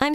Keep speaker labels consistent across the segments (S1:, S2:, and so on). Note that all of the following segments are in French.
S1: I'm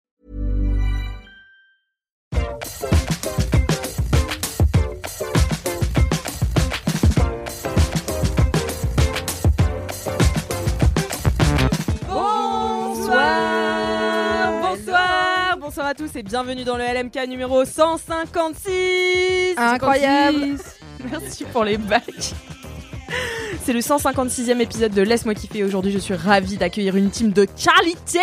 S2: Bonsoir, bonsoir, bonsoir à tous et bienvenue dans le LMK numéro 156.
S3: Incroyable.
S2: 156. Merci pour les bacs. C'est le 156e épisode de Laisse-moi kiffer. Aujourd'hui, je suis ravie d'accueillir une team de qualité.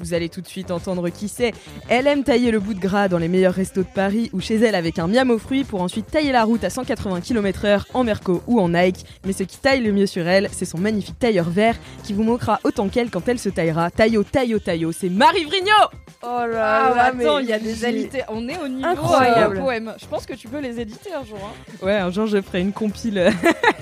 S2: Vous allez tout de suite entendre qui c'est. Elle aime tailler le bout de gras dans les meilleurs restos de Paris ou chez elle avec un miam aux fruits pour ensuite tailler la route à 180 km/h en Merco ou en Nike. Mais ce qui taille le mieux sur elle, c'est son magnifique tailleur vert qui vous manquera autant qu'elle quand elle se taillera. Taillot, taillot, taillot, c'est Marie Vrigno
S3: Oh
S2: Ah,
S3: là là,
S2: mais attends,
S3: mais
S2: il y a des
S3: j'ai-
S2: alités.
S3: On est au niveau
S2: Incroyable.
S3: euh, poème. Je pense que tu peux les éditer un jour. hein.
S2: Ouais, un jour je ferai une compile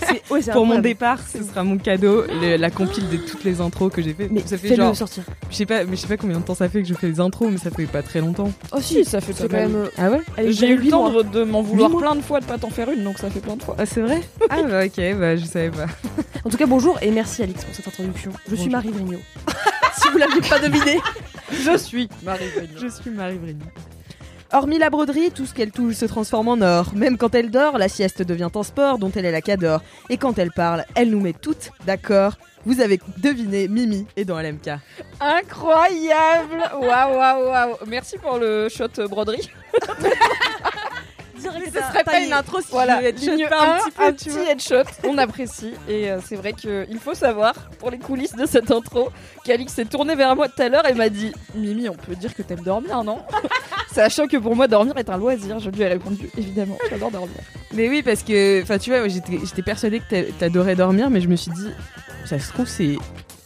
S2: pour mon départ, ce sera mon cadeau, le- la compile de toutes les intros que j'ai fait.
S4: Mais
S2: ça fait
S4: fais-le
S2: genre,
S4: sortir.
S2: je sais pas, mais je sais pas combien de temps ça fait que je fais les intros, mais ça fait pas très longtemps.
S4: Oh
S3: si, ça fait
S4: c'est
S3: pas
S4: quand
S3: mal.
S4: même. euh,
S2: Ah ouais
S4: Allez,
S3: J'ai
S4: j'avais
S3: eu le
S4: huit
S3: temps
S4: mois.
S3: de, de m'en vouloir
S4: mois.
S3: plein de fois de pas t'en faire une, donc ça fait plein de fois.
S2: Ah c'est vrai Ah bah ok, bah je savais pas.
S4: En tout cas, bonjour et merci Alix pour cette introduction. Je
S2: Bonjour.
S4: suis Marie Vigneault.
S2: si vous l'aviez pas deviné,
S3: Je suis Marie
S2: je suis Marie Vrigny. Hormis la broderie, tout ce qu'elle touche se transforme en or. Même quand elle dort, la sieste devient un sport dont elle est la cador. Et quand elle parle, elle nous met toutes d'accord. Vous avez deviné, Mimi est dans LMK.
S3: Incroyable Waouh, waouh, waouh Merci pour le shot euh, broderie.
S2: Ce serait pas une intro si
S3: Voilà,
S2: je ne
S3: ligne
S2: pas un
S3: un,
S2: petit peu,
S3: un
S2: tu
S3: petit
S2: vois.
S3: headshot, on apprécie. Et euh, c'est vrai qu'il faut savoir, pour les coulisses de cette intro, qu'Alix s'est tournée vers moi tout à l'heure et m'a dit Mimi, on peut dire que t'aimes dormir, non Sachant que pour moi, dormir est un loisir, je lui ai répondu Évidemment, j'adore dormir.
S2: Mais oui, parce que, enfin, tu vois, moi, j'étais j'étais persuadée que t'a- t'adorais dormir, mais je me suis dit, ça se trouve, c'est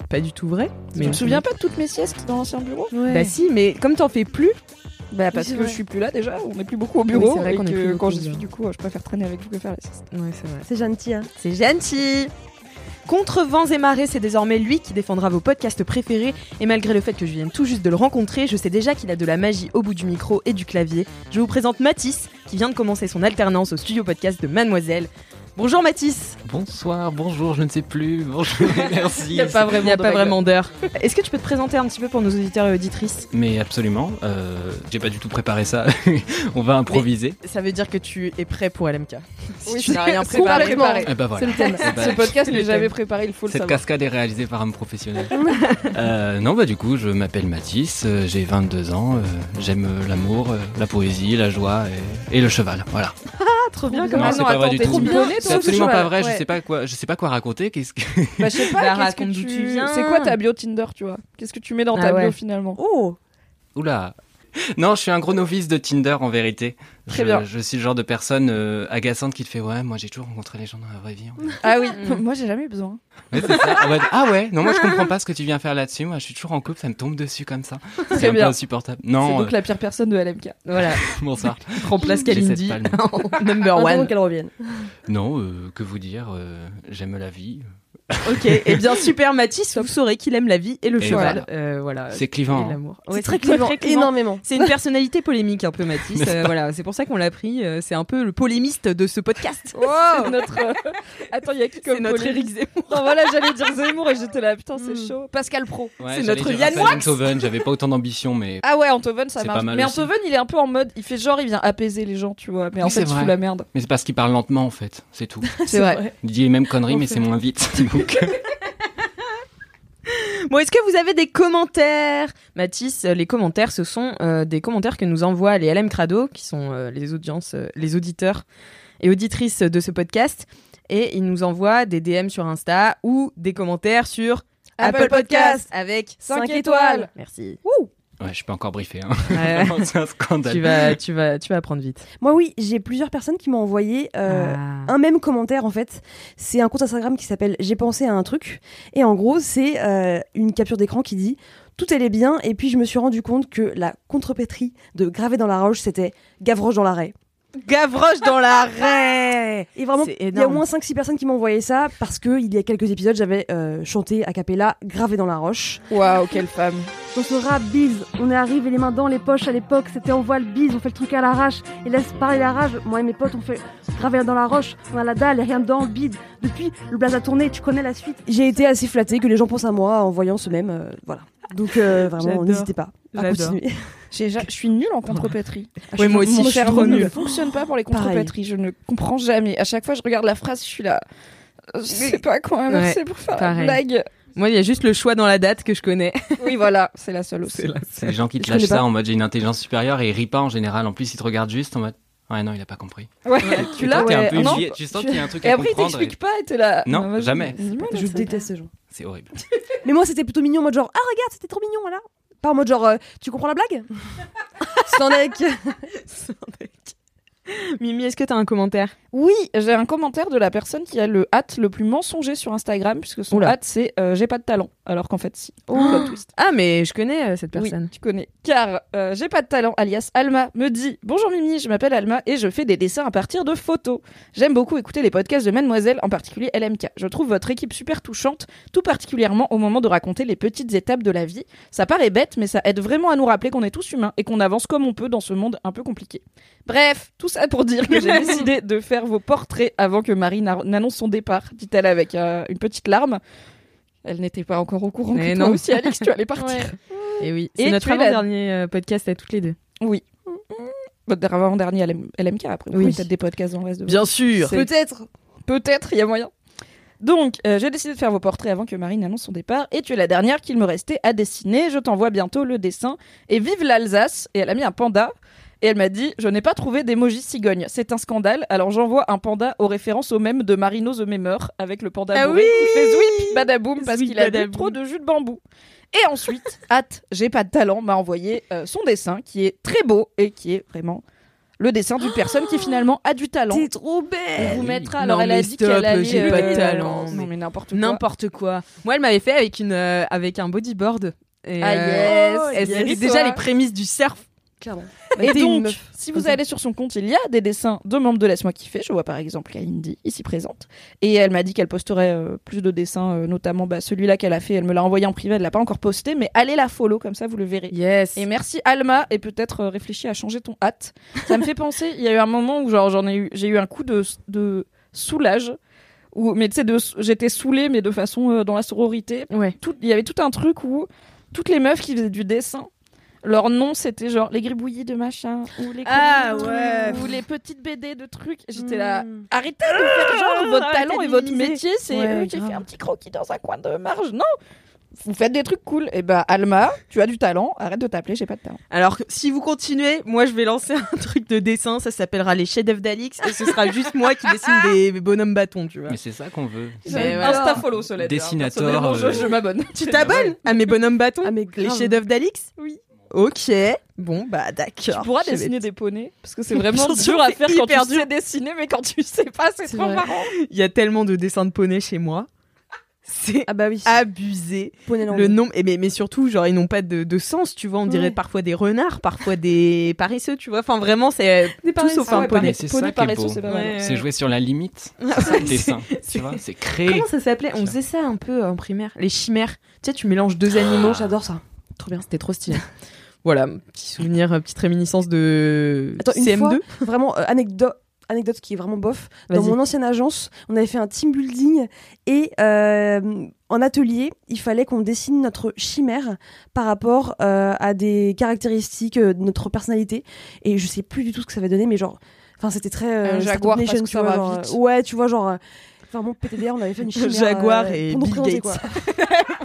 S2: pas du tout vrai. Mais
S3: tu te souviens pas de toutes mes siestes dans l'ancien bureau
S2: Bah si, mais comme t'en fais plus,
S3: Bah parce
S4: c'est
S3: que
S4: vrai.
S3: je suis plus là déjà, on n'est plus beaucoup au
S2: Oui,
S3: bureau
S2: c'est vrai
S3: et
S2: qu'on est
S3: que
S2: plus
S3: quand
S2: beaucoup,
S3: je suis
S2: ouais.
S3: du coup, je préfère traîner avec vous que faire la sieste.
S2: ouais, c'est vrai.
S4: C'est gentil, hein.
S2: C'est gentil. Contre vents et marées, c'est désormais lui qui défendra vos podcasts préférés. Et malgré le fait que je vienne tout juste de le rencontrer, je sais déjà qu'il a de la magie au bout du micro et du clavier. Je vous présente Mathis, qui vient de commencer son alternance au studio podcast de Mademoiselle. Bonjour Mathis
S5: Bonsoir, bonjour, je ne sais plus, bonjour, merci.
S2: Il n'y a
S3: de
S2: pas
S3: règles.
S2: vraiment d'heure. Est-ce que tu peux te présenter un petit peu pour nos auditeurs et auditrices
S5: Mais absolument, euh, j'ai pas du tout préparé ça, on va improviser.
S2: Ça veut dire que tu es prêt pour LMK. Si
S3: Oui,
S2: tu n'as rien
S3: complètement.
S2: préparé.
S5: Eh ben
S3: C'est
S5: voilà.
S3: le thème.
S5: Eh ben,
S3: Ce podcast
S2: c'est le
S3: n'est jamais
S2: thème.
S3: préparé, il faut le
S5: cette
S3: savoir.
S5: cascade est réalisée par un professionnel. Euh, non, bah du coup, je m'appelle Mathis, euh, j'ai 22 ans, euh, j'aime euh, l'amour, euh, la poésie, la joie et, et le cheval. Voilà.
S2: trop
S3: bien,
S5: Non,
S3: Ah
S5: c'est
S3: non,
S5: pas vrai
S3: attends,
S5: du
S3: t'es
S5: tout.
S3: trop bien. Connais, toi,
S5: C'est
S3: le
S5: absolument
S3: cheval,
S5: pas vrai,
S3: ouais.
S5: je sais pas quoi, je sais pas quoi raconter. Qu'est-ce que
S3: Bah je sais pas,
S2: Bah,
S3: qu'est-ce
S2: raconte
S3: que
S2: d'où
S3: tu...
S2: tu viens.
S3: C'est quoi ta bio Tinder, tu vois Qu'est-ce que tu mets dans ta
S2: Ah ouais.
S3: bio finalement
S4: Oh
S5: Oula Non, je suis un gros novice de Tinder en vérité.
S3: Très
S5: je,
S3: bien.
S5: Je suis le genre de personne euh, agaçante qui te fait ouais, moi j'ai toujours rencontré les gens dans la vraie vie. en
S3: Ah oui,
S2: Mm.
S3: moi j'ai jamais eu besoin.
S5: Ouais, c'est ça. En mode, ah ouais, non, moi je comprends pas ce que tu viens faire là-dessus. Moi je suis toujours en couple, ça me tombe dessus comme ça. C'est un peu
S3: bien.
S5: insupportable.
S3: C'est
S5: Non,
S3: donc la pire personne de LMK.
S2: Voilà,
S5: euh, bonsoir.
S2: remplace
S5: J'essaie
S2: Kalindi.
S5: de pas le-
S2: Number
S4: Attendons
S2: one.
S4: qu'elle revienne.
S5: Non, euh, que vous dire euh, J'aime la vie.
S2: ok, et bien super Mathis, vous saurez qu'il aime la vie et le
S5: Et
S2: cheval.
S5: voilà.
S2: Euh, Voilà.
S5: C'est
S2: Et
S5: clivant. hein.
S2: l'amour. Ouais,
S4: c'est très clivant,
S2: clivant.
S4: énormément.
S2: C'est une personnalité polémique un peu Mathis.
S5: N'est-ce
S2: Euh, voilà, c'est pour ça qu'on l'a pris. euh, c'est un peu le polémiste de ce podcast.
S3: C'est notre. euh, Attends, il y a qui comme
S2: c'est notre
S3: collègue
S2: Eric Zemmour.
S3: Non, voilà, j'allais dire Zemmour et j'étais là, putain, c'est
S4: Mm.
S3: chaud. Hmm. Pascal Pro.
S5: Ouais,
S2: c'est
S5: j'allais
S2: notre
S5: dire
S2: Yann
S5: Raphaël Enthoven, j'avais pas autant d'ambition, mais.
S3: Ah ouais, Antoven, ça
S5: C'est
S3: marche.
S5: pas mal
S3: Mais
S5: aussi.
S3: Antoven, il est un peu en mode, il fait genre, il vient apaiser les gens, tu vois. Mais en
S5: Oui,
S3: fait,
S5: c'est
S3: il fout
S5: vrai.
S3: la merde.
S5: Mais c'est parce qu'il parle lentement en fait, c'est tout.
S3: C'est vrai.
S5: Il dit les mêmes conneries,
S3: En
S5: mais
S3: fait.
S5: c'est moins vite. Donc,
S2: Bon, est-ce que vous avez des commentaires Mathis, euh, les commentaires, ce sont euh, des commentaires que nous envoient les LM Crado, qui sont euh, les audiences, euh, les auditeurs et auditrices de ce podcast. Et ils nous envoient des DM sur Insta ou des commentaires sur Apple, Podcast avec
S3: Cinq
S2: 5 étoiles.
S3: étoiles.
S2: Merci.
S5: ouais, je suis pas encore briefé. hein.
S2: Ouais.
S5: c'est un scandale.
S2: tu, vas, tu, vas, tu vas apprendre vite.
S4: Moi, oui, j'ai plusieurs personnes qui m'ont envoyé euh,
S2: Ah.
S4: un même commentaire, en fait. C'est un compte Instagram qui s'appelle J'ai pensé à un truc. Et en gros, c'est euh, une capture d'écran qui dit tout allait bien. Et puis je me suis rendu compte que la contrepétrie de graver dans la roche, c'était Gavroche dans l'arrêt.
S2: Gavroche dans l'arrêt
S4: Et vraiment,
S2: C'est
S4: il y a au
S2: énorme.
S4: moins 5-6 personnes qui m'ont envoyé ça parce que il y a quelques épisodes, j'avais euh, chanté a cappella gravé dans la roche.
S3: Waouh, quelle femme.
S6: On se rap, bise, on est arrivé les mains dans les poches à l'époque, c'était on voile, bise, on fait le truc à l'arrache et laisse parler la rage. Moi et mes potes, on fait graver dans la roche, on a la dalle et rien dedans, bide. Depuis, le blaze a tourné, tu connais la suite.
S4: J'ai été assez flattée que les gens pensent à moi en voyant ce même. euh, voilà. Donc euh, vraiment,
S2: J'adore.
S4: n'hésitez pas à
S2: J'adore.
S4: continuer.
S3: J'ai ja- Je suis nulle en contrepétrie.
S2: Ouais, moi aussi,
S3: Mon
S2: je suis
S3: cerveau
S2: trop
S3: ne
S2: nulle. Oh,
S3: fonctionne pas pour les
S4: Pareil.
S3: contrepétries. Je ne comprends jamais. À chaque fois, je regarde la phrase, je suis là. euh, Je sais pas quoi inverser pour faire
S2: pareil.
S3: la blague.
S2: Moi, il y a juste le choix dans la date que je connais.
S3: Oui, voilà, c'est la seule aussi.
S5: C'est les gens qui te
S4: Je connais
S5: lâchent
S4: pas.
S5: ça en mode j'ai une intelligence supérieure et ils rient pas en général. En plus, ils te regardent juste en mode ouais, non, il a pas compris.
S3: Ouais,
S5: Et
S3: tu
S5: toi,
S3: l'as
S5: t'es un
S3: ouais,
S5: peu
S3: non
S5: humilié, Tu sens
S4: tu-
S5: qu'il y a un truc
S3: Et
S5: à
S3: après, il
S5: comprendre. et
S3: t'explique pas et t'es là.
S5: Non,
S3: vas-y,
S5: jamais.
S3: dis-moi, non,
S4: Je
S3: ça-
S4: déteste ces gens.
S5: C'est horrible.
S4: Mais moi, c'était plutôt mignon en mode genre Ah, regarde, c'était trop mignon, voilà. Pas en mode genre euh, Tu comprends la blague Sandek
S2: Mimi, est-ce que t'as un commentaire
S3: Oui, j'ai un commentaire de la personne qui a le hâte le plus mensonger sur Instagram, puisque son
S2: Oula.
S3: hâte c'est euh, j'ai pas de talent. Alors qu'en fait, si. Oh, Plot twist.
S2: Ah, mais je connais euh, cette personne.
S3: Oui, tu connais. Car euh, j'ai pas de talent, alias Alma, me dit Bonjour Mimi, je m'appelle Alma et je fais des dessins à partir de photos. J'aime beaucoup écouter les podcasts de Mademoiselle, en particulier LMK. Je trouve votre équipe super touchante, tout particulièrement au moment de raconter les petites étapes de la vie. Ça paraît bête, mais ça aide vraiment à nous rappeler qu'on est tous humains et qu'on avance comme on peut dans ce monde un peu compliqué. Bref, tout ça pour dire que j'ai décidé de faire vos portraits avant que Marie n'a- n'annonce son départ, dit-elle avec euh, une petite larme. Elle n'était pas encore au courant.
S2: Mais
S3: que toi
S2: non.
S3: aussi, Alix, tu allais partir.
S2: Et oui,
S3: Et
S2: c'est notre
S3: tu es la-
S2: avant-dernier euh, podcast à toutes les deux.
S3: Oui. Votre Bah, avant-dernier LM LMK, après,
S2: Oui.
S3: oui. peut-être des podcasts dans le reste de
S2: sûr
S3: C'est-
S4: Peut-être
S3: Peut-être, il y a moyen. Donc, euh, j'ai décidé de faire vos portraits avant que Marine annonce son départ, et tu es la dernière qu'il me restait à dessiner. Je t'envoie bientôt le dessin. Et vive l'Alsace Et elle a mis un panda, et elle m'a dit Je n'ai pas trouvé d'emoji cigogne. C'est un scandale, alors j'envoie un panda aux références au même de Marino the Memer, avec le panda
S2: Ah
S3: bourré
S2: oui Bah,
S3: qui fait Zwip Badaboum parce
S2: Zwip,
S3: qu'il a bu
S2: badaboum.
S3: trop de jus de bambou. Et ensuite, hâte, j'ai pas de talent, m'a envoyé euh, son dessin qui est très beau et qui est vraiment le dessin d'une personne qui finalement a du talent.
S4: T'es trop
S5: Ah
S4: belle
S3: Elle vous
S5: oui.
S3: mettra.
S2: Non,
S3: Alors, elle
S2: mais
S3: a dit
S2: stop,
S3: qu'elle allait.
S2: j'ai
S4: pas de talent,
S3: Non,
S2: mais-
S3: mais n'importe quoi.
S2: N'importe quoi. Moi, elle m'avait fait avec, une, euh, avec un bodyboard. Et,
S3: Ah,
S2: euh,
S3: yes.
S2: elle
S3: Yes,
S2: savait
S3: toi.
S2: déjà les prémices du surf.
S4: Clairement.
S3: Et
S4: T'es une
S3: donc,
S4: meuf.
S3: si vous allez sur son compte, il y a des dessins de membres de Laisse-moi kiffer. Je vois par exemple Kalindi ici présente. Et elle m'a dit qu'elle posterait euh, plus de dessins, euh, notamment bah, celui-là qu'elle a fait. Elle me l'a envoyé en privé, elle l'a pas encore posté, mais allez la follow, comme ça vous le verrez.
S2: Yes.
S3: Et merci Alma, et peut-être euh, réfléchis à changer ton hâte. Ça me fait penser, il y a eu un moment où genre j'en ai eu, j'ai eu un coup de, de soulage, où, mais tu sais, de- j'étais saoulée, mais de façon euh, dans la sororité.
S2: Ouais.
S3: Tout- Il y avait tout un truc où toutes les meufs qui faisaient du dessin, leur nom c'était genre les gribouillis de machin, ou les,
S2: Ah,
S3: comics,
S2: ouais.
S3: ou les petites BD de trucs. J'étais là, arrêtez de faire genre votre
S2: arrêtez
S3: talent
S2: de
S3: et votre
S2: minimiser.
S3: métier, c'est
S2: Ouais,
S3: euh, j'ai
S2: grave.
S3: fait un petit croquis dans un coin de marge. Non! Vous faites des trucs cool. Et bah, Alma, tu as du talent. Arrête de t'appeler, j'ai pas de talent.
S2: Alors, que- si vous continuez, moi, je vais lancer un truc de dessin. Ça s'appellera les chefs-d'œuvre d'Alix. Et ce sera juste moi qui dessine des bonhommes bâtons, tu vois.
S5: Mais c'est Ah, ça qu'on veut.
S2: Mais ouais.
S3: Insta follow cela dit, hein.
S5: Dessinator,
S3: Personnellement, je,
S5: euh,
S3: je m'abonne.
S2: Tu t'abonnes à mes bonhommes bâtons
S4: Ah, mais
S2: Les
S4: grave.
S2: chefs-d'œuvre d'Alix Oui. Ok. Bon, bah, d'accord.
S3: Tu pourras
S2: Je vais-
S3: dessiner des poneys parce que c'est vraiment
S2: Bien sûr,
S3: dur à
S2: c'est
S3: faire quand
S2: hyper
S3: tu sais dessiner, mais quand tu sais pas, c'est
S4: C'est
S3: trop
S4: vrai.
S3: marrant.
S2: Il y a tellement de dessins de poney chez moi. C'est
S4: Ah bah oui,
S2: abusé.
S4: poney
S2: Le
S4: l'anglais.
S2: nombre, et mais, mais surtout, genre, ils n'ont pas de, de sens, tu vois. On dirait
S4: Ouais.
S2: parfois des renards, parfois des paresseux, tu vois. Enfin, vraiment, c'est euh,
S4: Des
S2: tout sauf
S4: paresseux.
S3: Ah
S2: un poney.
S5: Mais c'est ça qui est
S3: paresseux,
S5: beau.
S3: c'est pas mal.
S2: Ouais.
S5: C'est jouer sur la limite,
S2: Ah
S5: c'est
S2: ouais,
S5: dessin.
S2: c'est-
S5: Tu vois, c'est créer.
S2: Comment ça s'appelait On faisait ça un peu euh, en primaire. Les chimères. Tu sais, tu mélanges deux animaux.
S4: Non, Ah, j'adore ça. Trop bien.
S2: C'était trop stylé. voilà, petit souvenir, euh, petite réminiscence de
S4: Attends, une
S2: CM2.
S4: fois, vraiment euh, anecdote anecdote qui est vraiment bof dans
S2: Vas-y.
S4: mon ancienne agence on avait fait un team building et euh, en atelier il fallait qu'on dessine notre chimère par rapport euh, à des caractéristiques euh, de notre personnalité et je sais plus du tout ce que ça avait donné mais genre enfin c'était très euh,
S3: Un
S4: Startup
S3: jaguar, parce
S4: Nation,
S3: que
S4: tu
S3: ça
S4: vois,
S3: va
S4: genre,
S3: vite.
S4: euh, ouais tu vois genre euh, Enfin, mon PTDR, on avait fait une chimère.
S2: Jaguar
S4: euh,
S2: et
S4: pour nous
S2: Bill
S4: présenter,
S2: Gates.
S4: quoi.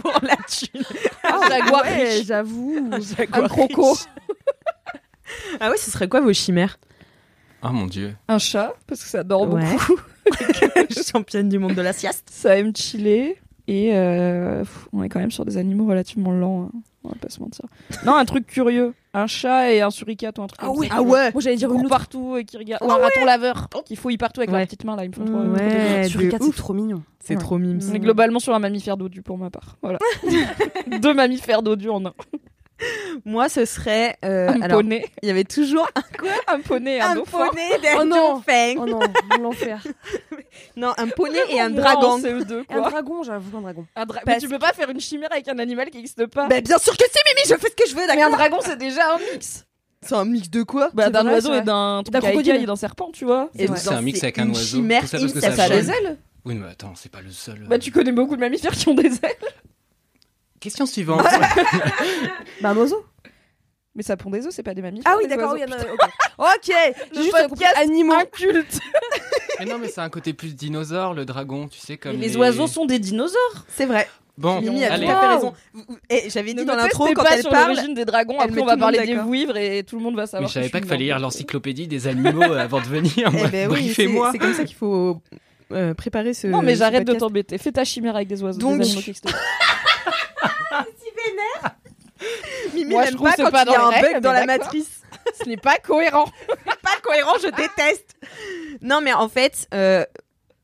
S2: pour la thune.
S3: Un jaguar
S4: Ouais,
S3: riche.
S4: j'avoue.
S3: Un croco.
S2: Ah ouais, ce serait quoi vos chimères
S5: Oh mon dieu.
S3: Un chat, parce que ça dort
S2: Ouais.
S3: beaucoup.
S2: Championne du monde de la sieste.
S3: Ça aime chiller. Et euh, pff, on est quand même sur des animaux relativement lents, hein. on va pas se mentir. Non, un truc curieux, un chat et un suricate ou un truc
S2: Ah
S3: comme ça.
S4: ouais
S2: Moi j'allais
S3: Qui
S2: dire
S3: courent
S2: une Ah
S3: partout et qui regarde. Ou un raton laveur qui fouille partout avec
S2: Oh. Ouais.
S3: leur petite main là, ils me font trop-
S2: Ouais. Mm.
S3: trop délire.
S2: de
S4: Sur les quatre, c'est
S2: ouf.
S4: trop mignon.
S2: C'est
S3: Ouais.
S2: trop
S3: On
S2: mimes.
S3: est globalement sur un mammifère dodu pour ma part. Voilà. Deux mammifères dodu en un.
S2: Moi ce serait. euh,
S3: Un
S2: alors,
S3: poney.
S2: il y avait toujours
S3: Un poney et un,
S2: un,
S3: dauphin.
S2: poney des
S4: Oh non.
S2: dauphins.
S4: Oh non, l'enfer.
S2: Non, un poney et un
S3: Moi,
S2: dragon.
S3: en CE2,
S4: Et un
S3: E quoi.
S4: dragon, j'avoue, un dragon.
S3: Un dra- Mais
S2: Parce
S3: tu peux pas faire une chimère avec un animal qui n'existe pas.
S2: Bah, bien sûr que si, Mimi, je fais ce que je veux,
S3: Mais un
S2: d'accord
S3: dragon, c'est déjà un mix.
S2: C'est un mix de quoi
S3: Bah,
S4: C'est
S3: d'un
S4: vrai,
S3: oiseau
S4: c'est vrai.
S3: et d'un truc
S4: D'un
S3: à
S4: crocodile.
S3: écailles et d'un serpent, tu vois.
S2: Et
S5: Donc, c'est un mix avec un
S2: une
S5: oiseul.
S2: Chimère
S5: Tout ça parce que ça
S2: insecte.
S3: Ça a
S5: change.
S3: des ailes
S5: Oui, mais attends, c'est pas le seul. euh,
S3: Bah, tu connais beaucoup de mammifères qui ont des ailes.
S5: Question suivante.
S4: Bah, un oiseau.
S3: Mais ça pond des œufs, c'est pas des mammifères.
S4: Ah oui,
S3: des
S4: d'accord, oui,
S3: oiseaux.
S4: il y en a- ok. Ok,
S3: Le
S4: j'ai juste pas compris
S3: podcast
S4: animaux.
S3: Un culte.
S5: mais non, mais c'est un côté plus dinosaure, le dragon, tu sais, comme.
S3: Mais les oiseaux sont des dinosaures.
S2: C'est vrai.
S5: Bon,
S2: Mimi a tout
S5: allez,
S2: à fait raison.
S4: eh,
S2: Et j'avais dit
S3: Ne
S2: dans
S3: me
S2: l'intro
S3: testez
S2: quand
S3: pas
S2: elle
S3: sur
S2: parle.
S3: l'origine des dragons,
S2: elle
S3: après
S2: met
S3: on
S2: tout
S3: va
S2: le
S3: parler
S2: monde
S3: des
S2: d'accord.
S3: vouivres et tout le monde va
S5: Mais
S3: savoir.
S5: je savais
S3: suis
S5: pas qu'il
S3: une
S5: fallait lire
S3: dinde.
S5: l'encyclopédie des animaux euh, avant de venir.
S2: Eh
S5: moi.
S2: ben oui, c'est
S5: Briefez-moi.
S2: c'est comme ça qu'il faut euh, préparer ce.
S3: Non, mais
S2: ce
S3: j'arrête de
S2: podcast.
S3: t'embêter. Fais ta chimère avec des oiseaux.
S2: Donc-
S3: des animaux qui existent.
S2: Mimi
S3: Moi, je
S2: n'aime
S3: trouve
S2: pas
S3: que
S2: quand
S3: c'est pas
S2: il y a
S3: dans
S2: un
S3: les
S2: bug
S3: règles,
S2: dans
S3: mais
S2: la
S3: d'accord.
S2: matrice.
S3: Ce n'est pas cohérent.
S2: Pas cohérent, je déteste. Non, mais en fait, euh,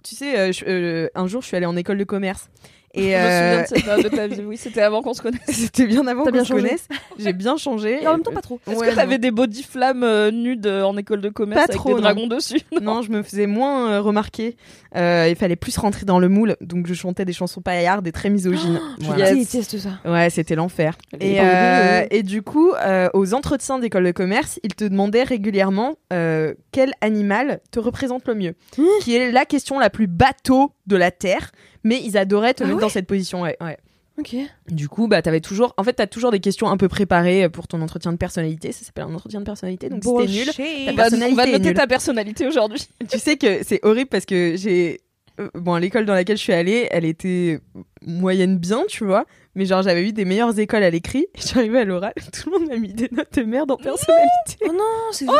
S2: tu sais, euh, je- euh, un jour, je suis allée en école de commerce. Et
S3: Je
S2: euh,
S3: me souviens de cette période de ta vie. Oui, c'était avant qu'on se connaisse.
S2: c'était bien avant
S4: T'as
S2: qu'on
S4: bien
S2: se
S4: changé.
S2: connaisse. J'ai bien changé.
S4: Et en même temps, pas trop.
S3: Est-ce
S2: Ouais,
S3: que t'avais des body flammes euh, nudes euh, en école de commerce
S2: Pas
S3: avec
S2: trop,
S3: des
S2: non.
S3: dragons dessus
S2: Non, je me faisais moins euh, remarquer. Euh, il fallait plus rentrer dans le moule, donc je chantais des chansons paillardes et très misogynes. Voilà.
S4: Je
S3: Yes.
S4: déteste ça.
S2: Ouais, c'était l'enfer.
S3: Les
S2: Et, euh,
S4: hein.
S2: et du coup, euh, aux entretiens d'école de commerce, ils te demandaient régulièrement euh, quel animal te représente le mieux,
S4: Mmh.
S2: qui est la question la plus bateau de la terre. Mais ils adoraient te
S4: Ah
S2: mettre
S4: ouais
S2: dans cette position. Ouais, ouais.
S4: Ok.
S2: Du coup, bah t'avais toujours, en fait, t'as toujours des questions un peu préparées pour ton entretien de personnalité. Ça s'appelle un entretien de personnalité, donc c'était nul.
S3: On
S2: Ta
S3: va, on va
S2: personnalité est
S3: noter
S2: nulle.
S3: ta personnalité aujourd'hui.
S2: Tu sais que c'est horrible parce que j'ai. euh, Bon, l'école dans laquelle je suis allée, elle était moyenne bien, tu vois. Mais genre, j'avais eu des meilleures écoles à l'écrit. Et j'arrivais à l'oral, tout le monde m'a mis des notes de merde en personnalité.
S4: Oh non, c'est vrai.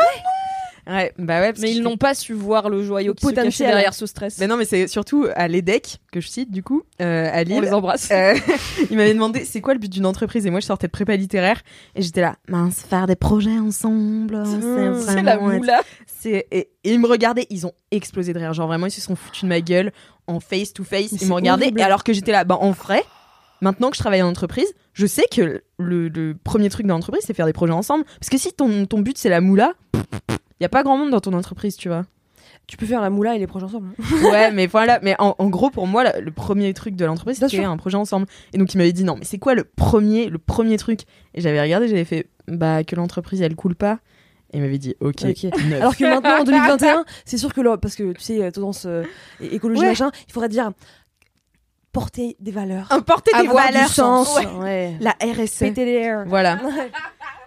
S2: Ouais, bah ouais. parce que
S3: Mais ils
S2: j'étais-
S3: n'ont pas su voir le joyau
S2: Le
S3: qui se cachait
S2: potentiel.
S3: derrière ce stress.
S2: Mais non, mais c'est surtout à l'EDEC que je cite, du coup, euh, à
S3: on
S2: Lille.
S3: les embrasse.
S2: Euh, il m'avait demandé c'est quoi le but d'une entreprise et moi je sortais de prépa littéraire et j'étais là mince faire des projets ensemble on sait
S4: Mmh.
S3: c'est la
S2: vraiment être
S3: moula.
S2: C'est- et, et ils me regardaient, ils ont explosé de rire. Genre vraiment, ils se sont foutus de ma gueule en face to face.
S4: Mais
S2: Ils
S4: c'est
S2: m'ont regardé.
S4: horrible.
S2: Et alors que j'étais là, bah en vrai, maintenant que je travaille en entreprise, je sais que le, le premier truc dans l'entreprise, c'est faire des projets ensemble. Parce que si ton, ton but c'est la moula, il y a pas grand monde dans ton entreprise, tu vois.
S4: Tu peux faire la moula et les hein. proches ensemble.
S2: Ouais, mais voilà. Mais en, en gros, pour moi, la- le premier truc de l'entreprise,
S4: Bien
S2: c'était
S4: sûr.
S2: un projet ensemble. Et donc ils m'avaient dit non, mais c'est quoi le premier, le premier truc Et j'avais regardé, j'avais fait bah que l'entreprise elle coule pas. Et ils m'avaient dit ok.
S4: Ok.
S2: neuf.
S4: Alors que maintenant, en 2021, c'est sûr que là, parce que tu sais, tendance euh, é- écologie,
S2: Ouais.
S4: machin, il faudrait dire porter des valeurs.
S2: Importer des
S4: avoir
S2: valeurs.
S4: du sens.
S2: Ouais.
S4: Ouais.
S2: La RSE.
S4: Péter les airs.
S2: Voilà.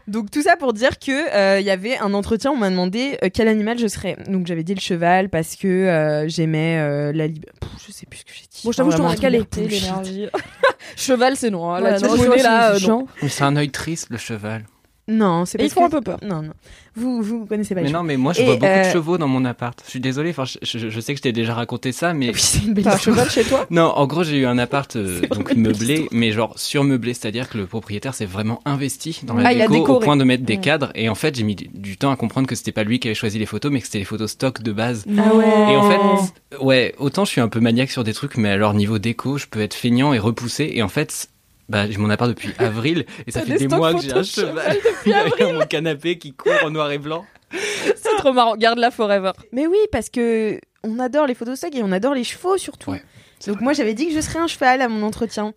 S2: Donc tout ça pour dire que euh, il y avait un entretien, on m'a demandé euh, quel animal je serais. Donc j'avais dit le cheval parce que euh, j'aimais euh, la liberté. Je sais plus ce que j'ai dit.
S4: Bon, je t'avoue, je
S2: Vraiment,
S4: t'aurais
S2: un
S4: calé.
S2: truc de bullshit.
S3: Cheval, c'est non. hein.
S4: Voilà,
S3: Là, tu
S4: non,
S3: connais,
S4: cheval,
S3: là,
S4: c'est
S3: euh, non.
S4: chiant.
S5: Mais C'est un œil triste, le cheval.
S2: Non, c'est
S3: Et
S2: parce
S3: ils font
S2: que-
S3: un peu peur.
S2: Non, non. Vous, vous connaissez pas.
S5: Mais
S2: les
S5: non, mais moi, je
S2: Bah, Et,
S5: vois beaucoup
S2: euh,
S5: de chevaux dans mon appart. Je suis désolé, enfin, je, je- je sais que je t'ai déjà raconté ça, mais.
S2: chevaux. Oui, c'est une belle
S3: T'as un
S2: histoire.
S3: cheval chez toi
S5: Non, en gros, j'ai eu un appart euh,
S2: C'est
S5: donc
S2: vraiment une
S5: meublé, mais genre surmeublé, c'est-à-dire que le propriétaire s'est vraiment investi dans la
S3: Ah, il a
S5: déco au
S3: décoré.
S5: point de mettre des
S3: Ouais.
S5: cadres. Et en fait, j'ai mis du- du temps à comprendre que c'était pas lui qui avait choisi les photos, mais que c'était les photos stock de base.
S4: Ah ouais.
S5: Et en
S4: Oh.
S5: fait, ouais, autant je suis un peu maniaque sur des trucs, mais alors niveau déco, je peux être feignant et repoussé. Et en fait, bah, j'ai mon appart depuis avril et ça
S3: T'as
S5: fait
S3: des
S5: des
S3: stocks
S5: mois que j'ai un
S3: photos de
S5: cheval
S3: depuis
S5: derrière mon canapé qui court en noir et blanc.
S3: c'est trop marrant. Garde-la forever.
S2: Mais oui, parce que on adore les photos stock et on adore les chevaux surtout.
S5: Ouais, c'est
S2: Donc moi j'avais dit que je serais un cheval à mon entretien.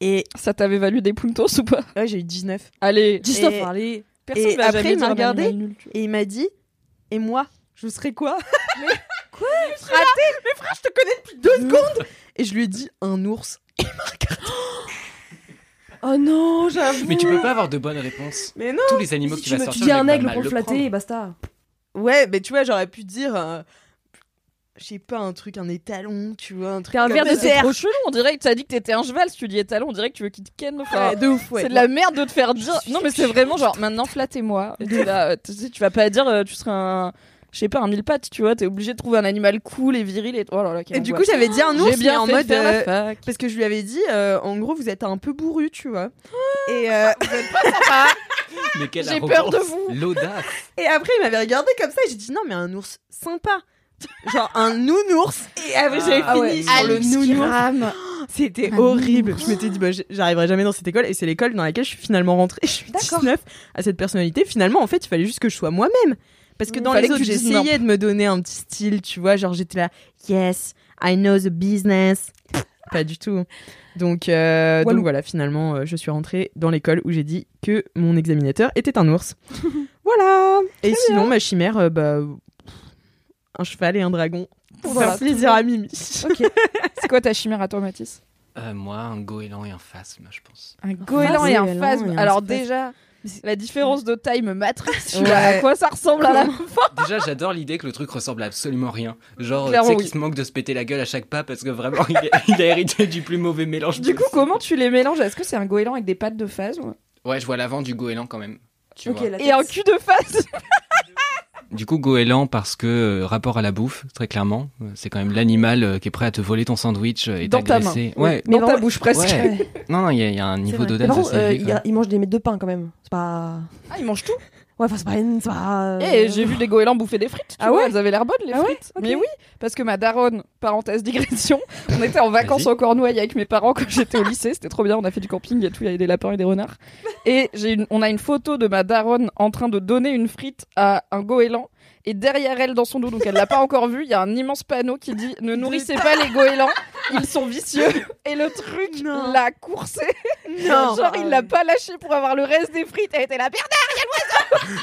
S2: Et
S3: Ça t'avait valu des puntos ou pas
S2: ouais, j'ai eu 19.
S3: Allez.
S4: Christophe,
S2: Et-
S4: allez.
S3: Personne
S2: et
S3: va
S2: après,
S3: jamais
S2: il m'a
S3: dire un
S2: regardé.
S3: animal nul, tu vois.
S2: Et il m'a dit et moi, je serais quoi je te connais depuis deux secondes Et je lui ai dit un ours.
S4: Oh non, j'avoue.
S5: Mais tu peux pas avoir de bonnes réponses.
S2: Mais non
S5: Tous les animaux
S4: Si
S5: qui
S4: tu,
S5: va
S4: me-
S5: sortir,
S4: tu dis
S5: le mec
S4: un
S5: va
S4: aigle
S5: mal
S4: pour
S5: le
S4: flatter
S5: prendre.
S4: et basta.
S2: Ouais, mais tu vois, j'aurais pu dire. euh, Je sais pas, un truc, un étalon, tu vois, un truc.
S4: T'es un
S2: comme
S4: verre de
S2: ça.
S3: C'est
S4: terre.
S3: trop chelou. On dirait que t'as dit que t'étais un cheval. Si tu dis étalon, on dirait que tu veux qu'il te ken. enfin.
S2: Ouais, de ouf, ouais.
S3: Ah. c'est de la merde de te faire dire. Non, mais c'est vraiment genre maintenant flattez-moi. Et t'es là, euh, tu sais, tu vas pas dire euh, tu seras un, je sais pas, un mille pattes, tu vois. T'es obligé de trouver un animal cool et viril et. Oh là là, quelle
S2: Et du coup,
S3: angoisse.
S2: j'avais dit un ours,
S3: j'ai bien
S2: mais en
S3: fait
S2: mode.
S3: faire la
S2: euh,
S3: fac.
S2: parce que je lui avais dit, euh, en gros, vous êtes un peu bourru, tu vois. Et, euh,
S5: Mais quelle
S3: J'ai peur
S5: arrogance.
S3: de vous.
S5: L'audace.
S2: et après, il m'avait regardé comme ça, et j'ai dit, non, mais un ours sympa. Genre un nounours. Et après, j'avais
S3: Ah ouais,
S2: fini sur le
S3: Alex qui
S2: nounours.
S3: rame.
S2: C'était horrible. Je m'étais dit, bah, j- j'arriverai jamais dans cette école. Et c'est l'école dans laquelle je suis finalement rentrée. Je suis 19 à cette personnalité. Finalement, en fait, il fallait juste que je sois moi-même. Parce que
S3: Mm.
S2: dans
S3: Fallait
S2: les
S3: que
S2: autres,
S3: tu dises non.
S2: j'essayais de me donner un petit style, tu vois. Genre, j'étais là, yes, I know the business. Pff, Pas du tout. Donc, euh, donc
S4: Walou.
S2: voilà, finalement, euh, je suis rentrée dans l'école où j'ai dit que mon examinateur était un ours. voilà. Et sinon, ma chimère, euh, bah, pff, un cheval et un dragon. Pour
S3: Voilà,
S2: faire plaisir à Mimi.
S3: C'est quoi ta chimère à toi, Mathis
S5: Euh, moi, un goéland et un phasme, je pense.
S3: Un goéland et un phasme. Alors, déjà, la différence de taille me matrice. Je suis là,
S2: Ouais.
S3: À quoi ça ressemble à la
S5: Déjà, j'adore l'idée que le truc ressemble à absolument rien. Genre, tu
S3: Clairement,
S5: sais
S3: oui.
S5: qu'il se manque de se péter la gueule à chaque pas parce que vraiment, il a, il a hérité du plus mauvais mélange.
S3: Du coup,
S5: possible.
S3: comment tu les mélanges Est-ce que c'est un goéland avec des pattes de phasme
S5: Ouais, je vois l'avant du goéland quand même. Tu
S4: Ok,
S5: vois.
S4: la
S3: et un cul de phasme
S5: Du coup, goéland parce que euh, rapport à la bouffe, très clairement, euh, c'est quand même l'animal euh, qui est prêt à te voler ton sandwich euh, et
S3: Dans ta main.
S5: t'agresser. Ouais.
S3: dans ta
S4: vraiment-
S3: bouche presque.
S5: Ouais. Non, non, il y, a- il y a un niveau
S6: vrai.
S4: Mais
S5: d'audace
S4: par
S5: assez
S4: contre, euh,
S5: élevé,
S4: il,
S5: quoi.
S4: y a- il mange des miettes de pain quand même. C'est pas.
S3: Ah, ils mangent tout.
S4: Ouais, enfin, c'est pas. une- c'est pas, euh,
S3: Et Eh, j'ai vu des goélands bouffer des frites. tu
S4: Ah
S3: vois,
S4: ouais
S3: Elles avaient l'air bonnes, les
S4: Ah ouais
S3: frites.
S4: Ok.
S3: Mais oui, parce que ma daronne, parenthèse digression, on était en vacances
S5: Vas-y.
S3: en Cornouailles avec mes parents quand j'étais au lycée. C'était trop bien. On a fait du camping et tout. Il y avait des lapins et des renards. Et j'ai une- on a une photo de ma daronne en train de donner une frite à un goéland. Et derrière elle, dans son dos, donc elle l'a pas encore vu, il y a un immense panneau qui dit Ne nourrissez pas les goélands, ils sont vicieux. Et le truc
S2: Non.
S3: l'a coursé.
S2: Non.
S3: Genre, euh, il l'a pas lâché pour avoir le reste des frites. Elle était là, Bernard, il y a le oiseau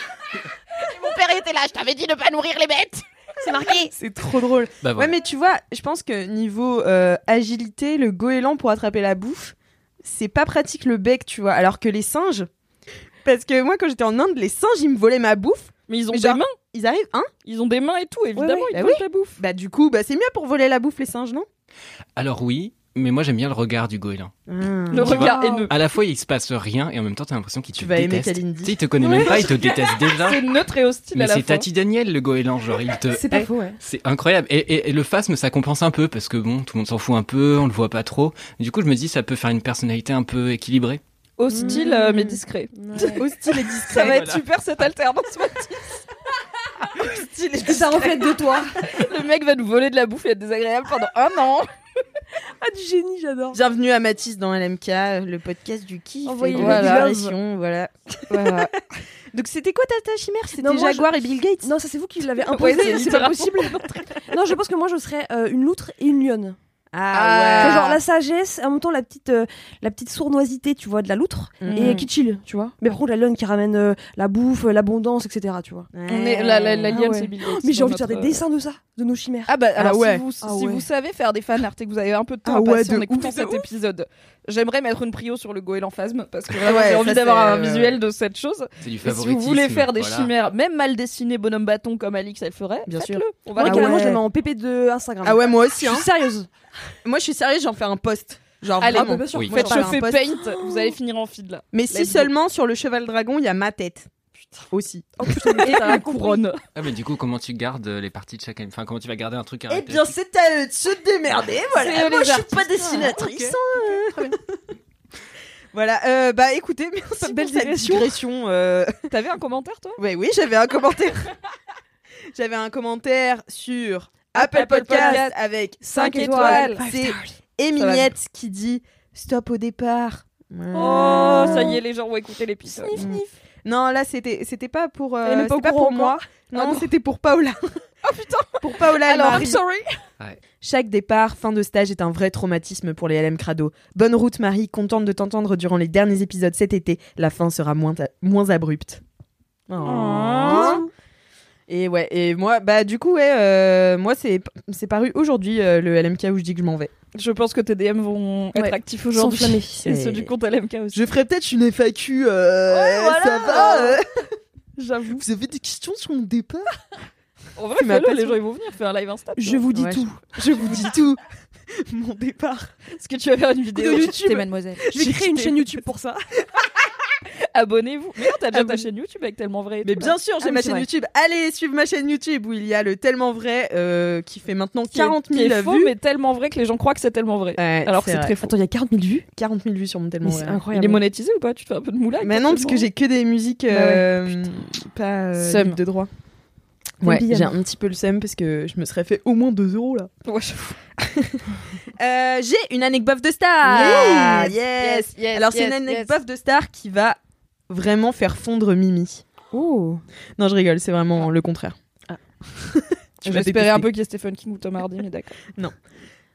S3: Et Mon père était là, je t'avais dit de pas nourrir les bêtes
S2: C'est marqué. C'est trop drôle.
S5: Bah,
S2: Ouais,
S5: voilà.
S2: mais tu vois, je pense que niveau euh, agilité, le goéland pour attraper la bouffe, c'est pas pratique le bec, tu vois. Alors que les singes, parce que moi quand j'étais en Inde, les singes ils me volaient ma bouffe.
S3: Mais ils ont
S2: Mais
S3: des
S2: genre-
S3: mains,
S2: Ils arrivent, hein
S3: ils ont des mains et tout, évidemment,
S2: ouais,
S3: ils
S2: bah
S3: mangent la bouffe.
S2: Bah du coup, bah c'est mieux pour voler la bouffe les singes, non
S5: Alors oui, mais moi j'aime bien le regard du goéland.
S2: Hmm.
S3: Le
S5: Tu
S3: regard
S4: vois
S3: haineux.
S5: À la fois, il se passe rien et en même temps, t'as l'impression qu'il te
S2: Tu vas aimer
S5: déteste.
S2: Kalindi.
S5: Tu sais, il te connaît même pas, il te déteste déjà.
S3: C'est neutre et hostile
S5: Mais
S3: à la
S5: c'est
S3: fois.
S5: Tati Daniel le goéland, genre il te.
S4: C'est pas faux, ouais.
S5: C'est incroyable. Et, et- et le phasme, ça compense un peu parce que bon, tout le monde s'en fout un peu, on le voit pas trop. Du coup, je me dis, ça peut faire une personnalité un peu équilibrée.
S3: Hostile euh, mais discret.
S2: Hostile et discret.
S3: Ça va être
S5: Voilà.
S3: super cette alternance.
S4: Est-ce que ça reflète de toi
S3: le mec va nous voler de la bouffe et être désagréable pendant un an.
S4: Ah, du génie, j'adore.
S2: Bienvenue à Mathis dans LMK, le podcast du kiff et
S4: Envoyez
S2: de
S3: le
S2: la
S3: love.
S2: diversión, voilà. Donc c'était quoi ta, ta chimère
S4: Non,
S2: C'était
S4: moi,
S2: Jaguar et Bill Gates
S4: Non, ça c'est vous qui l'avez
S3: Ouais,
S4: imposé,
S3: c'est
S4: c'est pas
S3: littéralement-
S4: possible. non, je pense que moi je serais euh, une loutre et une lionne.
S3: Ah.
S4: Enfin, genre la sagesse, en même temps la petite, euh, la petite sournoisité, tu vois, de la loutre
S2: Mhm.
S3: Mm.
S4: et qui chill, tu vois. Mais par contre, la lionne qui ramène euh, la bouffe, euh, l'abondance, etc. Tu vois.
S3: On est, la, la, la
S4: Ah
S3: liane,
S4: ouais.
S3: c'est Bill Gates
S4: Mais j'ai
S3: dans
S4: envie de faire des
S3: notre- euh,
S4: dessins de ça, de nos chimères.
S3: Ah bah alors
S2: ouais.
S3: si, vous, si
S4: Ah ouais.
S3: vous savez faire des fanarts et que vous avez un peu de temps
S2: Ah
S3: à
S2: ouais,
S3: passer en
S2: de
S3: écoutant
S2: ouf, de
S3: cet
S2: ouf.
S3: épisode, j'aimerais mettre une prio sur le goéland phasme parce que vraiment,
S2: Ouais,
S3: j'ai
S2: ça,
S3: envie d'avoir
S2: c'est,
S3: un
S2: euh,
S3: visuel de cette chose.
S5: C'est du
S3: Et si
S5: euh, favoritisme.
S3: vous voulez faire des
S5: voilà.
S3: chimères, même mal dessinées, bonhomme bâton comme Alix elle ferait,
S2: Bien
S3: faites-le. On va
S4: Moi,
S3: la-
S4: carrément,
S2: ouais.
S4: je la mets en PP de Instagram.
S2: Ah ouais, moi
S4: Je
S2: aussi
S4: suis
S2: hein.
S4: sérieuse.
S2: Moi je suis sérieuse, j'en fais un post. Genre
S3: Allez,
S2: vraiment.
S4: bah, bien sûr.
S5: Oui.
S4: Moi,
S3: Faites
S4: j'en parle.
S3: chauffer
S2: poste.
S3: paint, vous allez finir en feed là.
S2: Mais si
S3: Let's go.
S2: seulement sur le cheval dragon, il y a ma tête. Aussi.
S3: Et la couronne.
S5: Ah, mais du coup, comment tu gardes euh, les parties de chacun Enfin, comment tu vas garder un truc à
S2: Eh bien, c'est à eux de se démerder.
S3: C'est
S2: Voilà. Moi,
S3: eux les
S2: je suis
S3: artistes.
S2: pas dessinatrice. hein. Voilà, euh, bah écoutez, merci
S4: belle
S2: pour cette
S4: digression.
S2: digression. euh.
S3: T'avais un commentaire toi
S2: Ouais, oui, j'avais un commentaire. j'avais un commentaire sur Apple,
S3: Apple
S2: Podcast,
S3: Podcast
S2: avec 5
S4: Cinq
S2: étoiles.
S4: étoiles.
S2: C'est
S3: Ça va
S2: Émiliette qui dit Stop au départ.
S3: Oh, ça y est, les gens vont écouter l'épisode.
S2: Non, là, c'était c'était pas pour, euh,
S3: Elle est pas au
S2: c'était pas
S3: courant
S2: pour
S3: encore. Ah
S2: moi. Non,
S3: non.
S2: c'était pour Paola.
S3: Oh putain,
S2: Pour Paola et
S3: alors I'm
S2: Marie.
S3: sorry.
S2: Chaque départ, fin de stage est un vrai traumatisme pour les LM Crado. Bonne route Marie, contente de t'entendre durant les derniers épisodes cet été. La fin sera moins, ta- moins abrupte. Oh.
S3: Bisous.
S2: Et ouais, et moi, bah du coup, ouais, euh, moi c'est c'est paru aujourd'hui euh, le LMK où je dis que je m'en vais.
S3: Je pense que tes DM vont être
S4: Ouais.
S3: actifs
S4: Sans
S3: aujourd'hui.
S4: flammer.
S3: C'est ceux du compte LMK aussi.
S2: Je ferai peut-être une FAQ, euh,
S3: Ouais, voilà.
S2: ça va euh.
S3: J'avoue.
S2: Vous avez des questions sur mon départ
S3: En vrai,
S2: C'est ma
S3: fais-le, les
S2: passion.
S3: gens ils vont venir faire un live Insta. tu
S4: Je
S3: vois.
S4: vous dis
S2: Ouais,
S4: tout.
S2: Je vous dis tout. mon départ.
S3: Est-ce que tu vas faire une vidéo
S4: De YouTube.
S3: T'es mademoiselle.
S4: Je vais créer une chaîne YouTube pour ça.
S3: abonnez-vous. Mais non, t'as déjà ta
S2: Abonnez-
S3: chaîne YouTube avec tellement vrai. et
S2: Mais
S3: tout,
S2: bien sûr, j'ai
S4: oui,
S2: ma
S4: c'est
S2: chaîne
S4: vrai.
S2: YouTube. Allez, suivez ma chaîne YouTube où il y a le tellement vrai euh, qui fait maintenant
S3: Qui est-
S2: 40
S3: qui
S2: 000
S3: est faux,
S2: vues.
S3: mais tellement vrai que les gens croient que c'est tellement vrai.
S2: Ouais,
S3: Alors que c'est
S2: vrai.
S3: très faux.
S4: Attends, il y a 40 000 vues
S2: 40 000 vues sur mon tellement
S4: Mais c'est
S2: vrai.
S3: Il
S4: incroyable.
S3: est monétisé ou pas Tu te fais un peu de moulage
S2: Mais non, parce que j'ai que des musiques euh, pas euh,
S3: Seum.
S2: libres de droit.
S4: Des
S2: Ouais,
S4: billes,
S2: j'ai
S4: alors.
S2: un petit peu le seum parce que je me serais fait au moins 2 euros là. Euh, j'ai une anecdote de star.
S3: Yes.
S2: yes. Alors c'est une anecdote de star qui va vraiment faire fondre Mimi.
S4: Oh
S2: Non, je rigole, c'est vraiment le contraire. Tu vas
S3: J'espérais un
S2: détester.
S3: peu qu'il y ait Stephen King ou Tom Hardy, mais d'accord.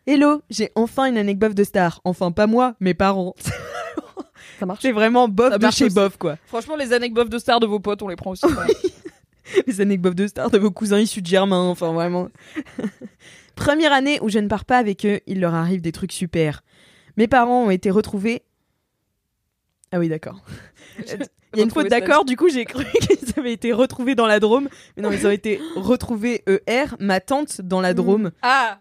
S2: Hello, j'ai enfin une anecdote de star. Enfin pas moi, mes parents.
S4: Ça marche.
S2: C'est vraiment bof
S3: Ça
S2: de
S3: marche
S2: chez
S3: aussi.
S2: bof quoi.
S3: Franchement, les anecdotes de stars de vos potes, on les prend aussi.
S2: Les anecdotes de stars de vos cousins issus de Germain, enfin vraiment. Première année où je ne pars pas avec eux, il leur arrive des trucs super. Mes parents ont été retrouvés. Ah oui, d'accord. Euh, Il y a une faute d'accord, du coup j'ai cru qu'ils avaient été retrouvés dans la Drôme. Mais non, ils ont été retrouvés ER, ma tante, dans la Drôme.
S3: Ah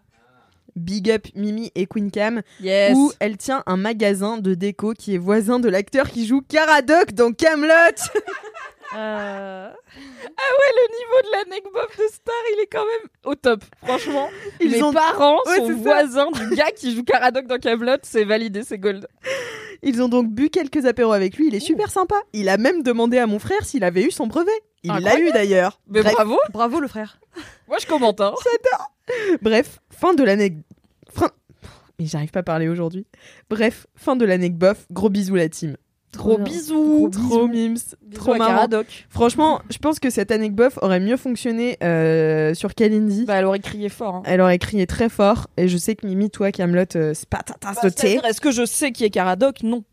S2: Big Up Mimi et Queen Cam,
S3: Yes
S2: où elle tient un magasin de déco qui est voisin de l'acteur qui joue Caradoc dans Camelot. Euh.
S3: Ah Ouais, le niveau de l'anecdote de star, il est quand même au top. Franchement,
S2: Ils
S3: les
S2: ont-
S3: parents
S2: Ouais,
S3: sont
S2: c'est ça.
S3: voisins du gars qui joue Caradoc dans Camelot, c'est validé, c'est gold.
S2: Ils ont donc bu quelques apéros avec lui, il est super sympa. Il a même demandé à mon frère s'il avait eu son brevet. Il l'a
S3: Incroyable.
S2: eu d'ailleurs.
S3: Mais
S2: Bref,
S3: bravo,
S4: Bravo le frère.
S3: moi je commente. Hein.
S2: bref, fin de l'anecdote. Mais j'arrive pas à parler aujourd'hui. Bref, fin de l'anecdote. Gros bisous la team.
S4: Trop bien.
S2: bisous,
S4: Gros
S2: trop mimes, trop marrant. Franchement, je pense que cette anecdote aurait mieux fonctionné euh, sur Kalindi.
S3: Bah, elle aurait crié fort. Hein.
S2: Elle aurait crié très fort et je sais que Mimi, toi, Camelot, euh, c'est pas ta
S4: Bah,
S2: tasse de thé.
S3: Est-ce que je sais qui est Caradoc Non.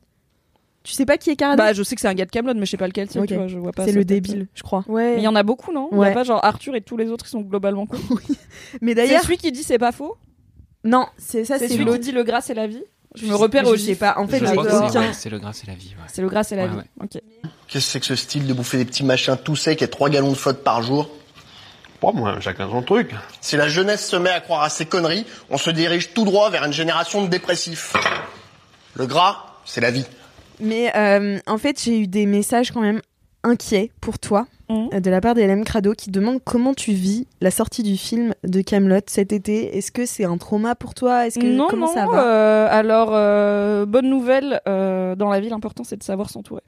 S2: Tu sais pas qui est Caradoc
S3: Bah, je sais que c'est un gars de Camelot, mais je sais pas lequel c'est.
S2: Ah Ok.
S3: tu vois, Je vois pas.
S2: C'est
S3: sa
S2: le
S3: tête.
S2: débile, je crois.
S4: Ouais.
S3: Mais il y en a beaucoup, non Il y
S2: Ouais.
S3: a pas genre Arthur et tous les autres qui sont globalement cons.
S2: Mais
S3: C'est
S2: d'ailleurs,
S3: celui qui dit c'est pas faux.
S2: non, c'est ça,
S3: C'est
S2: c'est
S3: celui qui
S2: l'autre.
S3: dit le gras c'est la vie. Je
S2: Je
S3: me repère
S2: sais-
S3: au
S2: je sais
S3: gif.
S2: pas. En fait,
S5: Je
S2: j'ai
S5: crois que c'est-
S2: aucun.
S5: ouais, c'est le gras, c'est la vie. ouais.
S3: C'est le gras c'est la
S5: Ouais,
S3: vie.
S5: ouais.
S3: Ok.
S7: Qu'est-ce que c'est que ce style de bouffer des petits machins tout secs et trois gallons de flotte par jour
S8: Pas moi, chacun son truc.
S7: Si la jeunesse se met à croire à ces conneries, on se dirige tout droit vers une génération de dépressifs. Le gras, c'est la vie.
S2: Mais euh, en fait, j'ai eu des messages quand même inquiets pour toi
S3: Mhm.
S2: euh, de la part d'Hélène Crado qui demande comment tu vis la sortie du film de Camelot cet été. Est-ce que c'est un trauma pour toi Est-ce que
S3: non,
S2: comment
S3: non,
S2: ça va
S3: euh, alors, euh, bonne nouvelle, euh, dans la vie, l'important c'est de savoir s'entourer.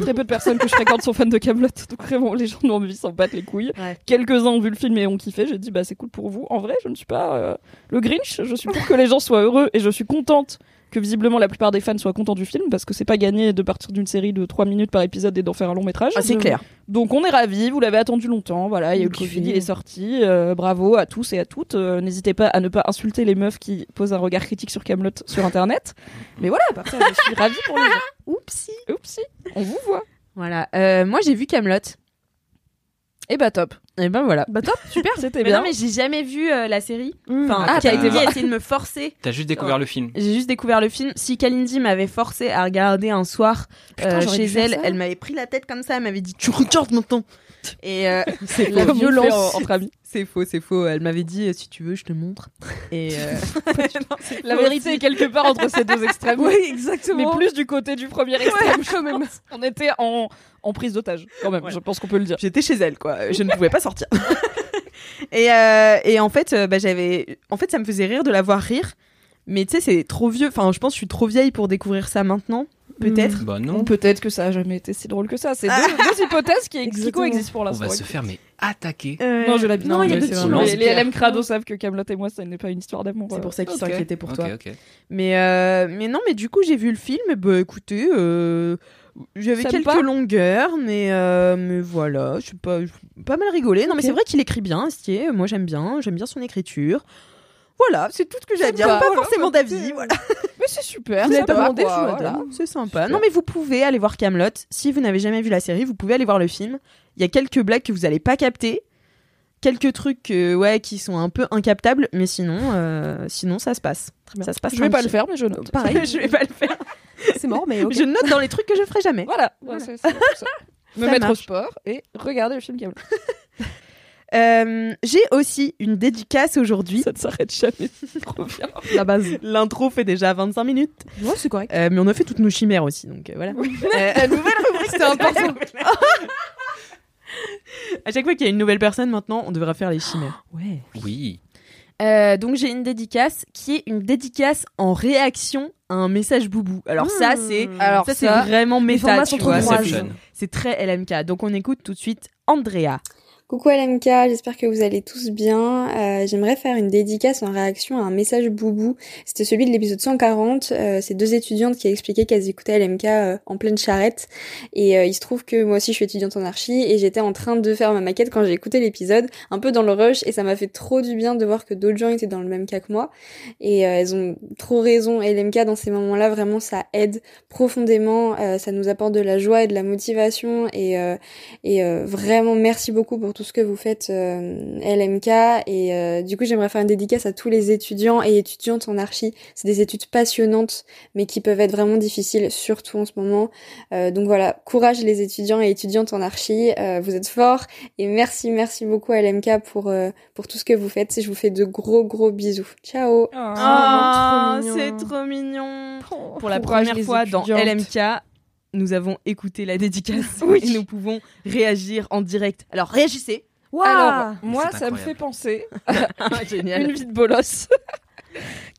S3: Très peu de personnes que je fréquente sont fans de Camelot, donc vraiment les gens de mon vie s'en battent les couilles.
S2: Ouais.
S3: Quelques-uns ont vu le film et ont kiffé, j'ai dit bah c'est cool pour vous. En vrai, je ne suis pas euh, le Grinch, je suis pour que les gens soient heureux et je suis contente que visiblement la plupart des fans soient contents du film parce que c'est pas gagné de partir d'une série de 3 minutes par épisode et d'en faire un long métrage.
S2: Ah,
S3: Je- donc on est ravis, vous l'avez attendu longtemps, voilà, il y a eu le
S2: Le
S3: Covid,
S2: Covid.
S3: il est sorti, euh, bravo à tous et à toutes, Euh, n'hésitez pas à ne pas insulter les meufs qui posent un regard critique sur Camelot sur internet, mais voilà, à part ça, je suis ravie pour les gens.
S2: Oupsie.
S3: Oupsie, on vous voit.
S2: Voilà. Euh, moi, j'ai vu Camelot.
S3: Et bah top,
S2: Et ben voilà.
S3: bah top, super, c'était
S2: Mais Eh
S3: bien.
S2: ben, non, mais j'ai jamais vu euh, la série.
S4: Mm.
S2: Enfin,
S3: Ah, t'as
S2: Kalindi
S5: été
S2: a
S5: voir.
S2: essayé de me forcer.
S5: T'as juste
S3: Ah.
S5: découvert le film.
S2: J'ai juste découvert le film. Si Kalindi m'avait forcé à regarder un soir euh,
S3: j'aurais
S2: chez
S3: dû faire
S2: elle,
S3: ça.
S2: elle m'avait pris la tête comme ça, elle m'avait dit Tu regardes maintenant Et euh, c'est
S3: la
S2: comme on fait
S3: violence
S2: en- en
S3: entre amis.
S2: C'est faux, c'est faux. Elle m'avait dit euh, si tu veux, je te montre. Et euh, Non, c'est
S3: La
S2: faux
S3: vérité
S2: aussi.
S3: est quelque part entre ces deux extrêmes.
S4: Oui,
S3: Mais
S4: exactement.
S3: plus du côté du premier extrême, je pense. On était en, en prise d'otage, quand même,
S2: Ouais.
S3: je pense qu'on peut le dire.
S2: J'étais chez elle, quoi. Je ne pouvais pas sortir. et, euh, et en fait, euh, bah, j'avais. En fait, ça me faisait rire de la voir rire. Mais tu sais, c'est trop vieux. Enfin, je pense que je suis trop vieille pour découvrir ça maintenant, peut-être.
S5: Bah
S3: Ou
S5: non.
S3: peut-être que ça a jamais été si drôle que ça. C'est deux, deux hypothèses qui, qui
S4: Exactement.
S3: coexistent pour
S5: On
S3: l'instant.
S5: va se faire mais attaquer.
S4: Euh,
S3: Non, je l'ai
S4: Non, il y a
S5: mais
S4: deux
S5: c'est
S4: petits
S5: vraiment-
S4: noms.
S3: Les, les LM Crado savent que Camelot et moi, ça n'est pas une histoire d'amour. euh,
S2: C'est pour ça qu'ils
S3: Ok.
S2: s'inquiétaient pour
S5: Ok,
S2: toi.
S5: ok.
S2: Mais, euh, mais non, mais du coup, j'ai vu le film. Bah écoutez, euh, j'avais
S3: Ça me
S2: quelques
S3: va.
S2: longueurs, mais, euh, mais voilà, je suis pas, je suis pas mal rigolé. Non, mais
S4: Ok.
S2: c'est vrai qu'il écrit bien, Astier. Moi, j'aime bien, j'aime bien son écriture. Voilà, c'est tout ce que j'ai
S3: Ça
S2: à
S3: me
S2: dire.
S3: va,
S2: Pas
S3: voilà,
S2: forcément
S3: bah, écoutez,
S2: d'avis.
S3: euh,
S2: Voilà.
S3: Mais c'est super.
S2: Vous
S3: ça
S2: n'avez pas
S3: va,
S2: demandé,
S3: quoi,
S2: je vous
S3: voilà.
S2: adore. C'est sympa. Non, mais vous pouvez aller voir Camelot. Si vous n'avez jamais vu la série, vous pouvez aller voir le film. Il y a quelques blagues que vous n'allez pas capter. Quelques trucs euh, ouais, qui sont un peu incaptables, mais sinon, euh, sinon ça se passe. Ça se passe
S3: Je vais pas le
S2: tranquille.
S3: faire, mais je note.
S4: Pareil.
S2: je vais pas le faire.
S4: C'est mort, mais ok.
S2: Je note dans les trucs que je ferai jamais.
S3: Voilà. Ouais, c'est- c'est pour ça. Me
S2: Ça
S3: mettre au
S2: marche.
S3: sport et regarder le film Camelot.
S2: Euh, J'ai aussi une dédicace aujourd'hui.
S3: Ça ne s'arrête jamais. Trop bien.
S4: la base.
S2: L'intro fait déjà 25 minutes,
S4: Ouais, c'est correct.
S2: Euh, mais on a fait toutes nos chimères aussi, donc euh, voilà. Euh,
S3: La nouvelle rubrique.
S2: que c'était important. à chaque fois qu'il y a une nouvelle personne maintenant, on devra faire les chimères. Ouais.
S5: Oui.
S2: Euh, donc j'ai une dédicace qui est une dédicace en réaction à un message boubou. Hmm. Alors ça c'est
S3: Alors
S2: ça c'est
S3: ça,
S2: vraiment méta,
S4: formats
S2: tu
S4: sont trop
S2: vois.
S4: drôles.
S2: C'est-
S5: Inception.
S2: C'est très LMK. Donc on écoute tout de suite Andrea.
S9: Coucou LMK, j'espère que vous allez tous bien. Euh, J'aimerais faire une dédicace en réaction à un message boubou. C'était celui de l'épisode 140. Euh, c'est deux étudiantes qui expliquaient qu'elles écoutaient LMK euh, en pleine charrette. Et euh, il se trouve que moi aussi je suis étudiante en archi et j'étais en train de faire ma maquette quand j'ai écouté l'épisode, un peu dans le rush et ça m'a fait trop du bien de voir que d'autres gens étaient dans le même cas que moi. Et euh, elles ont trop raison. LMK dans ces moments-là, vraiment ça aide profondément. Euh, ça nous apporte de la joie et de la motivation et euh, et euh, vraiment, merci beaucoup pour tout ce que vous faites, euh, LMK. Et euh, du coup, j'aimerais faire une dédicace à tous les étudiants et étudiantes en archi. C'est des études passionnantes, mais qui peuvent être vraiment difficiles, surtout en ce moment. Euh, donc voilà, courage les étudiants et étudiantes en archi. Euh, vous êtes forts. Et merci, merci beaucoup à LMK pour, euh, pour tout ce que vous faites. Je vous fais de gros, gros bisous. Ciao
S2: Ah,
S4: Oh, trop mignon.
S2: c'est Oh, trop mignon. Pour la
S3: Courage,
S2: première
S3: les
S2: fois dans
S3: étudiantes.
S2: LMK, nous avons écouté la dédicace et nous pouvons réagir en direct. Alors réagissez.
S6: Waouh
S3: Alors, moi,
S5: C'est
S3: ça me
S5: incroyable.
S3: fait penser
S2: Génial.
S3: une vie de bolos.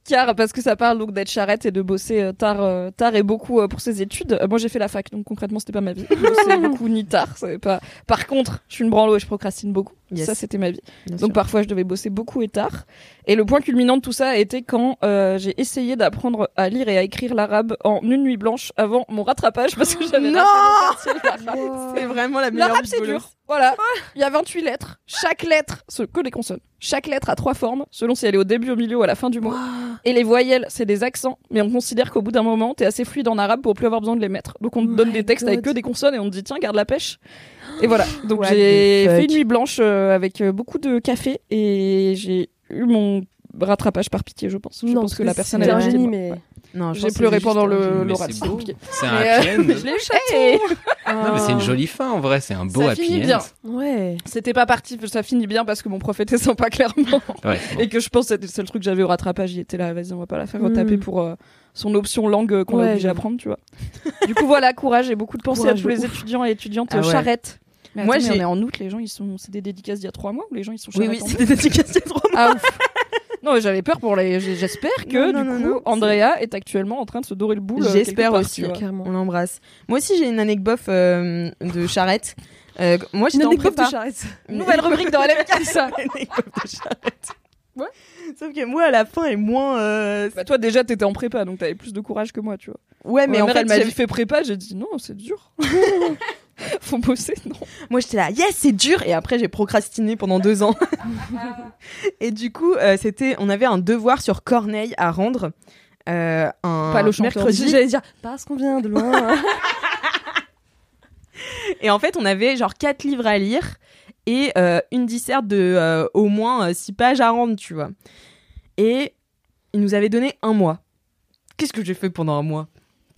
S3: Car, parce que ça parle donc d'être charrette et de bosser euh, tard, euh, tard et beaucoup euh, pour ses études. Euh, moi, j'ai fait la fac, donc concrètement, c'était pas ma vie. Je bossais beaucoup ni tard. ça avait Pas... Par contre, je suis une branlo et je procrastine beaucoup.
S2: Yes.
S3: Ça, c'était ma vie. Donc parfois je devais bosser beaucoup et tard. Et le point culminant de tout ça a été quand euh, j'ai essayé d'apprendre à lire et à écrire l'arabe en une nuit blanche avant mon rattrapage parce que j'avais
S2: Oh Non
S3: raté le partiel d'arabe.
S2: c'est vraiment Oh. la meilleure
S3: L'arabe
S2: vie de
S3: c'est
S2: boulot.
S3: dur. Voilà, il y a 28 lettres. Chaque lettre, ce que les consonnes. Chaque lettre a trois formes selon si elle est au début, au milieu ou à la fin du mot. Et les voyelles, c'est des accents, mais on considère qu'au bout d'un moment, t'es assez fluide en arabe pour plus avoir besoin de les mettre. Donc on te donne des textes avec que des consonnes et on te dit tiens, garde la pêche. Et voilà. Donc
S2: What
S3: j'ai
S2: the fuck.
S3: fait une nuit blanche euh, avec euh, beaucoup de café et j'ai eu mon rattrapage par pitié, je pense. Je pense que la personne
S4: c'est
S3: elle
S4: un
S3: a pitié de
S4: génie,
S3: moi.
S4: mais
S3: Ouais.
S2: Non, je
S3: J'ai
S2: pense que
S3: pleuré
S2: c'est juste
S3: pendant
S2: un
S3: le-
S5: Mais
S3: l'orail,
S5: c'est
S3: c'est
S5: beau.
S3: compliqué.
S5: C'est un
S3: Mais,
S5: happy
S3: euh,
S5: end.
S3: je l'ai eu, chaton.
S5: Non, mais c'est une jolie fin en vrai, c'est un beau
S3: Ça
S5: happy
S3: finit
S5: end.
S3: bien.
S4: Ah. ouais.
S3: C'était pas parti, ça finit bien parce que mon prof était sympa, clairement.
S5: Ouais, c'est bon.
S3: Et que je pense que c'était le seul truc que j'avais au rattrapage. Il était là, vas-y, on va pas la faire
S4: Hmm.
S2: Mm.
S3: retaper pour euh, son option langue euh, qu'on
S4: Ouais,
S3: l'a obligé à
S4: j'avoue.
S3: prendre, tu vois. du coup, voilà, courage et beaucoup de pensées à
S4: Courage
S3: tous les
S4: de
S3: étudiants et étudiantes
S2: Ah
S3: euh,
S2: ouais.
S3: charrettes.
S2: Moi,
S3: Moi, j'ai.
S2: j'ai-
S3: On est en août, les gens, ils sont. C'est des dédicaces d'il y a trois mois ou les gens, ils sont
S2: Oui,
S3: charrettes
S2: oui,
S3: en août
S2: c'est des dédicaces il y a trois mois.
S3: Ah, ouf. Non, mais j'avais peur pour les. j'ai- J'espère que,
S2: Non,
S3: du
S2: non,
S3: coup,
S2: non, non,
S3: Andrea est actuellement en train de se dorer le boule. euh,
S2: J'espère
S3: quelque part,
S2: aussi.
S3: tu vois.
S4: Clairement.
S2: On l'embrasse. Moi aussi, j'ai une anecdote euh, de charrette. Euh, moi, j'étais en
S4: anecdote de
S2: prépa.
S4: charrette.
S2: Une
S3: Nouvelle rubrique dans LMK, ça.
S2: Une anecdote de charrette. Sauf que moi, à la fin, est moins. euh,
S3: Bah, toi, déjà, t'étais en prépa, donc t'avais plus de courage que moi, tu vois.
S2: Ouais, mais
S3: Ma
S2: en
S3: mère,
S2: fait,
S3: elle
S2: ma
S3: m'a
S2: vie-
S3: dit fais prépa, j'ai dit non, c'est dur. Faut bosser, non.
S2: moi, j'étais là, yes, c'est dur. Et après, j'ai procrastiné pendant deux ans. et du coup, euh, c'était, on avait un devoir sur Corneille à rendre. euh, un
S3: Pas le chanteur.
S2: mercredi.
S4: J'allais dire, parce qu'on vient de loin.
S2: Et en fait, on avait genre quatre livres à lire et euh, une disserte de euh, au moins euh, six pages à rendre, tu vois. Et il nous avait donné un mois. Qu'est-ce que j'ai fait pendant un mois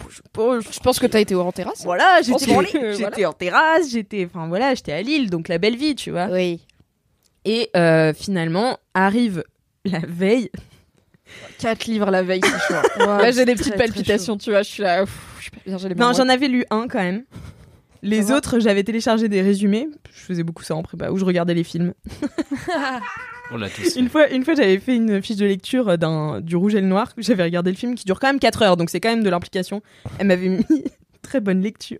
S2: Je- je-
S3: Je pense que t'as été en terrasse.
S2: Voilà, j'étais
S3: Franchement,
S2: j'étais-
S3: euh, voilà.
S2: j'étais en terrasse, j'étais enfin voilà, j'étais à Lille, donc la belle vie, tu vois.
S3: Oui.
S2: Et euh, finalement arrive la veille.
S3: 4 livres la veille, c'est chaud. là, j'ai des petites palpitations, tu vois. Je suis là, pff, je suis pas bien, j'ai les mains
S2: Non,
S3: moites.
S2: j'en avais lu un quand même. Les autres, j'avais téléchargé des résumés. Je faisais beaucoup ça en prépa, où je regardais les films.
S5: On l'a tous.
S2: Une
S5: fait.
S2: fois, une fois j'avais fait une fiche de lecture euh, d'un, du Rouge et le Noir. J'avais regardé le film qui dure quand même 4 heures, donc c'est quand même de l'implication. Elle m'avait mis très bonne lecture.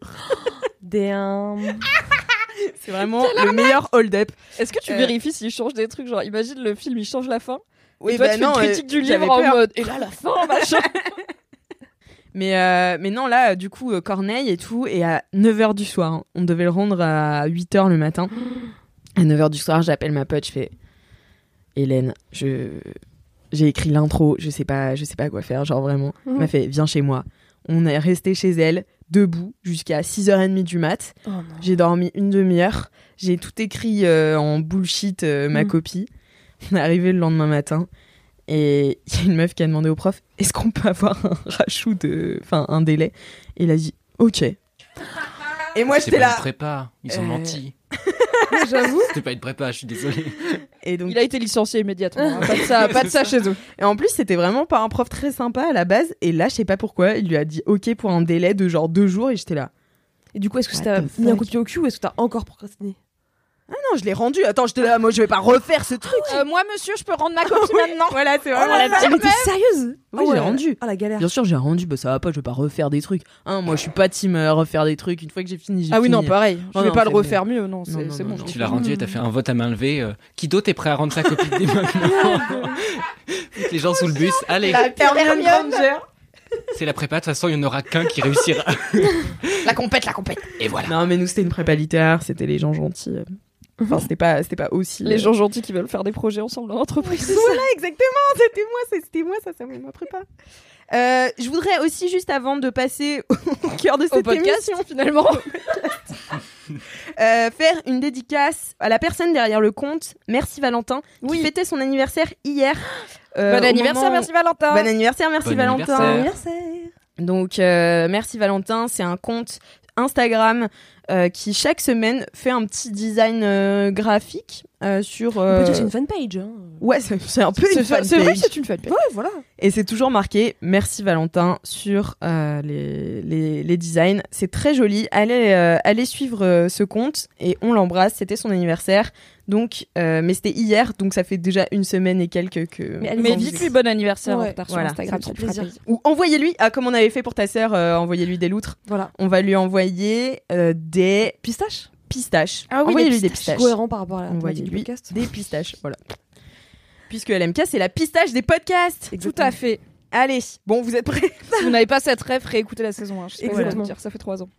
S4: Damn.
S2: C'est vraiment le meilleur hold-up.
S3: Est-ce que tu
S2: Euh.
S3: vérifies s'il change des trucs Genre, imagine le film, il change la fin.
S2: Oui, bah euh,
S3: et toi, tu fais une critique du livre en mode. Et là, la fin, machin.
S2: Mais, euh, mais non, là, euh, du coup, euh, Corneille et tout, et à 9h du soir, hein. on devait le rendre à 8h le matin. À 9h du soir, j'appelle ma pote, je fais Hélène, je j'ai écrit l'intro, je sais pas je sais pas quoi faire, genre vraiment. Elle
S3: Mhm.
S2: m'a fait viens chez moi. On est resté chez elle debout jusqu'à 6h30 du mat.
S3: Oh
S2: J'ai dormi une demi-heure, j'ai tout écrit euh, en bullshit euh, ma
S3: Mhm.
S4: Mm.
S2: copie. On est arrivé le lendemain matin et il y a une meuf qui a demandé au prof est-ce qu'on peut avoir un rachou de enfin un délai Et il a dit OK. Et moi
S5: C'est
S2: j'étais
S5: pas une
S2: là.
S5: prépa, ils ont
S2: Euh,
S5: menti.
S4: J'avoue.
S5: C'était pas une prépa, je suis désolé.
S2: Et donc
S3: Il a été licencié immédiatement. hein. Pas de ça, pas de ça chez eux.
S2: Et en plus, c'était vraiment pas un prof très sympa à la base. Et là, je sais pas pourquoi, il lui a dit OK pour un délai de genre deux jours. Et j'étais là.
S4: Et du coup, est-ce que
S2: What
S4: t'as
S2: the
S4: mis un
S2: fuck
S4: coup de pied au cul ou est-ce que t'as encore procrastiné
S2: Ah non, je l'ai rendu. Attends, j'étais là, moi je vais pas refaire ce truc.
S3: Euh, moi, monsieur, je peux rendre ma copie maintenant.
S2: Voilà, c'est
S3: vraiment Oh la
S4: Oh, Mais t'es sérieuse
S2: Oui, j'ai rendu.
S4: Ah la galère.
S2: Bien sûr, j'ai rendu, bah ça va pas, je vais pas refaire des trucs. Hein, moi je suis pas team euh, refaire des trucs. Une fois que j'ai fini, j'ai
S3: Ah oui,
S2: fini.
S3: non, pareil. Je
S2: Oh
S3: vais
S2: non,
S3: pas le
S2: c'est
S3: refaire mieux. Non,
S2: Non,
S3: c'est
S2: non,
S3: c'est
S2: non,
S3: bon.
S2: non.
S3: je
S5: Tu
S3: l'ai
S5: l'as
S3: fait.
S5: rendu et t'as fait un vote à main levée. euh, qui d'autre est prêt à rendre sa copie dès maintenant Toutes Les gens sous le bus, allez,
S3: La
S2: Hermione
S3: Hermione.
S2: Granger.
S5: c'est la prépa, de toute façon il n'y en aura qu'un qui réussira.
S3: La compète, la compète.
S5: Et voilà.
S2: Non, mais nous c'était une prépa littéraire, c'était les gens gentils. euh. Enfin, c'était pas, c'était pas aussi.
S3: Les
S2: euh,
S3: gens gentils qui veulent faire des projets ensemble en entreprise.
S2: Voilà, exactement, c'était moi, ça, c'était moi, ça, ça me m'a préparé. Euh, je voudrais aussi, juste avant de passer au cœur de cette
S3: podcast,
S2: émission,
S3: Finalement,
S2: euh, faire une dédicace à la personne derrière le compte, merci Valentin, qui fêtait son anniversaire hier. Euh,
S3: bon
S2: au
S3: anniversaire,
S2: moment-
S3: merci Valentin.
S2: Bon anniversaire, merci
S5: Bon
S2: Valentin.
S4: Euh,
S5: anniversaire.
S2: Donc, euh, merci Valentin, c'est un compte Instagram euh, qui chaque semaine fait un petit design euh, graphique euh, sur.
S4: On peut
S2: euh,
S4: dire que c'est une fanpage. Hein.
S2: Ouais, c'est c'est un peu une
S3: C'est c'est vrai
S2: fanpage.
S3: que c'est une fanpage.
S4: Ouais, voilà.
S2: Et c'est toujours marqué Merci Valentin sur euh, les, les, les designs. C'est très joli. Allez, euh, allez suivre euh, ce compte et on l'embrasse. C'était son anniversaire. Donc, euh, mais c'était hier, donc ça fait déjà une semaine et quelques que.
S4: Mais allez
S3: Mais
S4: voir.
S3: dites-lui bon anniversaire en
S4: Ouais.
S3: retard
S2: Voilà,
S3: sur Instagram.
S4: ça me fait
S3: ça me fera
S4: plaisir.
S2: Ou envoyez-lui, ah, comme on avait fait pour ta sœur, euh, envoyez-lui des loutres.
S4: Voilà.
S2: On va lui envoyer euh, des pistaches. Pistaches.
S4: Ah oui,
S2: envoyez-lui
S4: des
S2: des
S4: pistaches.
S2: pistaches.
S4: Cohérent par rapport à la thématique du
S2: Envoyez-lui
S4: podcast.
S2: des pistaches. Voilà. Puisque LMK, c'est la pistache des podcasts.
S3: plaisir. Tout à fait.
S2: Allez, bon, vous êtes prêts
S3: Si vous n'avez pas cette rêve, réécoutez la saison 1.
S4: Exactement.
S3: Dire. Ça fait 3 ans.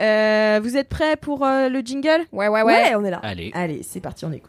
S2: Euh, vous êtes prêts pour euh, le jingle
S3: Ouais, ouais, ouais.
S4: Ouais, on est là.
S5: Allez,
S2: Allez, c'est parti, on écoute.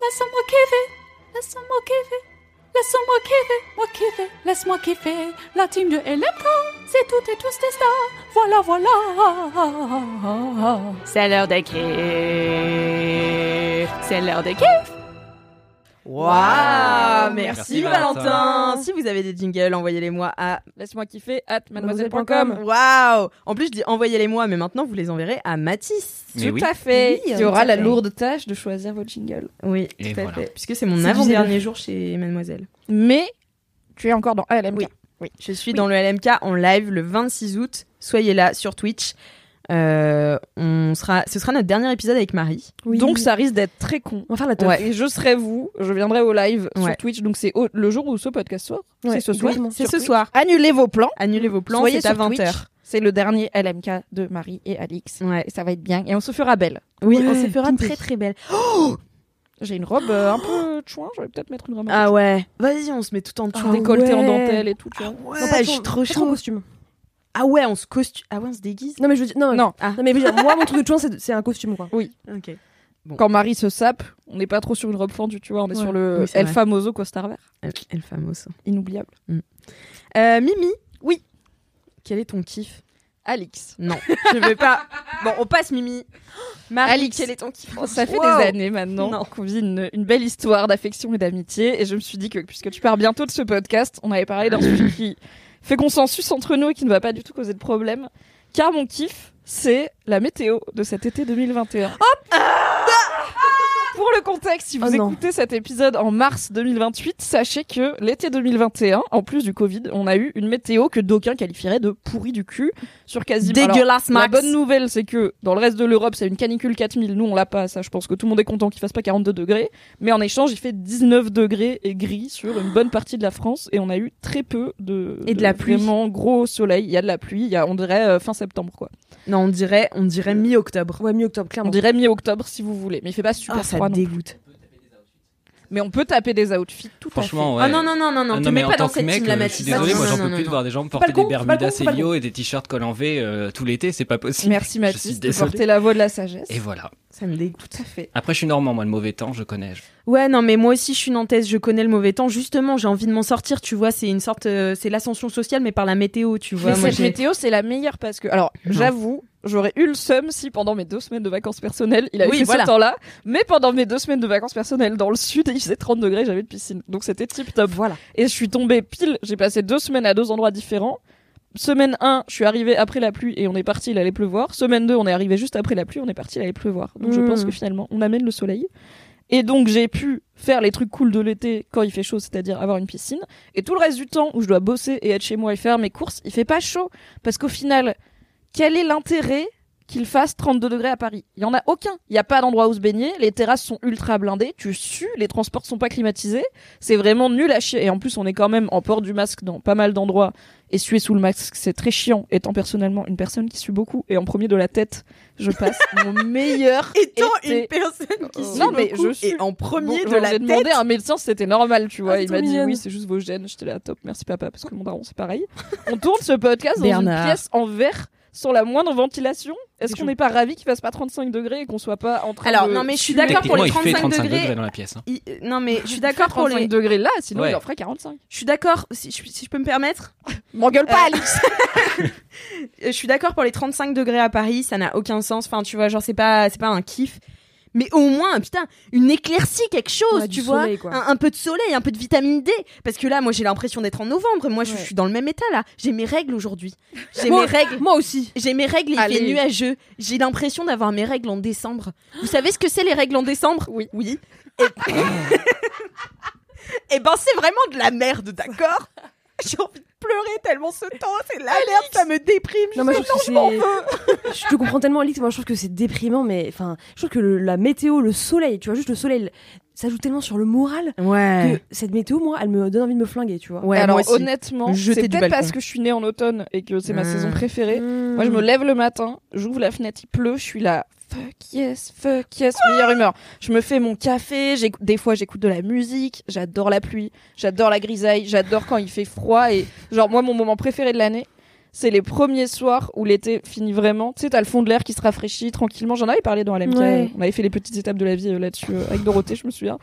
S10: Laisse-moi kiffer, laisse-moi kiffer, laisse-moi kiffer, moi kiffer, laisse-moi kiffer. La team de LMK, c'est toutes et tous des stars. Voilà, voilà. C'est l'heure de kiff. C'est l'heure de kiff.
S2: Waouh Merci,
S5: Merci, Valentin.
S2: Valentin. Si vous avez des jingles, envoyez-les-moi à...
S3: Laisse-moi kiffer at mademoiselle.com.
S4: mademoiselle.com.
S2: Waouh En plus, je dis envoyez-les-moi, mais maintenant, vous les enverrez à Matisse.
S5: Mais oui.
S3: à fait.
S4: Oui,
S3: Il y aura
S4: tout à
S3: la
S4: fait.
S3: lourde tâche de choisir votre jingle.
S2: Oui,
S5: Et
S2: tout à
S5: voilà.
S2: fait. Puisque c'est mon
S4: C'est
S2: avant-dernier jour chez Mademoiselle.
S3: Mais tu es encore dans LMK.
S2: Oui, je suis dans le LMK en live le 26 août. Soyez là sur Twitch. Euh, on sera, ce sera notre dernier épisode avec Marie.
S3: Donc ça risque d'être très con.
S4: on va faire la teuf.
S2: Ouais.
S3: Et je serai vous, je viendrai au live
S2: Ouais.
S3: sur Twitch. Donc c'est au- le jour où ce podcast sort.
S4: Ouais,
S3: c'est ce soir.
S4: exactement.
S2: C'est
S4: Sur
S2: ce
S4: Twitch.
S2: soir.
S3: Annulez vos plans.
S2: Annulez vos plans,
S3: Soyez
S2: c'est à
S3: sur Twitch.
S2: 20h.
S3: C'est le dernier LMK de Marie et Alix.
S2: Ouais.
S3: Et ça va être bien. Et on se fera belle.
S2: Oui,
S4: Ouais,
S2: on se fera
S4: Tinder.
S2: très très belle.
S3: J'ai une robe euh, un peu chouin. Je vais peut-être mettre une robe.
S2: Ah ouais. Vas-y, on se met tout en
S4: Ah
S2: dessous.
S3: Tout décolleté en
S4: ouais.
S3: dentelle et tout. tu vois.
S2: ouais,
S4: Non, pas
S2: je suis
S4: ton-
S2: trop
S4: pas ton
S2: chaud.
S4: costume.
S2: Ah ouais, on se costume. Ah ouais, on se déguise.
S4: Non mais je veux dire, non,
S3: Non.
S4: ah. non mais je veux dire, moi mon truc de chouin c'est de- c'est un costume quoi.
S2: Ok.
S3: Quand Marie se sape, on n'est pas trop sur une robe fendue, tu vois. On est
S2: Ouais.
S3: sur le
S2: Oui, c'est
S3: El
S2: vrai.
S3: Famoso costard vert.
S2: El, el famoso.
S3: Inoubliable.
S2: Euh, Mimi. Oui. Quel est ton kiff
S3: Alix.
S2: Non, je veux pas. Bon, on passe Mimi. Marie,
S3: Alix.
S2: quel est ton kiff
S3: Ça fait
S2: Oh, Wow.
S3: des années maintenant
S2: Non.
S3: qu'on vit une, une belle histoire d'affection et d'amitié. Et je me suis dit que puisque tu pars bientôt de ce podcast, on avait parlé d'un sujet qui fait consensus entre nous et qui ne va pas du tout causer de problème. Car mon kiff, c'est la météo de cet été 2021.
S2: ah,
S3: Pour le contexte, si vous
S4: Oh non.
S3: écoutez cet épisode en mars 2028, sachez que l'été 2021, en plus du Covid, on a eu une météo que d'aucuns qualifieraient de pourrie du cul sur quasiment... alors,
S2: Dégueulasse,
S3: la
S2: Max.
S3: bonne nouvelle, c'est que dans le reste de l'Europe, c'est une canicule 4000. Nous, on l'a pas, ça. Je pense que tout le monde est content qu'il fasse pas 42 degrés. Mais en échange, il fait 19 degrés et gris sur une bonne partie de la France. Et on a eu très peu de.
S2: Et de la pluie.
S3: Vraiment gros soleil. Il y a de la pluie. Il y a, on dirait, euh, fin septembre, quoi.
S2: Non, on dirait, on dirait Euh, mi-octobre.
S4: Ouais mi-octobre
S3: On
S4: clairement.
S3: dirait mi-octobre, si vous voulez. Mais il fait pas super
S2: Ah, ça
S3: froid, non.
S2: dégoûte.
S3: Mais on peut taper des outfits tout
S5: Franchement,
S3: en
S5: ouais.
S3: fait.
S5: Ah mais en tant que mec, euh, Je suis désolé, moi j'en peux plus de voir des gens porter des Bermudas Célio et des t-shirts col en V euh, tout l'été, c'est pas possible.
S3: Merci
S5: Je suis
S3: Mathis de
S5: désolé.
S3: porter la voix de la sagesse.
S5: Et voilà.
S2: Ça me dégoûte.
S3: Tout à fait.
S5: Après, je suis normand, moi, le mauvais temps, je connais. je-
S2: Ouais, non, mais moi aussi, je suis nantaise, je connais le mauvais temps. Justement, j'ai envie de m'en sortir, tu vois. C'est une sorte, euh, c'est l'ascension sociale, mais par la météo, tu vois.
S3: Mais
S2: Moi,
S3: cette
S2: j'ai-
S3: météo, c'est la meilleure parce que, alors, j'avoue, j'aurais eu le seum si pendant mes deux semaines de vacances personnelles, il avait
S2: Oui,
S3: fait
S2: voilà.
S3: ce temps-là. Mais pendant mes deux semaines de vacances personnelles dans le sud, il faisait 30 degrés, j'avais de piscine. Donc c'était tip top.
S2: Voilà.
S3: Et je suis tombée pile, j'ai passé deux semaines à deux endroits différents. Semaine 1, je suis arrivée après la pluie et on est parti, il allait pleuvoir. Semaine 2, on est arrivé juste après la pluie, on est parti, il allait pleuvoir. Donc je
S2: Mm.
S3: pense que finalement, on amène le soleil. Et donc j'ai pu faire les trucs cool de l'été quand il fait chaud, c'est-à-dire avoir une piscine. Et tout le reste du temps où je dois bosser et être chez moi et faire mes courses, il fait pas chaud. Parce qu'au final, quel est l'intérêt qu'il fasse 32 degrés à Paris Il y en a aucun. Il n'y a pas d'endroit où se baigner. Les terrasses sont ultra blindées. Tu sues. Les transports sont pas climatisés. C'est vraiment nul à chier. Et en plus, on est quand même en port du masque dans pas mal d'endroits. Et suer sous le masque, c'est très chiant. Étant personnellement une personne qui sue beaucoup et en premier de la tête, je passe mon meilleur.
S2: Étant
S3: été.
S2: une personne qui
S3: Non, mais je
S2: suis
S3: suis
S2: en premier
S3: Bon,
S2: de
S3: genre,
S2: la
S3: J'ai demandé
S2: tête.
S3: à un médecin si c'était normal, tu vois.
S2: c'est
S3: il m'a
S2: trop
S3: dit
S2: mignonne.
S3: oui, Ah, c'est juste vos gènes. J'étais là, top, merci papa, parce que mon daron, c'est pareil. On tourne ce podcast dans
S2: Bernard.
S3: une pièce en verre sans la moindre ventilation. Est-ce
S2: C'est
S3: qu'on
S2: chaud.
S3: n'est pas ravi qu'il fasse pas 35 degrés et qu'on soit pas en train
S2: Alors,
S3: de
S2: non, mais je suis
S3: suer
S2: d'accord pour
S5: Techniquement,
S2: les
S5: il
S2: 35
S5: fait 35
S2: degrés.
S5: degrés dans la pièce. hein.
S2: Il- euh, Non, mais je suis d'accord pour
S3: 35
S2: les.
S3: degrés là, sinon
S5: Ouais.
S3: il en ferait 45.
S2: Je suis d'accord, si, je- si je peux me permettre.
S3: M'engueule pas, Alice
S2: je suis d'accord pour les 35 degrés à Paris, ça n'a aucun sens. Enfin, tu vois, genre, c'est pas, c'est pas un kiff. Mais au moins, putain, une éclaircie, quelque chose,
S3: Ouais, du
S2: tu vois.
S3: soleil, quoi.
S2: Un, un peu de soleil, un peu de vitamine D. Parce que là, moi, j'ai l'impression d'être en novembre. Moi, je,
S3: Ouais.
S2: je suis dans le même état, là. J'ai mes règles aujourd'hui. J'ai
S3: Moi-
S2: mes règles.
S4: Moi aussi.
S2: J'ai mes règles et il
S3: Allez.
S2: fait nuageux. J'ai l'impression d'avoir mes règles en décembre. Vous savez ce que c'est les règles en décembre Oui. Oui. Et... Eh ben c'est vraiment de la merde, d'accord J'ai envie de pleurer tellement ce temps, c'est la merde, ça me déprime.
S4: Non, moi, je trouve que c'est- je te comprends tellement, Alix. Moi, je trouve que c'est déprimant, mais enfin, je trouve que le- la météo, le soleil, tu vois, juste le soleil, ça joue tellement sur le moral que
S2: Ouais.
S4: cette météo, moi, elle me donne envie de me flinguer, tu vois.
S2: Ouais,
S3: Alors
S2: moi aussi.
S3: honnêtement,
S2: Jeter
S3: c'est
S2: du
S3: peut-être
S2: balcon.
S3: parce que je suis née en automne et que c'est ma
S2: Ah.
S3: saison préférée.
S2: Mm.
S3: Moi, je me lève le matin, j'ouvre la fenêtre, il pleut, je suis là. Fuck yes, fuck yes, meilleure humeur. Je me fais mon café, j'éc- des fois j'écoute de la musique, j'adore la pluie, j'adore la grisaille, j'adore quand il fait froid et genre moi mon moment préféré de l'année, c'est les premiers soirs où l'été finit vraiment. Tu sais, t'as le fond de l'air qui se rafraîchit tranquillement. J'en avais parlé dans LMK,
S4: Ouais.
S3: on avait fait les petites étapes de la vie euh, là-dessus euh, avec Dorothée, je me souviens.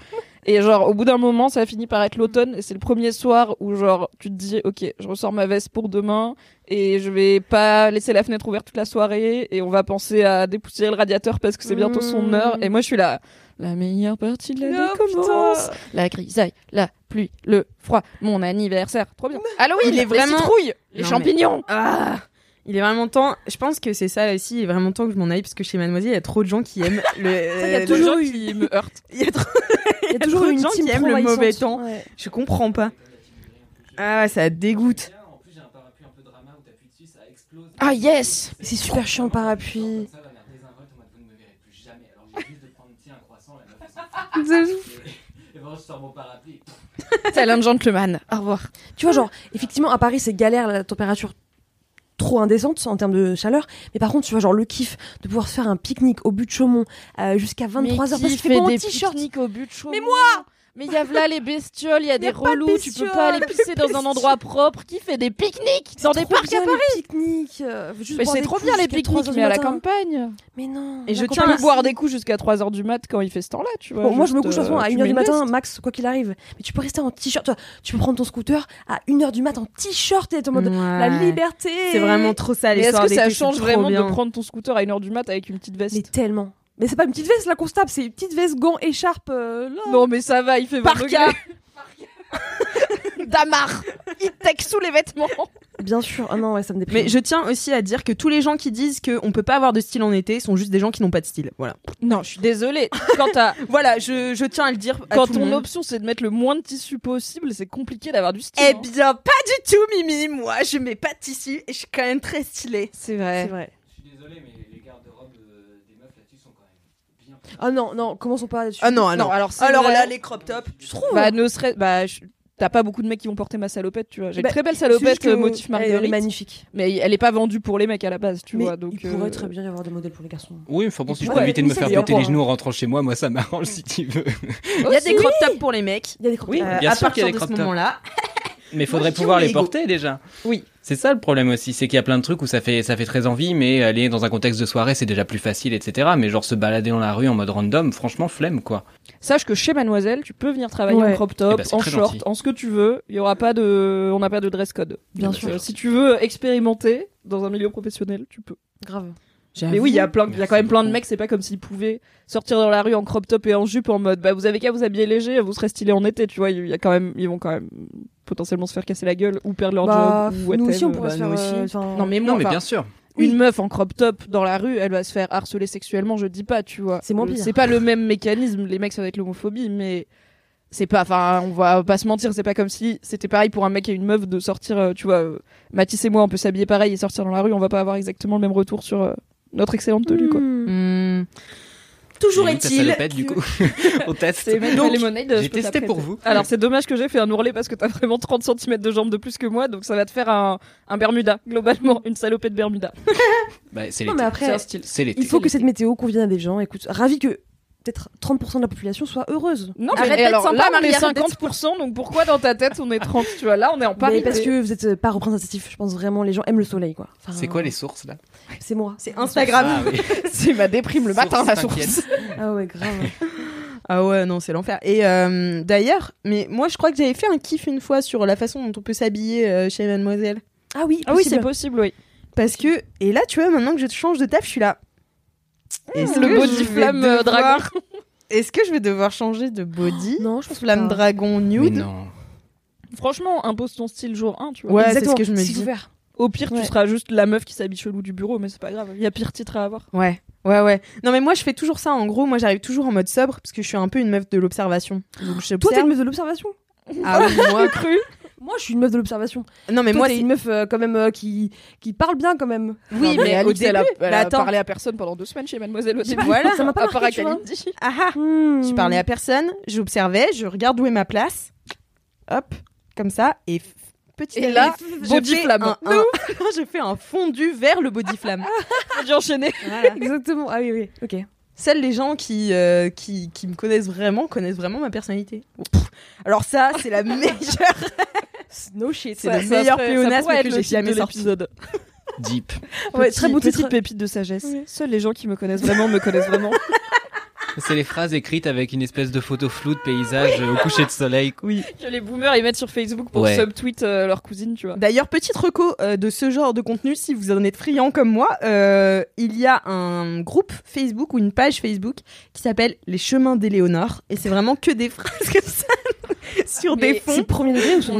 S3: Et genre au bout d'un moment, ça finit par être l'automne et c'est le premier soir où genre tu te dis OK, je ressors ma veste pour demain et je vais pas laisser la fenêtre ouverte toute la soirée et on va penser à dépoussiérer le radiateur parce que c'est bientôt son
S4: Hmm.
S3: heure et moi je suis là la meilleure partie de l'année commence la grisaille la pluie le froid mon anniversaire trop bien Halloween
S2: Il est
S3: les
S2: vraiment-
S3: citrouilles les
S2: Non,
S3: champignons
S2: Ah il est vraiment temps, je pense que c'est ça aussi, il est vraiment temps que je m'en aille parce que chez Mademoiselle, il y a trop de gens qui aiment le.
S3: il y a
S2: le-
S3: toujours qui me heurte
S2: Il y a trop, il y a
S4: Il y a toujours
S2: trop
S4: une
S2: de gens
S4: team
S2: qui aiment le mauvais
S4: envahissante.
S2: temps.
S4: Ouais.
S2: Je comprends pas. Ah ouais, ça dégoûte.
S3: ah yes
S4: C'est super chiant le parapluie.
S3: talent gentleman au revoir
S4: Tu vois, genre, effectivement, à Paris, c'est galère la température trop indécente en termes de chaleur. Mais par contre, tu vois, genre, le kiff de pouvoir se faire un pique-nique au but de Chaumont euh, jusqu'à 23h parce qu'il fait bon en t-shirt.
S3: au but mais moi mais y a là les bestioles, il y a des
S2: a pas de
S3: relous, tu peux pas
S2: bestioles,
S3: aller pisser dans un endroit propre. Qui fait des pique-niques dans des
S4: Trop
S3: parcs à
S4: bien,
S3: Paris
S4: les pique-niques. euh, juste
S3: Mais
S4: boire
S3: c'est
S4: des
S3: trop
S4: coups
S3: bien les
S4: jusqu'à
S3: pique-niques,
S4: 3 heures
S3: mais
S4: du
S3: à la
S4: matin.
S3: campagne.
S4: Mais non.
S2: Et je
S4: la campagne,
S2: tiens à
S4: c'est-
S3: boire des coups jusqu'à 3h du mat quand il fait ce temps-là, tu vois.
S4: Bon, moi, je
S3: Juste,
S4: me couche de toute façon
S3: euh,
S4: à
S3: tu
S4: 1h
S3: mets
S4: du
S3: une
S4: matin,
S3: veste.
S4: max, quoi qu'il arrive. Mais tu peux rester en t-shirt. toi. Tu peux prendre ton scooter à 1h du matin en t-shirt et être en mode la liberté.
S2: C'est vraiment trop ça
S3: Mais est-ce
S2: l'histoire
S3: que ça
S2: d'été, c'est
S3: change
S2: trop
S3: vraiment
S2: bien.
S3: de prendre ton scooter à 1h du mat avec une petite
S4: Mais
S3: veste
S4: tellement. Mais c'est pas une petite veste, la constable, c'est une petite veste, gants, écharpe. euh, là.
S3: Non, mais ça va, il fait 20
S4: Parka.
S3: degrés. Damar Il tech sous les vêtements
S4: Bien sûr. Ah non, ouais, ça me déprime.
S2: Mais je tiens aussi à dire que tous les gens qui disent qu'on peut pas avoir de style en été sont juste des gens qui n'ont pas de style. Voilà.
S3: Non, je suis désolée. Quand, t'as-
S2: Voilà, je, je tiens à le dire. à
S3: quand
S2: tout le
S3: ton
S2: monde.
S3: option c'est de mettre le moins de tissu possible, c'est compliqué d'avoir du style.
S2: Eh
S3: hein.
S2: bien, pas du tout, Mimi. Moi, je mets pas de tissu et je suis quand même très stylée.
S3: c'est
S4: C'est
S3: vrai.
S4: vrai.
S5: Je suis désolé, mais les garde-robes euh, des meufs là-dessus sont quand même bien.
S4: Ah non, non, commençons pas là-dessus.
S2: Ah non, ah non.
S3: Non, alors c'est
S2: Alors
S3: vrai.
S2: là, les crop tops. Tu trouves
S3: Bah, ne serait. Bah, je- T'as pas beaucoup de mecs qui vont porter ma salopette, tu vois. J'ai
S4: Bah,
S3: une très belle
S4: c'est juste
S3: salopette
S4: que
S3: euh, motif
S4: elle est
S3: marguerite.
S4: magnifique.
S3: Mais elle est pas vendue pour les mecs à la base, tu
S4: Mais
S3: vois. Donc,
S4: il pourrait
S3: euh,
S4: très bien y avoir des modèles pour les garçons.
S5: Oui, enfin bon, si je
S3: Ouais,
S5: peux éviter de me
S3: ça,
S5: faire
S3: il y a
S5: péter les
S3: encore,
S5: genoux en rentrant chez moi, moi ça m'arrange si tu veux.
S2: Il y a des crop tops pour les mecs.
S4: Il y a des crop
S5: Oui,
S2: tops.
S5: bien
S2: à
S5: sûr
S2: partir
S5: qu'il y a des
S2: de
S5: crop
S2: ce
S5: tops.
S2: moment-là.
S5: Mais faudrait
S2: dis,
S5: pouvoir
S2: on est
S5: les
S2: égaux.
S5: porter déjà.
S2: Oui.
S5: C'est ça le problème aussi, c'est qu'il y a plein de trucs où ça fait ça fait très envie, mais aller dans un contexte de soirée c'est déjà plus facile, etc. Mais genre se balader dans la rue en mode random, franchement flemme quoi.
S3: Sache que chez Mademoiselle, tu peux venir travailler
S4: Ouais.
S3: en crop
S5: Eh
S3: top,
S5: ben, c'est
S3: en
S5: très
S3: short,
S5: gentil.
S3: en ce que tu veux. Il y aura pas de, on n'a pas de dress code.
S4: Bien
S3: Euh,
S4: sûr.
S3: Si tu veux expérimenter dans un milieu professionnel, tu peux.
S4: Grave.
S3: Mais oui, il y a plein, il y a
S5: Merci
S3: quand même plein de
S5: beaucoup.
S3: mecs. C'est pas comme s'ils pouvaient sortir dans la rue en crop top et en jupe en mode, bah vous avez qu'à vous habiller léger, vous serez stylé en été, tu vois. Il y a quand même, ils vont quand même potentiellement se faire casser la gueule ou perdre leur
S4: Bah,
S3: job. Ou
S4: nous aussi,
S3: whatever.
S4: on pourrait se
S5: Bah,
S4: faire.
S5: nous
S4: euh,
S5: aussi.
S4: enfin,
S3: Non mais moi,
S5: Non mais
S3: enfin,
S5: bien sûr.
S3: une meuf en crop top dans la rue, elle va se faire harceler sexuellement, je dis pas, tu vois.
S4: C'est moins
S3: Euh,
S4: pire.
S3: C'est pas le même mécanisme, les mecs ça va être l'homophobie, mais c'est pas, enfin, on va pas se mentir, c'est pas comme si c'était pareil pour un mec et une meuf de sortir, euh, tu vois, euh, Mathis et moi on peut s'habiller pareil et sortir dans la rue, on va pas avoir exactement le même retour sur euh, notre excellente tenue,
S4: Mmh.
S3: quoi.
S6: Hmm.
S2: Hmm. Toujours
S5: Et nous, ta
S2: est-il.
S5: salopette, du
S2: que-
S5: coup. On teste.
S3: C'est même
S2: Donc,
S3: pas Lemonade, je
S5: J'ai
S3: peux
S5: testé
S3: t'apprêter.
S5: pour vous.
S3: Alors c'est dommage que j'ai fait un ourlet parce que t'as vraiment 30 cm de jambes de plus que moi, donc ça va te faire un, un Bermuda, globalement, une salopée de Bermuda.
S5: Bah, c'est
S4: Non,
S5: l'été.
S4: mais
S3: C'est
S4: après,
S3: un style.
S5: C'est l'été.
S4: il faut que cette météo convienne à des gens. Écoute, ravi que peut-être 30% de la population soit heureuse.
S3: Non,
S2: Arrête
S3: mais
S2: d'être
S3: alors
S2: sympa,
S3: là, on
S2: Marie,
S3: est
S2: arrête d'être
S3: 50%, donc pourquoi dans ta tête on est 30 Tu vois, là, on est en Paris.
S4: Mais parce que vous êtes euh, pas représentatif, je pense vraiment les gens aiment le soleil quoi. Enfin,
S5: C'est quoi les sources là
S4: C'est moi.
S2: C'est Instagram.
S5: Ah oui.
S3: c'est ma déprime le
S5: Source,
S3: matin, la
S5: t'inquiète.
S3: source.
S4: Ah ouais, grave.
S2: Ah ouais, non, c'est l'enfer. Et euh, d'ailleurs, mais moi je crois que j'avais fait un kiff une fois sur la façon dont on peut s'habiller euh, chez Mademoiselle.
S4: Ah oui,
S3: Ah oui,
S4: possible.
S3: c'est possible, oui.
S2: Parce que, et là, tu vois, maintenant que je change de taf, je suis là. Est-ce
S3: le
S2: que
S3: body
S2: je vais
S3: flamme, euh,
S2: devoir- Est-ce que je vais devoir changer de body
S4: Non, je pense
S2: Flamme
S4: pas.
S2: dragon
S5: Mais
S2: nude.
S5: non.
S3: Franchement, impose ton style jour 1, tu vois.
S2: Ouais, c'est
S4: Exactement,
S2: ce que je me
S4: s'il
S2: dis.
S4: vous plaît.
S3: Au pire,
S4: Ouais.
S3: tu seras juste la meuf qui s'habille chelou du bureau, mais c'est pas grave. Il y a pire titre à avoir.
S2: Ouais, ouais, ouais. Non, mais moi, je fais toujours ça. En gros, moi, j'arrive toujours en mode sobre parce que je suis un peu une meuf de l'observation. Donc,
S4: Toi, t'es
S2: j'observe.
S4: une meuf de l'observation.
S2: Ah oui, moi.
S3: Cru
S4: Moi, je suis une meuf de l'observation.
S2: Non, mais
S4: Toi,
S2: moi,
S4: t'es
S2: c'est-
S4: une meuf euh, quand même euh, qui qui parle bien quand même.
S2: Oui, mais au début.
S3: elle a, elle a
S2: bah, attends.
S3: parlé à personne pendant deux semaines chez Mademoiselle au début.
S2: Voilà.
S4: Ça m'a pas
S3: à part à
S4: marqué, tu vois.
S3: Kalindi.
S2: Ah ah.
S4: Hmm.
S2: Je
S3: Mm.
S2: parlais à personne, j'observais, je regarde où est ma place. Hop, comme ça. Et f- petit
S3: Et
S2: à
S3: là,
S2: petit,
S3: body
S2: je fais
S3: flamme.
S2: un- un- je fais un fondu vers le body flamme.
S3: J'ai enchaîné.
S4: Exactement. Ah oui, oui. Ok.
S2: Seuls les gens qui, euh, qui, qui me connaissent vraiment connaissent vraiment ma personnalité. Pff, Alors ça, c'est la meilleure,
S4: No shit.
S2: c'est
S3: Ça-
S2: le
S3: ça
S2: meilleur
S3: serait- ça
S2: pléonasme
S3: pourrait être
S2: que
S3: le
S2: j'ai
S3: titre
S2: jamais
S3: de
S2: sorti.
S3: l'épisode.
S5: Deep.
S3: Ouais,
S4: Petit-
S3: très beau
S4: petite
S3: titre. pépite de sagesse.
S4: Oui.
S3: Seuls les gens qui me connaissent vraiment me connaissent vraiment.
S5: C'est les phrases écrites avec une espèce de photo floue de paysage euh, au coucher de soleil. Oui.
S3: que les boomers ils mettent sur Facebook pour
S5: Ouais.
S3: subtweet euh, leur cousine, tu vois.
S2: D'ailleurs, petite reco euh, de ce genre de contenu, si vous en êtes friand comme moi, euh, il y a un groupe Facebook ou une page Facebook qui s'appelle Les Chemins d'Éléonore. Et c'est vraiment que des phrases comme ça sur
S10: Mais
S2: des
S4: C'est
S2: fonds.
S4: premier degré ou
S3: Mmh.
S4: second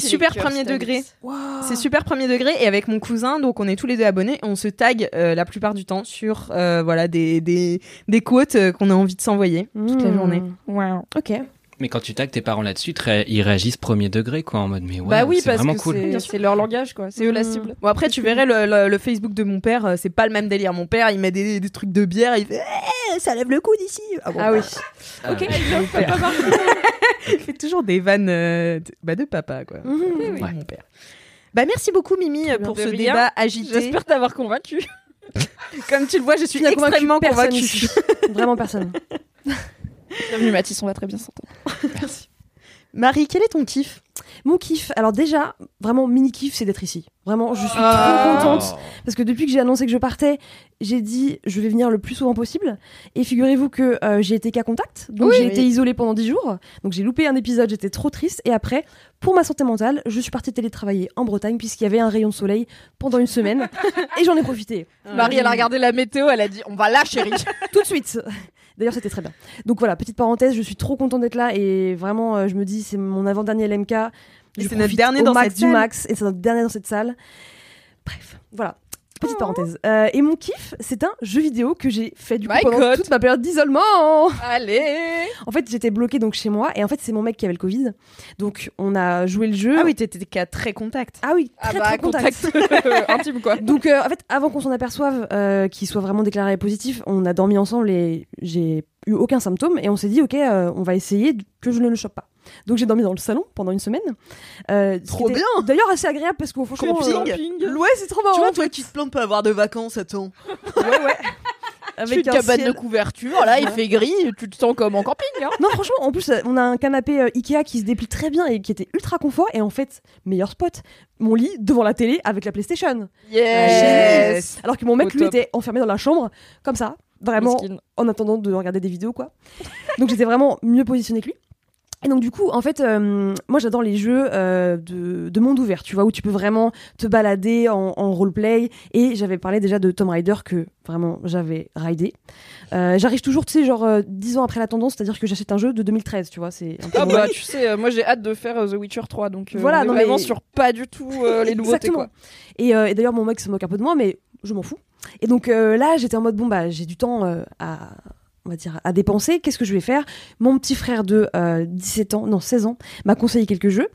S2: C'est super premier degré.
S4: Ah.
S2: C'est super premier degré et avec mon cousin, donc on est tous les deux abonnés, on se tag euh, la plupart du temps sur euh, voilà des, des, des quotes euh, qu'on a envie de s'envoyer toute la
S4: Mmh.
S2: journée.
S4: Ok.
S5: Mais quand tu tagues tes parents là-dessus, très- ils réagissent premier degré quoi, en mode mais ouais,
S3: bah oui,
S5: c'est
S3: parce
S5: vraiment
S3: que
S5: cool.
S3: c'est- c'est leur langage, quoi. C'est eux
S4: Hmm.
S11: Hmm.
S3: la cible.
S2: Bon après tu verrais le, le- le Facebook de mon père, euh, c'est pas le même délire. Mon père il met des, des trucs de bière, il fait Eh, ça lève le coude ici. Ah, bon,
S4: Ah oui.
S5: Ah, ouais.
S2: il fait toujours des vannes euh, de, bah, de papa quoi.
S4: Mhm.
S2: Ouais, Mon père. Bah merci beaucoup Mimi euh,
S3: bien,
S2: pour
S3: de
S2: ce
S3: rien.
S2: débat agité.
S3: J'espère t'avoir convaincu.
S2: Comme tu le vois, je suis
S4: Tu n'as convaincu
S2: extrêmement
S4: personne
S2: convaincue.
S4: ici. Vraiment personne.
S3: Bienvenue Mathis, on va très bien s'entendre.
S2: Marie, quel est ton kiff
S4: Mon kiff, alors déjà, vraiment mini kiff, c'est d'être ici. Vraiment, je suis
S2: Ah.
S4: trop contente parce que depuis que j'ai annoncé que je partais, j'ai dit je vais venir le plus souvent possible. Et figurez-vous que euh, j'ai été cas contact, donc j'ai
S2: Oui.
S4: été isolée pendant 10 jours, donc j'ai loupé un épisode, j'étais trop triste. Et après, pour ma santé mentale, je suis partie télétravailler en Bretagne puisqu'il y avait un rayon de soleil pendant une semaine et j'en ai profité
S3: Euh, Marie, elle a regardé la météo, elle a dit On va là, chérie.
S4: tout de suite. D'ailleurs, c'était très bien. Donc voilà, petite parenthèse, je suis trop contente d'être là et vraiment, euh, je me dis, c'est mon avant-dernier
S2: Et
S4: LMK. Je
S2: c'est notre
S4: profite
S2: dernier
S4: au
S2: dans
S4: max
S2: cette
S4: du
S2: salle.
S4: max et c'est notre dernier dans cette salle. Bref, voilà.
S2: Oh.
S4: Petite parenthèse. Euh, et mon kiff, c'est un jeu vidéo que j'ai fait du coup
S3: My
S4: pendant
S3: God.
S4: toute ma période d'isolement.
S3: Allez
S4: En fait, j'étais bloquée donc chez moi et en fait, c'est mon mec qui avait le Covid. Donc on a joué le jeu.
S2: Ah oui, t'étais qu'à très contact.
S4: Ah oui,
S3: Ah
S4: très,
S3: bah,
S4: très contact.
S3: contact, intime, quoi.
S4: Donc, euh, en fait, avant qu'on s'en aperçoive euh, qu'il soit vraiment déclaré positif, on a dormi ensemble et j'ai eu aucun symptôme. Et on s'est dit, OK, euh, on va essayer d- que je ne le chope pas. Donc j'ai dormi dans le salon pendant une semaine. Euh, ce
S11: Trop
S4: qui était
S11: bien hein.
S4: D'ailleurs assez agréable parce que franchement.
S11: Camping.
S4: euh, Ouais, c'est trop marrant.
S11: Tu vois,
S4: en
S11: toi
S4: fait.
S11: qui te plains de pas avoir de vacances, attends.
S4: Ouais, ouais.
S3: Avec une
S4: un
S3: cabane
S4: ciel-
S3: de couverture, là, il
S2: Bah.
S4: Ouais.
S3: fait gris, tu te sens comme en camping. Hein.
S4: Non, franchement, en plus, euh, on a un canapé euh, Ikea qui se déplie très bien et qui était ultra confort. Et en fait, meilleur spot, mon lit devant la télé avec la PlayStation.
S2: Ah, Eh,
S3: Yes.
S4: Génial. Alors que mon
S3: Au
S4: mec, lui,
S3: top.
S4: était enfermé dans la chambre, comme ça, vraiment,
S3: Miskin.
S4: en attendant de regarder des vidéos, quoi. Donc j'étais vraiment mieux positionnée que lui. Et donc du coup, en fait, euh, moi j'adore les jeux euh, de, de monde ouvert, tu vois, où tu peux vraiment te balader en, en roleplay. Et j'avais parlé déjà de Tomb Raider que vraiment j'avais raidé. Euh, J'arrive toujours, tu sais, genre euh, 10 ans après la tendance, c'est-à-dire que j'achète un jeu de 2013, tu vois. C'est un peu
S3: Ah
S4: mon-
S3: bah tu sais, euh, moi j'ai hâte de faire euh, The Witcher 3, donc euh,
S4: Voilà,
S3: on est
S4: non, mais-
S3: vraiment sur pas du tout euh, les nouveautés
S4: Exactement.
S3: quoi.
S4: Et, euh, et d'ailleurs, mon mec se moque un peu de moi, mais je m'en fous. Et donc euh, là, j'étais en mode bon bah j'ai du temps euh, à on va dire à dépenser. Qu'est-ce que je vais faire Mon petit frère de euh, 17 ans, non 16 ans, m'a conseillé quelques jeux.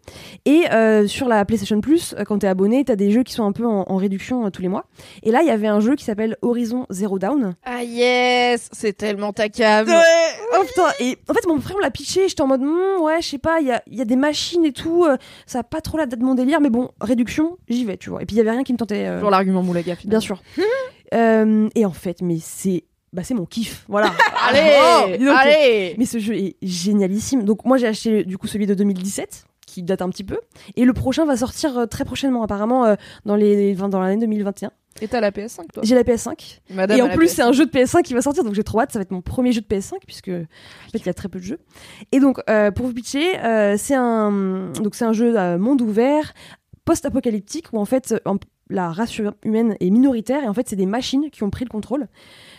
S4: Et euh, sur la PlayStation Plus, euh, quand t'es abonné, t'as des jeux qui sont un peu en, en réduction euh, tous les mois. Et là, il y avait un jeu qui s'appelle Horizon Zero Down.
S3: Ah yes, c'est tellement ta cam.
S4: Oh putain Et en fait, mon frère me l'a pitché. J'étais en mode, Hmm, ouais, je sais pas, il y a, il y a des machines et tout. euh, ça a pas trop la date de mon délire, mais bon, réduction, j'y vais, tu vois. Et puis il y avait rien qui me tentait. euh,
S3: Toujours l'argument moulaga
S2: Ah.
S4: Bien
S3: finalement.
S4: sûr. Euh, et en fait, mais c'est bah, c'est mon kiff. Voilà.
S3: Allez,
S4: Oh, dis donc.
S3: allez.
S4: Mais ce jeu est génialissime. Donc, moi, j'ai acheté du coup celui de 2017 qui date un petit peu. Et le prochain va sortir euh, très prochainement, apparemment, euh, dans les dans l'année 2021.
S3: Et t'as la PS5 toi
S4: J'ai la PS5.
S3: Madame
S4: et
S3: a
S4: en
S3: la
S4: plus,
S3: PS5.
S4: c'est un jeu de PS5 qui va sortir, donc j'ai trop hâte. Ça va être mon premier jeu de PS5 puisque en fait, il y a très peu de jeux. Et donc, euh, pour vous pitcher, euh, c'est un donc c'est un jeu à monde ouvert, post-apocalyptique où en fait euh, en- la race humaine est minoritaire et en fait c'est des machines qui ont pris le contrôle.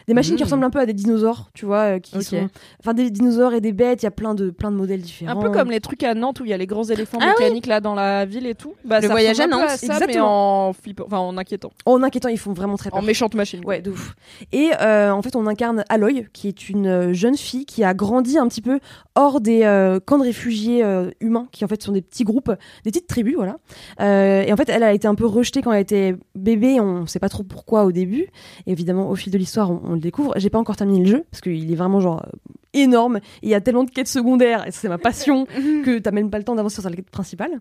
S4: Des machines qui
S3: Mhm.
S4: ressemblent un peu à des dinosaures, tu vois, euh, qui
S3: Ok.
S4: sont enfin des dinosaures et des bêtes. Il y a plein de plein de modèles
S3: Un
S4: différents.
S3: peu comme les trucs à Nantes où il y a les grands éléphants
S4: Ah
S3: mécaniques là dans la ville et tout. Bah,
S4: Le
S3: ça
S4: voyage
S3: ressemble
S4: à
S3: un peu
S4: Nantes,
S3: ça, mais
S4: exactement.
S3: en flippant, enfin en inquiétant.
S4: En inquiétant, ils font vraiment très peur.
S3: En méchante machine.
S4: Ouais, de ouf. Et euh, en fait, on incarne Aloy, qui est une euh, jeune fille qui a grandi un petit peu hors des euh, camps de réfugiés euh, humains, qui en fait sont des petits groupes, des petites tribus, voilà. Euh, et en fait, elle a été un peu rejetée quand elle était bébé, on sait pas trop pourquoi au début. Et évidemment, au fil de l'histoire, on, on le découvre. J'ai pas encore terminé le jeu, parce qu'il est vraiment genre euh, énorme. Il y a tellement de quêtes secondaires, et c'est ma passion, que t'as même pas le temps d'avancer sur la quête principale.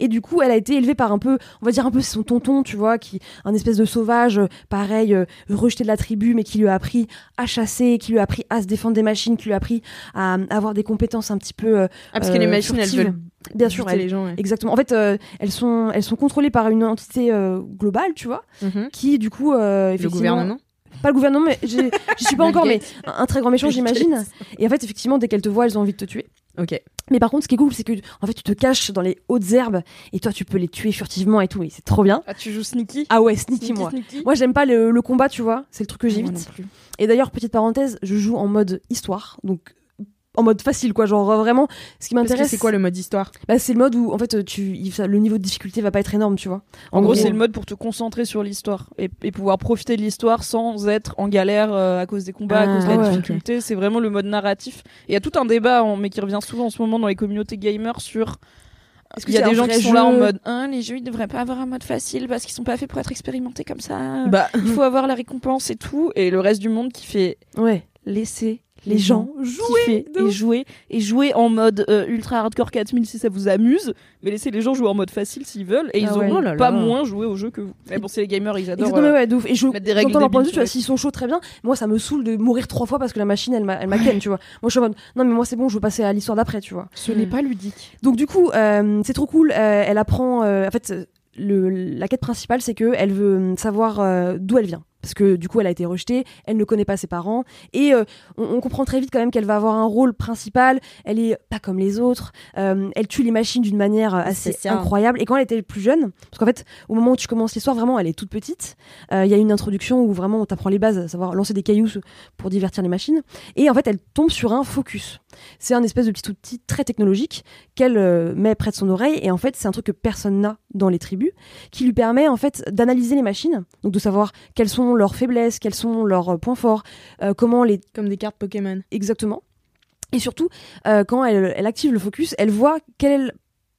S4: Et du coup, elle a été élevée par un peu, on va dire un peu son tonton, tu vois, qui un espèce de sauvage, euh, pareil, euh, rejeté de la tribu, mais qui lui a appris à chasser, qui lui a appris à se défendre des machines, qui lui a appris à euh, avoir des compétences un petit peu. euh,
S2: Ah, parce que les
S4: euh,
S2: machines, elles
S4: furtives.
S2: veulent
S4: Bien sûr,
S2: buter
S4: elles-
S2: les gens, ouais.
S4: Exactement. En fait, euh, elles sont elles sont contrôlées par une entité euh, globale, tu vois, qui du coup euh, Mhm. effectivement-
S2: gouvernement
S4: pas le gouvernement, mais j'ai- j'y suis pas
S2: Bill
S4: encore, mais
S2: Gates.
S4: un, un très grand méchant,
S2: Bill
S4: j'imagine.
S2: Gates.
S4: Et en fait, effectivement, dès qu'elles te voient, elles ont envie de te tuer.
S2: Ok.
S4: Mais par contre, ce qui est cool, c'est que en fait, tu te caches dans les hautes herbes et toi, tu peux les tuer furtivement et tout. Et c'est trop bien.
S3: Ah tu joues sneaky
S4: Ah ouais, sneaky,
S3: Sneaky,
S4: moi.
S3: sneaky. Ah,
S4: Moi, j'aime pas le, le combat, tu vois. C'est le truc que
S3: Moi
S4: j'évite.
S3: non plus.
S4: Et d'ailleurs, petite parenthèse, je joue en mode histoire, donc en mode facile, quoi. Genre euh, vraiment, ce qui
S2: Parce que
S4: m'intéresse.
S2: c'est quoi le mode histoire
S4: Bah, c'est le mode où en fait, tu, il- ça- le niveau de difficulté va pas être énorme, tu vois.
S3: En gros, c'est le mode pour te concentrer sur l'histoire et, et pouvoir profiter de l'histoire sans être en galère euh, à cause des combats, à
S4: Ah,
S3: cause de la
S4: ouais,
S3: difficulté. C'est vraiment le mode narratif. Et il y a tout un débat, en- mais qui revient souvent en ce moment dans les communautés gamers sur.
S2: Est-ce que
S3: Il y a
S2: c'est
S3: des
S2: un
S3: gens
S2: vrai
S3: qui sont là en
S2: jeu
S3: mode Hein, les jeux ils devraient pas avoir un mode facile parce qu'ils sont pas faits pour être expérimentés
S4: Euh,
S3: comme ça.
S2: Bah.
S3: Il faut avoir la récompense et tout. Et le reste du monde qui fait
S4: Ouais.
S3: laisser
S4: Les gens
S3: jouer et jouer et jouer en mode euh, ultra hardcore 4000 si ça vous amuse mais laissez les gens jouer en mode facile s'ils veulent et ils
S4: Ah ouais.
S3: auront
S4: Oh là
S3: pas
S4: là.
S3: moins joué au jeu que vous mais bon c'est les gamers ils adorent
S4: Exactement,
S3: euh,
S4: ouais, de ouf. Et je
S3: mettre des règles
S4: j'entends leur point de
S3: débiles
S4: vue, tu vois,
S3: sur
S4: s'ils sont chauds, très bien. Moi, ça me saoule de mourir trois fois parce que la machine, elle m'a elle m'a ken, tu vois. Moi, je suis en mode, non, mais moi, c'est bon, je veux passer à l'histoire d'après, tu vois.
S3: Ce n'est pas ludique.
S4: Donc, du coup, euh, c'est trop cool. euh, elle apprend, euh, en fait, le, la quête principale, c'est que elle veut euh, savoir euh, d'où elle vient. Parce que du coup, elle a été rejetée, elle ne connaît pas ses parents. Et euh, on, on comprend très vite quand même qu'elle va avoir un rôle principal. Elle est pas comme les autres. euh, elle tue les machines d'une manière euh, assez
S2: ça.
S4: incroyable. Et quand elle était plus jeune, parce qu'en fait, au moment où tu commences l'histoire, vraiment, elle est toute petite. euh, Il y a une introduction où vraiment on t'apprend les bases, à savoir lancer des cailloux pour divertir les machines. Et en fait, elle tombe sur un focus. C'est un espèce de petit outil très technologique qu'elle euh, met près de son oreille. Et en fait, c'est un truc que personne n'a dans les tribus, qui lui permet en fait d'analyser les machines, donc de savoir quelles sont leurs faiblesses, quels sont leurs euh, points forts, euh, comment les
S2: Comme des cartes Pokémon.
S4: Exactement. Et surtout, euh, quand elle, elle active le focus, elle voit quelle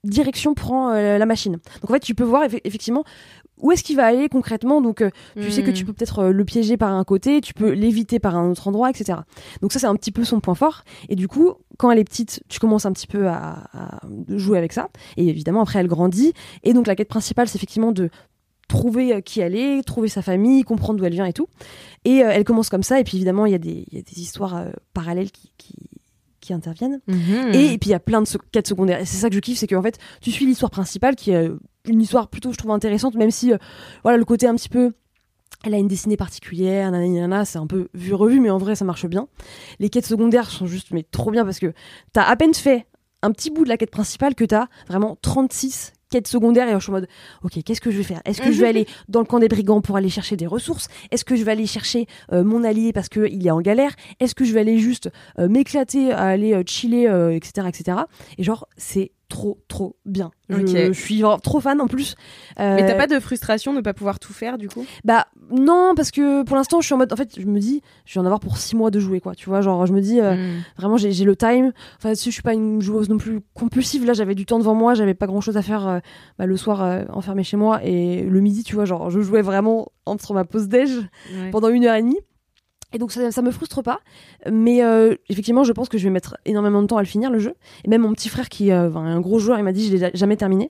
S4: direction prend euh, la machine. Donc en fait, tu peux voir eff- effectivement où est-ce qu'il va aller concrètement Donc, euh, tu sais que
S2: Mhm.
S4: tu peux peut-être euh, le piéger par un côté, tu peux l'éviter par un autre endroit, etc. Donc ça, c'est un petit peu son point fort. Et du coup, quand elle est petite, tu commences un petit peu à, à jouer avec ça. Et évidemment, après, elle grandit. Et donc, la quête principale, c'est effectivement de trouver euh, qui elle est, trouver sa famille, comprendre d'où elle vient et tout. Et euh, elle commence comme ça. Et puis, évidemment, il y, a des- il y a des histoires euh, parallèles qui, qui- qui interviennent.
S2: Mhm.
S4: Et, et puis il y a plein de sec- quêtes secondaires. Et c'est ça que je kiffe, c'est qu'en fait, tu suis l'histoire principale, qui est euh, une histoire plutôt, je trouve, intéressante, même si, euh, voilà, le côté un petit peu. Elle a une destinée particulière, nanani, nanana, c'est un peu vu revu, mais en vrai ça marche bien. Les quêtes secondaires sont juste mais trop bien parce que t'as à peine fait un petit bout de la quête principale que t'as vraiment 36 quêtes secondaires et je suis en mode ok qu'est-ce que je vais faire Est-ce que je vais aller dans le camp des brigands pour aller chercher des ressources Est-ce que je vais aller chercher euh, mon allié parce qu'il est en galère Est-ce que je vais aller juste euh, m'éclater à aller euh, chiller euh, etc etc et genre c'est trop trop bien. Je,
S2: Ok.
S4: je suis vraiment trop fan en plus.
S2: Mais t'as
S4: Euh,
S2: pas de frustration de ne pas pouvoir tout faire du coup
S4: bah non, parce que pour l'instant, je suis en mode. En fait, je me dis, je vais en avoir pour six mois de jouer, quoi. Tu vois, genre, je me dis,
S2: Mm.
S4: euh, vraiment, j'ai j'ai le time. Enfin, si je suis pas une joueuse non plus compulsive, là, j'avais du temps devant moi, j'avais pas grand chose à faire euh, bah, le soir euh, enfermé chez moi. Et le midi, tu vois, genre, je jouais vraiment entre ma pause déj
S2: Hmm, Ouais.
S4: pendant une heure et demie. Et donc ça, ça me frustre pas, mais euh, effectivement je pense que je vais mettre énormément de temps à le finir le jeu. Et même mon petit frère qui euh, enfin, un gros joueur, il m'a dit je l'ai jamais terminé.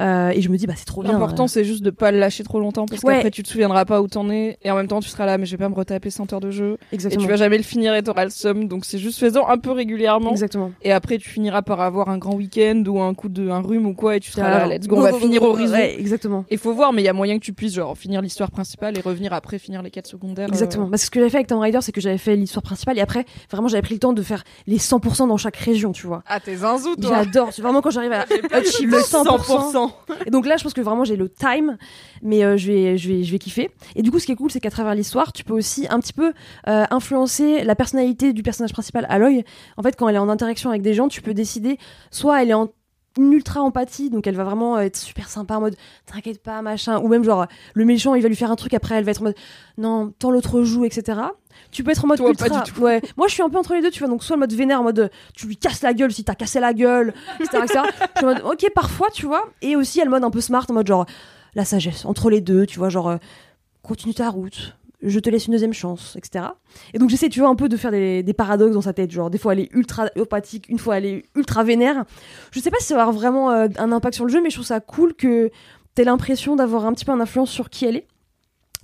S4: Euh, et je me dis bah c'est trop bien.
S3: L'important,
S4: euh.
S3: c'est juste de pas le lâcher trop longtemps parce
S4: Ouais.
S3: qu'après, tu te souviendras pas où t'en es et en même temps, tu seras là, mais je vais pas me retaper 100 heures de jeu.
S4: euh, Exactement.
S3: Et tu vas jamais le finir et t'auras le somme. Donc, c'est juste faisant un peu régulièrement.
S4: Exactement.
S3: Et après, tu finiras par avoir un grand week-end ou un coup de un rhume ou quoi et tu seras
S4: Ah,
S3: là,
S4: non.
S3: let's go, on
S4: Go,
S3: va
S4: go, go,
S3: finir
S4: go,
S3: au
S4: go.
S3: réseau.
S4: Ouais, exactement.
S3: Et faut voir, mais il y a moyen que tu puisses, genre, finir l'histoire principale et revenir après finir les quêtes secondaires. euh,
S4: Exactement. Parce que ce que j'avais fait avec Tomb Raider, c'est que j'avais fait l'histoire principale et après, vraiment, j'avais pris le temps de faire les 100% dans chaque région, tu vois.
S3: Ah, t'es zinzou, toi.
S4: J'adore. C'est vraiment quand j'arrive à achieve le 100%.
S3: 100%.
S4: Et donc là, je pense que vraiment, j'ai le time, mais euh, je, vais, je, vais, je vais kiffer. Et du coup, ce qui est cool, c'est qu'à travers l'histoire, tu peux aussi un petit peu euh, influencer la personnalité du personnage principal, Aloy. En fait, quand elle est en interaction avec des gens, tu peux décider soit elle est en une ultra empathie donc elle va vraiment euh, être super sympa en mode t'inquiète pas machin ou même genre le méchant il va lui faire un truc après elle va être en mode non tant l'autre joue etc tu peux être en mode
S3: Toi, pas
S4: ultra
S3: du tout.
S4: ouais moi je suis un peu entre les deux tu vois donc soit le mode vénère en mode tu lui casses la gueule si t'as cassé la gueule etc etc je suis en mode ok parfois tu vois et aussi il y a le mode un peu smart en mode genre la sagesse entre les deux tu vois genre euh, continue ta route je te laisse une deuxième chance, etc. Et donc j'essaie, tu vois, un peu de faire des, des paradoxes dans sa tête, genre des fois elle est ultra apathique, une fois elle est ultra vénère. Je sais pas si ça va avoir vraiment euh, un impact sur le jeu, mais je trouve ça cool que t'aies l'impression d'avoir un petit peu une influence sur qui elle est.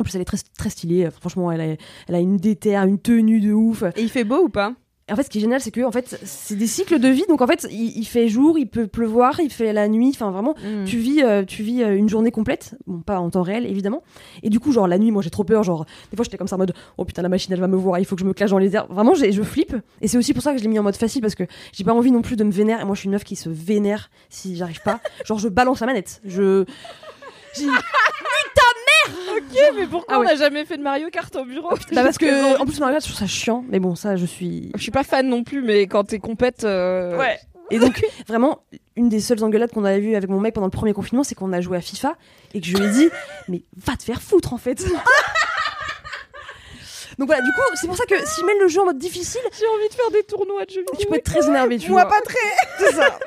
S4: En plus, elle est très, très stylée. euh, Franchement, elle a, elle a une déterre, une tenue de ouf.
S2: Et il fait beau ou pas
S4: En fait, ce qui est génial, c'est que en fait, c'est des cycles de vie. Donc, en fait, il, il fait jour, il peut pleuvoir, il fait la nuit. Enfin, vraiment,
S2: Mm.
S4: tu vis, euh, tu vis euh, une journée complète. Bon, pas en temps réel, évidemment. Et du coup, genre la nuit, moi, j'ai trop peur. Genre, des fois, j'étais comme ça en mode, oh putain, la machine, elle va me voir. Il faut que je me clash dans les airs. Vraiment, j'ai- je flippe. Et c'est aussi pour ça que je l'ai mis en mode facile parce que j'ai pas envie non plus de me vénère. Et moi, je suis une meuf qui se vénère si j'arrive pas. genre, je balance la manette. Je, j'ai-
S3: Ok, mais pourquoi
S4: Ah ouais.
S3: on n'a jamais fait de Mario Kart au bureau
S4: Bah, parce que en plus, Mario Kart, je trouve ça chiant. Mais bon, ça, je suis.
S3: Je suis pas fan non plus, mais quand t'es compète. euh,
S4: Ouais. Et donc, vraiment, une des seules engueulades qu'on avait vues avec mon mec pendant le premier confinement, c'est qu'on a joué à FIFA et que je lui ai dit, mais va te faire foutre en fait. donc voilà, du coup, c'est pour ça que si je mène le jeu en mode difficile,
S3: J'ai envie de faire des tournois de jeux vidéo.
S4: tu peux être très énervé, tu
S3: Moi,
S4: vois.
S3: pas très.
S4: C'est ça.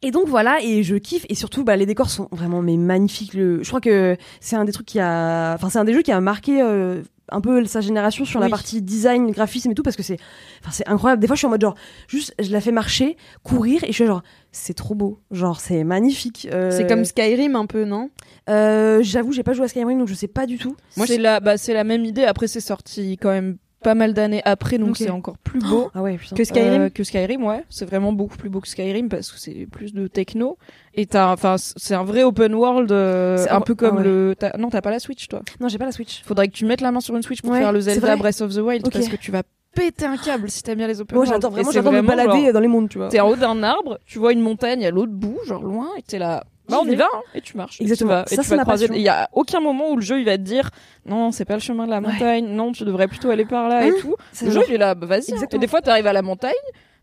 S4: Et donc voilà, et je kiffe, et surtout bah, les décors sont vraiment mais magnifiques. Le... Je crois que c'est un des trucs qui a, enfin c'est un des jeux qui a marqué euh, un peu sa génération sur la
S2: Oui.
S4: partie design, graphisme et tout parce que c'est, enfin c'est incroyable. Des fois je suis en mode genre juste je la fais marcher, courir et je suis genre c'est trop beau, genre c'est magnifique. Euh,
S2: C'est comme Skyrim un peu, non
S4: euh, J'avoue j'ai pas joué à Skyrim donc je sais pas du tout.
S3: Moi, c'est la, bah, c'est la même idée. Après, c'est sorti quand même pas mal d'années après, donc
S4: Ok.
S3: c'est encore plus beau.
S4: Ah ouais, putain.
S2: Que Skyrim
S3: Euh, que Skyrim, ouais. C'est vraiment beaucoup plus beau que Skyrim parce que c'est plus de techno. Et t'as, enfin, c- c'est un vrai open world, euh,
S4: C'est
S3: un
S4: un-
S3: peu comme
S4: ah ouais.
S3: le. t'as- Non, t'as pas la Switch, toi.
S4: Non j'ai pas la Switch.
S3: Faudrait que tu mettes la main sur une Switch pour
S4: Ouais,
S3: faire le
S4: c'est
S3: Zelda
S4: vrai.
S3: Breath of the Wild
S4: Ok.
S3: parce que tu vas péter un câble si t'aimes bien les open
S4: Moi
S3: world.
S4: j'adore
S3: Et
S4: vraiment
S3: c'est
S4: j'adore me
S3: vraiment,
S4: balader
S3: genre,
S4: dans les mondes tu vois.
S3: T'es en haut d'un arbre, tu vois une montagne à l'autre bout, genre loin, et t'es là. Bah, on
S4: J'y
S3: y
S4: vais.
S3: va, hein, et tu marches. et tu
S4: Exactement.
S3: vas- Et
S4: Ça,
S3: tu
S4: c'est
S3: vas
S4: ma
S3: croiser.
S4: passion.
S3: Il y a aucun moment où le jeu il va te dire non, c'est pas le chemin de la montagne, non, tu devrais plutôt aller par là et
S4: Hein
S3: tout.
S4: C'est
S3: Le jeu
S4: vrai.
S3: il est là, bah, vas-y. hein. Et
S4: Exactement.
S3: des fois t'arrives à la montagne,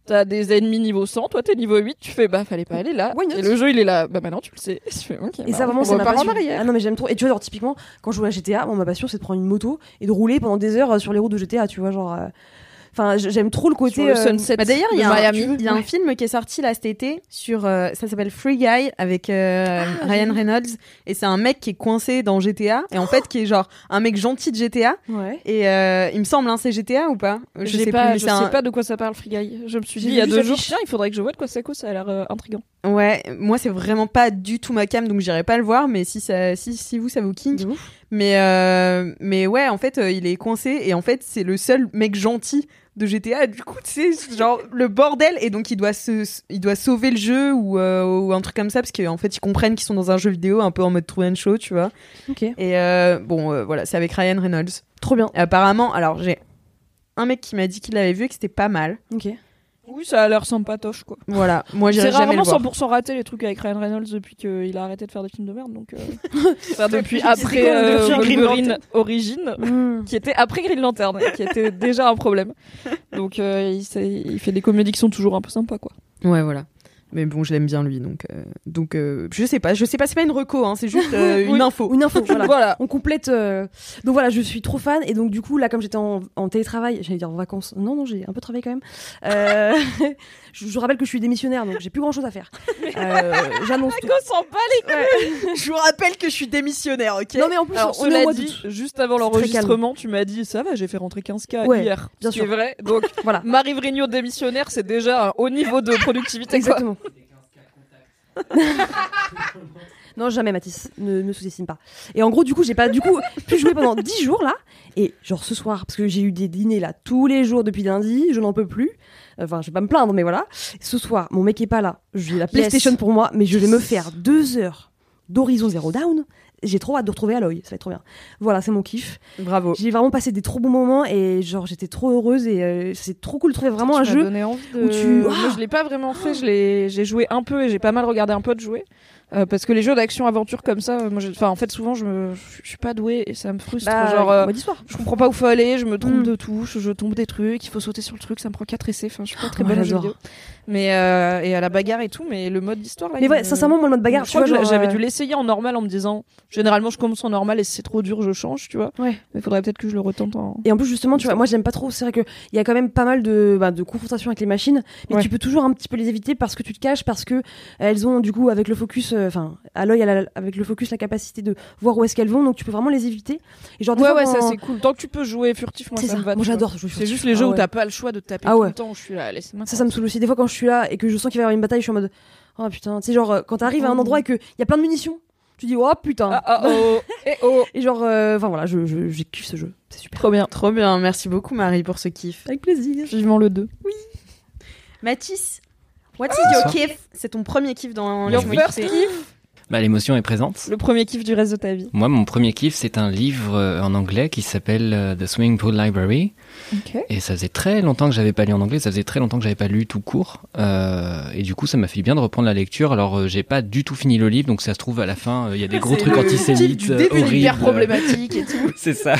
S3: t'as des ennemis niveau 100, toi t'es niveau 8, tu fais bah fallait pas aller là.
S4: Why not
S3: Et le jeu il est là, bah maintenant tu le sais. Et, tu fais, Ok,
S4: Et
S3: bah,
S4: ça
S3: on
S4: vraiment c'est
S3: va
S4: ma
S3: pas en
S4: passion.
S3: arrière.
S4: Ah non mais j'aime trop. Et tu vois genre typiquement quand je joue à GTA, moi ma passion c'est de prendre une moto et de rouler pendant des heures euh, sur les routes de GTA, tu vois genre euh, Enfin, j- j'aime trop le côté.
S2: Sur le sunset
S4: bah,
S2: D'ailleurs, il y a,
S4: de
S2: un-
S4: Miami.
S2: il y a un
S4: Ouais.
S2: film qui est sorti là cet été sur. euh, ça s'appelle Free Guy avec euh,
S3: Ah,
S2: Ryan Reynolds. Et c'est un mec qui est coincé dans GTA.
S3: Oh
S2: Et en fait, qui est genre un mec gentil de GTA. Et euh, il me semble, hein, c'est GTA ou pas
S3: Je sais
S2: sais
S3: pas,
S2: plus, mais
S3: je
S2: c'est un-
S3: sais pas de quoi ça parle, Free Guy. Je me suis
S2: J'ai
S3: dit il y a
S2: vu
S3: deux
S2: sa
S3: jours,
S2: fiche.
S3: tiens, il faudrait que je voie de quoi ça cause, ça a l'air euh, intriguant.
S2: Ouais, moi c'est vraiment pas du tout ma cam, donc j'irai pas le voir, mais si ça, si, si vous ça vous kink. Mais euh, mais ouais, en fait euh, il est coincé et en fait c'est le seul mec gentil de GTA. Du coup tu sais genre le bordel et donc il doit se, il doit sauver le jeu ou, euh, ou un truc comme ça parce qu'en fait ils comprennent qu'ils sont dans un jeu vidéo un peu en mode true and show, tu vois.
S4: Ok.
S2: Et euh, bon euh, voilà, c'est avec Ryan Reynolds.
S4: Trop bien.
S2: apparemment, alors j'ai un mec qui m'a dit qu'il l'avait vu et que c'était pas mal.
S4: Ok.
S3: Oui, ça a l'air sympatoche quoi.
S2: Voilà, moi
S3: j'ai
S2: j'irai jamais le
S3: rarement
S2: voir.
S3: 100% raté les trucs avec Ryan Reynolds depuis qu'il a arrêté de faire des films de merde. Donc, euh, enfin, depuis
S2: C'était
S3: après
S2: quoi le
S3: euh,
S2: film Green
S3: Wolverine
S2: Lantern
S3: Origin, qui était après Green Lantern, hein, qui était déjà un problème. Donc euh, il, s'est- il fait des comédies qui sont toujours un peu sympas quoi.
S2: Ouais, voilà. Mais bon, je l'aime bien lui, donc euh, donc euh, je sais pas, je sais pas, c'est pas une reco, hein, c'est juste euh, une
S4: Mm. Oui,
S2: info.
S4: Une info, voilà. On complète. euh, Donc voilà, je suis trop fan. Et donc, du coup, là, comme j'étais en, en télétravail, j'allais dire en vacances. Non, non, j'ai un peu travaillé quand même. Euh, je, je rappelle que je suis démissionnaire, donc j'ai plus grand chose à faire. Euh, J'annonce. tout.
S3: s'en bat
S4: les couilles.
S2: Je vous rappelle que je suis démissionnaire, ok
S4: Non, mais en plus,
S3: Alors,
S4: on
S3: on
S4: est au
S3: l'a
S4: mois
S3: dit
S4: d'août.
S3: juste avant
S4: C'est très
S3: l'enregistrement, tu m'as dit ça va, j'ai fait rentrer 15K
S4: Ouais,
S3: hier.
S4: bien
S3: C'est
S4: sûr.
S3: vrai. Donc
S4: voilà.
S3: Marie Vrigno démissionnaire, c'est déjà un haut niveau de productivité.
S4: Exactement. Non, jamais, Mathis. Ne, ne sous-estime pas. Et en gros, du coup, j'ai pas du coup pu jouer pendant 10 jours là. Et genre ce soir, parce que j'ai eu des dîners là tous les jours depuis lundi, je n'en peux plus. Enfin, je vais pas me plaindre, mais voilà. Ce soir, mon mec est pas là. J'ai la PlayStation pour moi, mais je vais me faire deux heures d'Horizon Zero Down. J'ai trop hâte de retrouver Aloy, ça va être trop bien. Voilà, c'est mon kiff.
S3: Oh.
S2: Bravo.
S4: J'ai vraiment passé des trop bons moments et genre j'étais trop heureuse et euh, c'est trop cool de trouver vraiment un
S3: Tu m'as
S4: jeu
S3: donné envie de-
S4: où tu.
S3: Moi, je l'ai pas vraiment fait. Je l'ai, j'ai joué un peu et j'ai pas mal regardé un pote jouer. Euh, parce que les jeux d'action aventure comme ça, euh, moi, j'ai- enfin, en fait, souvent, je me, je suis pas douée et ça me frustre.
S4: Bah,
S3: genre, euh,
S4: moi, d'histoire.
S3: je comprends pas où faut aller, je me trompe
S4: Mm.
S3: de touche, je tombe des trucs, il faut sauter sur le truc, ça me prend 4 essais. Enfin, je suis pas très
S4: Ah, Moi,
S3: bonne à jeux
S4: j'adore.
S3: vidéo. Mais euh, et à la bagarre et tout, mais le mode d'histoire là.
S4: Mais
S3: il
S4: ouais,
S3: me-
S4: sincèrement, moi, le mode bagarre,
S3: je
S4: tu
S3: crois
S4: vois,
S3: que
S4: genre,
S3: j'avais
S4: euh,
S3: dû l'essayer en normal en me disant, généralement, je commence en normal et si c'est trop dur, je change, tu vois. Mais faudrait peut-être que je le retente en.
S4: Et en plus, justement, tu vois, moi, j'aime pas trop. C'est vrai qu'il y a quand même pas mal de, bah, de confrontations avec les machines, mais
S3: Ouais.
S4: tu peux toujours un petit peu les éviter parce que tu te caches, parce que euh, elles ont, du coup, avec le focus, euh, enfin, à l'œil, elle a la- avec le focus, la capacité de voir où est-ce qu'elles vont, donc tu peux vraiment les éviter. Et genre, des
S3: ouais,
S4: fois,
S3: ouais, ça
S4: quand-
S3: c'est cool. Tant que tu peux jouer furtif, moi
S4: C'est
S3: ça,
S4: ça.
S3: me va.
S4: Moi,
S3: tu vois.
S4: j'adore jouer
S3: C'est
S4: furtif.
S3: juste les jeux
S4: Ah
S3: où
S4: ouais.
S3: t'as pas le choix de taper
S4: Ah
S3: tout
S4: ouais.
S3: le temps. Je suis là, laissez-moi.
S4: Ça, ça me saoule aussi. Des fois, quand je suis là et que je sens qu'il va y avoir une bataille, je suis en mode, oh putain, tu sais, genre, euh, quand t'arrives à un endroit et qu'il y a plein de munitions, tu dis, oh putain.
S3: ah, oh, et oh.
S4: Et genre, euh, enfin voilà, je, je, j'ai kiffé ce jeu. C'est super.
S3: Trop bien.
S2: Trop bien, merci beaucoup Marie pour ce kiff.
S4: Avec plaisir.
S3: Vivement le 2.
S2: Mathis, what
S3: Ah
S2: is your
S5: Bonsoir.
S2: kiff C'est ton premier kiff dans
S5: Your
S2: Laisse-moi
S5: first
S2: kiffer.
S5: Bah, l'émotion est présente.
S3: Le premier kiff du reste de ta vie.
S5: Moi, mon premier kiff, c'est un livre euh, en anglais qui s'appelle euh, The Swimming Pool Library. Et ça faisait très longtemps que j'avais pas lu en anglais, ça faisait très longtemps que j'avais pas lu tout court. Euh, et du coup, ça m'a fait du bien de reprendre la lecture. Alors, euh, j'ai pas du tout fini le livre, donc ça se trouve à la fin, euh, il y a des gros
S3: C'est
S5: trucs
S3: le
S5: antisémites,
S3: kiff du début,
S5: euh, horribles.
S3: hyper problématique et tout.
S5: c'est ça.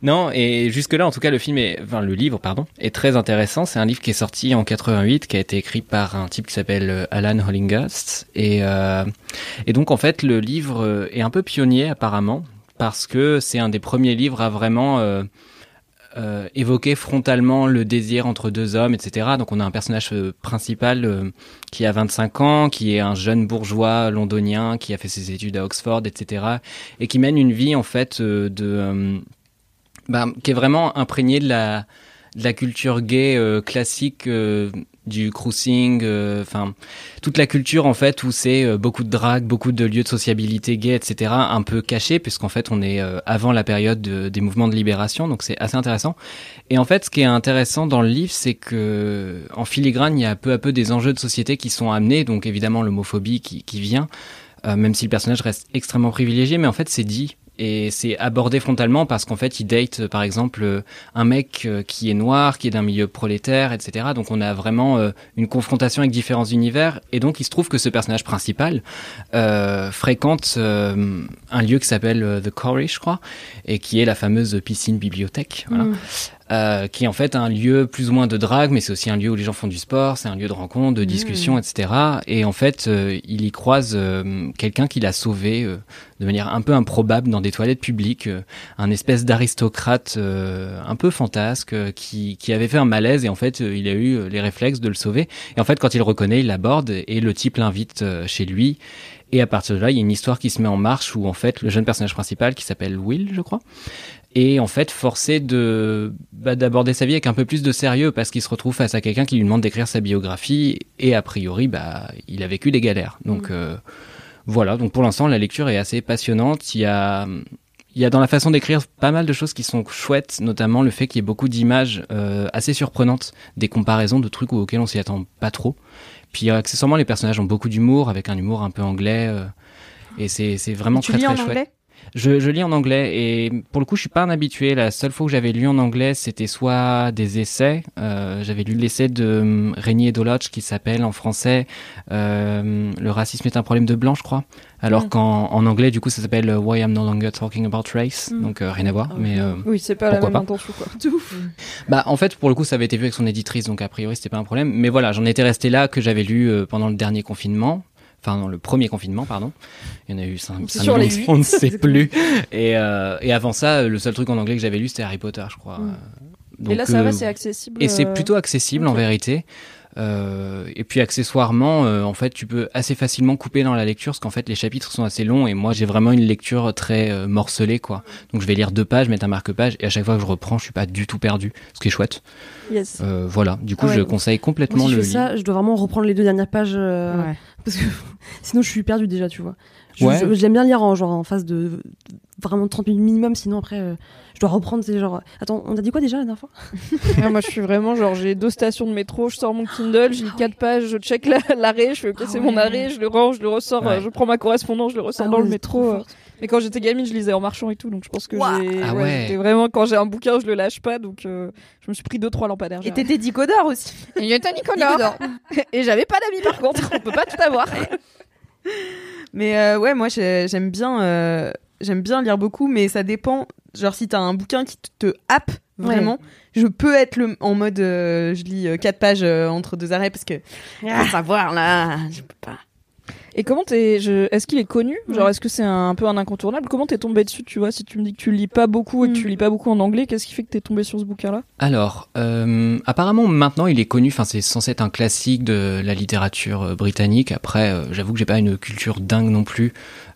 S5: non, et jusque-là, en tout cas, le film est, enfin, le livre, pardon, est très intéressant. C'est un livre qui est sorti en 88, qui a été écrit par un type qui s'appelle euh, Alan Hollingast. Et, euh, et donc, en fait, le livre euh, est un peu pionnier, apparemment, parce que c'est un des premiers livres à vraiment, euh, euh, évoquer frontalement le désir entre deux hommes, etc. Donc on a un personnage euh, principal euh, qui a 25 ans, qui est un jeune bourgeois londonien, qui a fait ses études à Oxford, etc. Et qui mène une vie en fait euh, de... euh, bah, qui est vraiment imprégnée de la, de la culture gay euh, classique euh, du cruising, euh, enfin toute la culture en fait où c'est euh, beaucoup de drague, beaucoup de lieux de sociabilité gay, etc. Un peu caché puisqu'en fait on est euh, avant la période de- des mouvements de libération, donc c'est assez intéressant. Et en fait, ce qui est intéressant dans le livre, c'est que en filigrane, il y a peu à peu des enjeux de société qui sont amenés, donc évidemment l'homophobie qui, qui vient, euh, même si le personnage reste extrêmement privilégié, mais en fait c'est dit et c'est abordé frontalement parce qu'en fait il date euh, par exemple euh, un mec euh, qui est noir, qui est d'un milieu prolétaire, etc. Donc on a vraiment euh, une confrontation avec différents univers et donc il se trouve que ce personnage principal euh, fréquente euh, un lieu qui s'appelle euh, The Quarry, je crois, et qui est la fameuse piscine bibliothèque. Voilà.
S12: Mm.
S5: euh, qui est en fait un lieu plus ou moins de drague, mais c'est aussi un lieu où les gens font du sport, c'est un lieu de rencontre, de discussion, etc. Et en fait, euh, il y croise euh, quelqu'un qui l'a sauvé euh, de manière un peu improbable dans des toilettes publiques, euh, un espèce d'aristocrate euh, un peu fantasque euh, qui, qui avait fait un malaise et en fait, euh, il a eu euh, les réflexes de le sauver. Et en fait, quand il le reconnaît, il l'aborde et le type l'invite euh, chez lui. Et à partir de là, il y a une histoire qui se met en marche où en fait, le jeune personnage principal qui s'appelle Will, je crois, et en fait forcé de bah, d'aborder sa vie avec un peu plus de sérieux parce qu'il se retrouve face à quelqu'un qui lui demande d'écrire sa biographie et a priori bah il a vécu des galères donc
S2: Mm.
S5: euh, voilà donc pour l'instant la lecture est assez passionnante il y a il y a dans la façon d'écrire pas mal de choses qui sont chouettes, notamment le fait qu'il y ait beaucoup d'images euh, assez surprenantes, des comparaisons de trucs auxquels on s'y attend pas trop. Puis euh, accessoirement, les personnages ont beaucoup d'humour, avec un humour un peu anglais, euh, et c'est c'est vraiment
S2: Tu
S5: très
S2: lis
S5: très
S2: en
S5: chouette.
S2: anglais
S5: Je, je lis en anglais et pour le coup, je suis pas un habitué. La seule fois que j'avais lu en anglais, c'était soit des essais. euh, j'avais lu l'essai de hum, Régnier Doloche qui s'appelle en français euh, Le racisme est un problème de blanc, je crois. Alors
S3: Mm.
S5: qu'en en anglais, du coup, ça s'appelle euh, Why I'm No Longer Talking About Race.
S3: Mm.
S5: Donc euh, rien à voir. Mais euh,
S3: Oui, c'est pas la
S5: pourquoi
S3: même
S5: pas.
S3: intention, quoi.
S2: De ouf.
S5: Bah, en fait, pour le coup, ça avait été vu avec son éditrice, donc a priori, c'était pas un problème. Mais voilà, j'en étais resté là que j'avais lu euh, pendant le dernier confinement. Enfin, dans le premier confinement, pardon. Il y en a eu 5,
S3: C'est sur les huit.
S5: on ne sait plus. Et, euh, et avant ça, euh, le seul truc en anglais que j'avais lu, c'était Harry Potter, je crois.
S3: Mm.
S5: Euh,
S3: Et là, ça va,
S5: euh,
S3: c'est accessible,
S5: Et c'est
S3: euh,
S5: plutôt accessible, en vérité. Euh, et puis accessoirement, euh, en fait, tu peux assez facilement couper dans la lecture, parce qu'en fait, les chapitres sont assez longs, et moi, j'ai vraiment une lecture très euh, morcelée, quoi. Donc, je vais lire deux pages, mettre un marque-page, et à chaque fois que je reprends, je suis pas du tout perdu, ce qui est chouette.
S4: Yes.
S5: Euh, voilà. Du coup,
S4: Ah ouais.
S5: je conseille complètement
S4: Moi, si
S5: le
S4: je fais
S5: livre.
S4: ça, je dois vraiment reprendre les deux dernières pages euh,
S2: Ouais.
S4: parce que sinon je suis perdue déjà, tu vois. Je-
S5: Ouais.
S4: je- J'aime bien lire en genre en phase de vraiment 30 minutes minimum, sinon après euh, je dois reprendre c'est genre attends, on a dit quoi déjà la dernière fois
S3: Ah, moi, je suis vraiment genre, j'ai deux stations de métro, je sors mon Kindle, j'ai quatre pages, je check la- l'arrêt, je fais ok, c'est mon arrêt, je le range, je le ressors,
S5: Ouais.
S3: euh, je prends ma correspondance, je le ressors dans le métro. euh. Mais quand j'étais gamine, je lisais en marchant et tout, donc je pense que
S2: Ouah.
S3: j'ai
S5: Ah
S3: ouais,
S5: ouais.
S3: j'étais vraiment quand j'ai un bouquin, je le lâche pas, donc euh, je me suis pris deux trois lampadaires.
S2: Et t'étais Dicodore aussi.
S3: Il y a Nicolas. et j'avais pas d'amis par contre, on peut pas tout avoir.
S2: Mais euh, ouais, moi j'ai- j'aime bien, euh, j'aime bien lire beaucoup, mais ça dépend. Genre si t'as un bouquin qui te te happe vraiment,
S4: Ouais.
S2: je peux être le, en mode euh, je lis euh, quatre pages euh, entre deux arrêts parce que faut savoir là, je peux pas.
S3: Et comment t'es, je- est-ce qu'il est connu Genre, est-ce que c'est un, peu un incontournable Comment t'es tombé dessus Tu vois, si tu me dis que tu lis pas beaucoup et que tu lis pas beaucoup en anglais, qu'est-ce qui fait que t'es tombé sur ce bouquin-là
S5: Alors, euh, apparemment maintenant il est connu, enfin c'est censé être un classique de la littérature euh, britannique. Après, euh, j'avoue que j'ai pas une culture dingue non plus,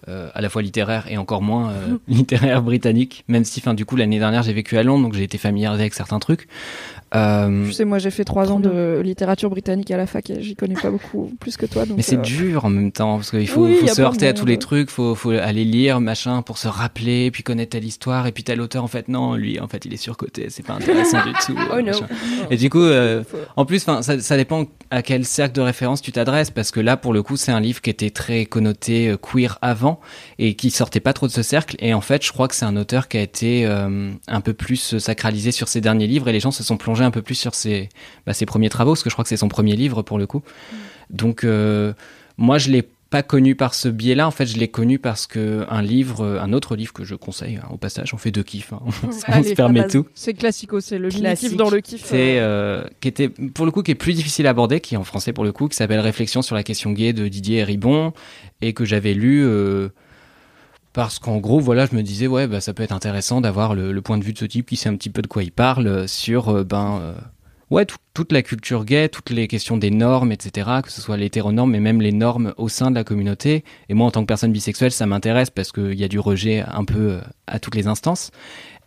S5: euh, à la fois littéraire et encore moins euh, littéraire britannique. Même si, enfin du coup l'année dernière j'ai vécu à Londres, donc j'ai été familiarisé avec certains trucs. Euh,
S3: Tu sais, moi j'ai fait trois ans de littérature britannique à la fac et j'y connais pas beaucoup plus que toi. Donc,
S5: mais c'est
S3: euh,
S5: dur en même temps parce qu'il faut,
S3: Oui,
S5: faut
S3: y a
S5: se
S3: pas
S5: heurter à tous
S3: moyen
S5: les
S3: de-
S5: trucs, faut, faut aller lire machin pour se rappeler, puis connaître telle histoire et puis tel auteur en fait non lui en fait il est surcoté, c'est pas intéressant du tout. euh,
S3: Oh no.
S5: machin. Et du coup, euh, en plus, 'fin, ça, ça dépend à quel cercle de référence tu t'adresses, parce que là, pour le coup, c'est un livre qui était très connoté euh, queer avant et qui sortait pas trop de ce cercle. Et en fait, je crois que c'est un auteur qui a été euh, un peu plus sacralisé sur ses derniers livres et les gens se sont plongés un peu plus sur ses, bah, ses premiers travaux, parce que je crois que c'est son premier livre pour le coup.
S3: Mm.
S5: Donc, euh, moi, je l'ai pas connu par ce biais-là. En fait, je l'ai connu parce que un livre, euh, un autre livre que je conseille hein, au passage, on fait deux kiffs, hein. on, se- on
S3: allez,
S5: se
S3: la
S5: permet
S3: base.
S5: tout
S3: C'est classico, c'est le
S2: Classique.
S3: kiff dans le kiff.
S5: c'est euh, qui était pour le coup qui est plus difficile à aborder qui est en français pour le coup qui s'appelle Réflexion sur la question gay de Didier Ribon et que j'avais lu euh, parce qu'en gros voilà je me disais ouais bah, ça peut être intéressant d'avoir le, le point de vue de ce type qui sait un petit peu de quoi il parle euh, sur euh, ben euh, ouais tout- toute la culture gay toutes les questions des normes etc que ce soit l'hétéronorme mais même les normes au sein de la communauté et moi en tant que personne bisexuelle ça m'intéresse parce qu'il y a du rejet un peu euh, à toutes les instances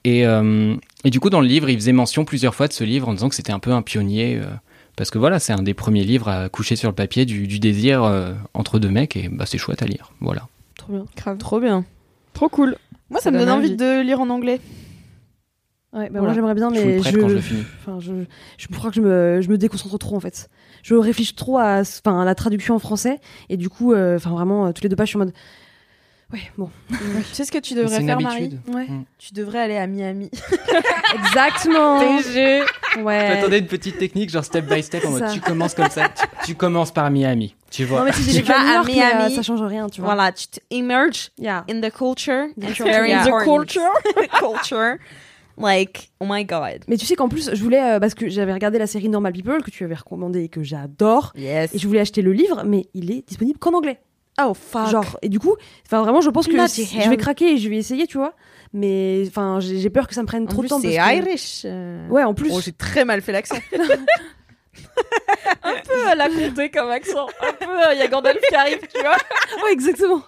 S5: et, euh, et du coup, dans le livre, il faisait mention plusieurs fois de ce livre en disant que c'était un peu un pionnier. euh, parce que voilà, c'est un des premiers livres à coucher sur le papier du, du désir euh, entre deux mecs. Et bah, c'est chouette à lire. Voilà.
S4: Trop
S3: Bah
S4: bien.
S2: Trop bien.
S3: Trop cool.
S2: Moi ça, me donne envie de lire en anglais.
S4: Ouais, bah
S2: Voilà.
S4: moi j'aimerais bien, mais
S5: Je vous le prête quand je le finis.
S4: Enfin, je, je crois que je me, je me déconcentre trop en fait. Je réfléchis trop à, ce- enfin, à la traduction en français et du coup, euh, enfin vraiment, euh, toutes les deux pages, je suis en mode. Ouais, bon.
S2: Tu sais ce que tu
S5: Mais c'est
S2: devrais
S5: une
S2: faire, Marie Oh.
S5: habitude.
S4: Ouais.
S5: Mm.
S2: Tu devrais aller à Miami.
S4: Exactement.
S2: TG.
S4: Ouais.
S5: une petite technique, genre step by step,
S4: en mode, Ça. tu
S5: commences comme ça. Tu, commences par Miami. Tu vois.
S4: Non, mais si j'ai
S2: Tu
S4: vécu à
S2: vas
S4: New
S2: à
S4: York, mais, euh,
S2: Miami.
S4: ça change rien, tu vois.
S2: Voilà, tu te immerges
S4: Yeah.
S2: in the culture.
S4: Bien
S2: It's
S4: sûr.
S2: very
S4: Yeah.
S3: The
S2: important.
S3: culture.
S2: culture.
S13: Like, oh my god.
S4: Mais tu sais qu'en plus, je voulais, euh, parce que j'avais regardé la série Normal People que tu avais recommandée et que j'adore.
S13: Yes.
S4: Et je voulais acheter le livre, mais il est disponible qu'en anglais.
S13: Oh fuck.
S4: Genre, et du coup, enfin vraiment, je pense que
S13: Bloody
S4: si-
S13: hell.
S4: je vais craquer et je vais essayer, tu vois. Mais enfin, j'ai j'ai peur que ça me prenne
S13: En
S4: trop
S13: plus,
S4: de temps.
S13: c'est
S4: parce que-
S13: Irish. euh.
S4: Ouais, en plus.
S2: Oh, j'ai très mal fait l'accent.
S3: Un peu à la compter comme accent. Un peu, euh, il y a Gandalf qui arrive, tu vois.
S4: Ouais, exactement.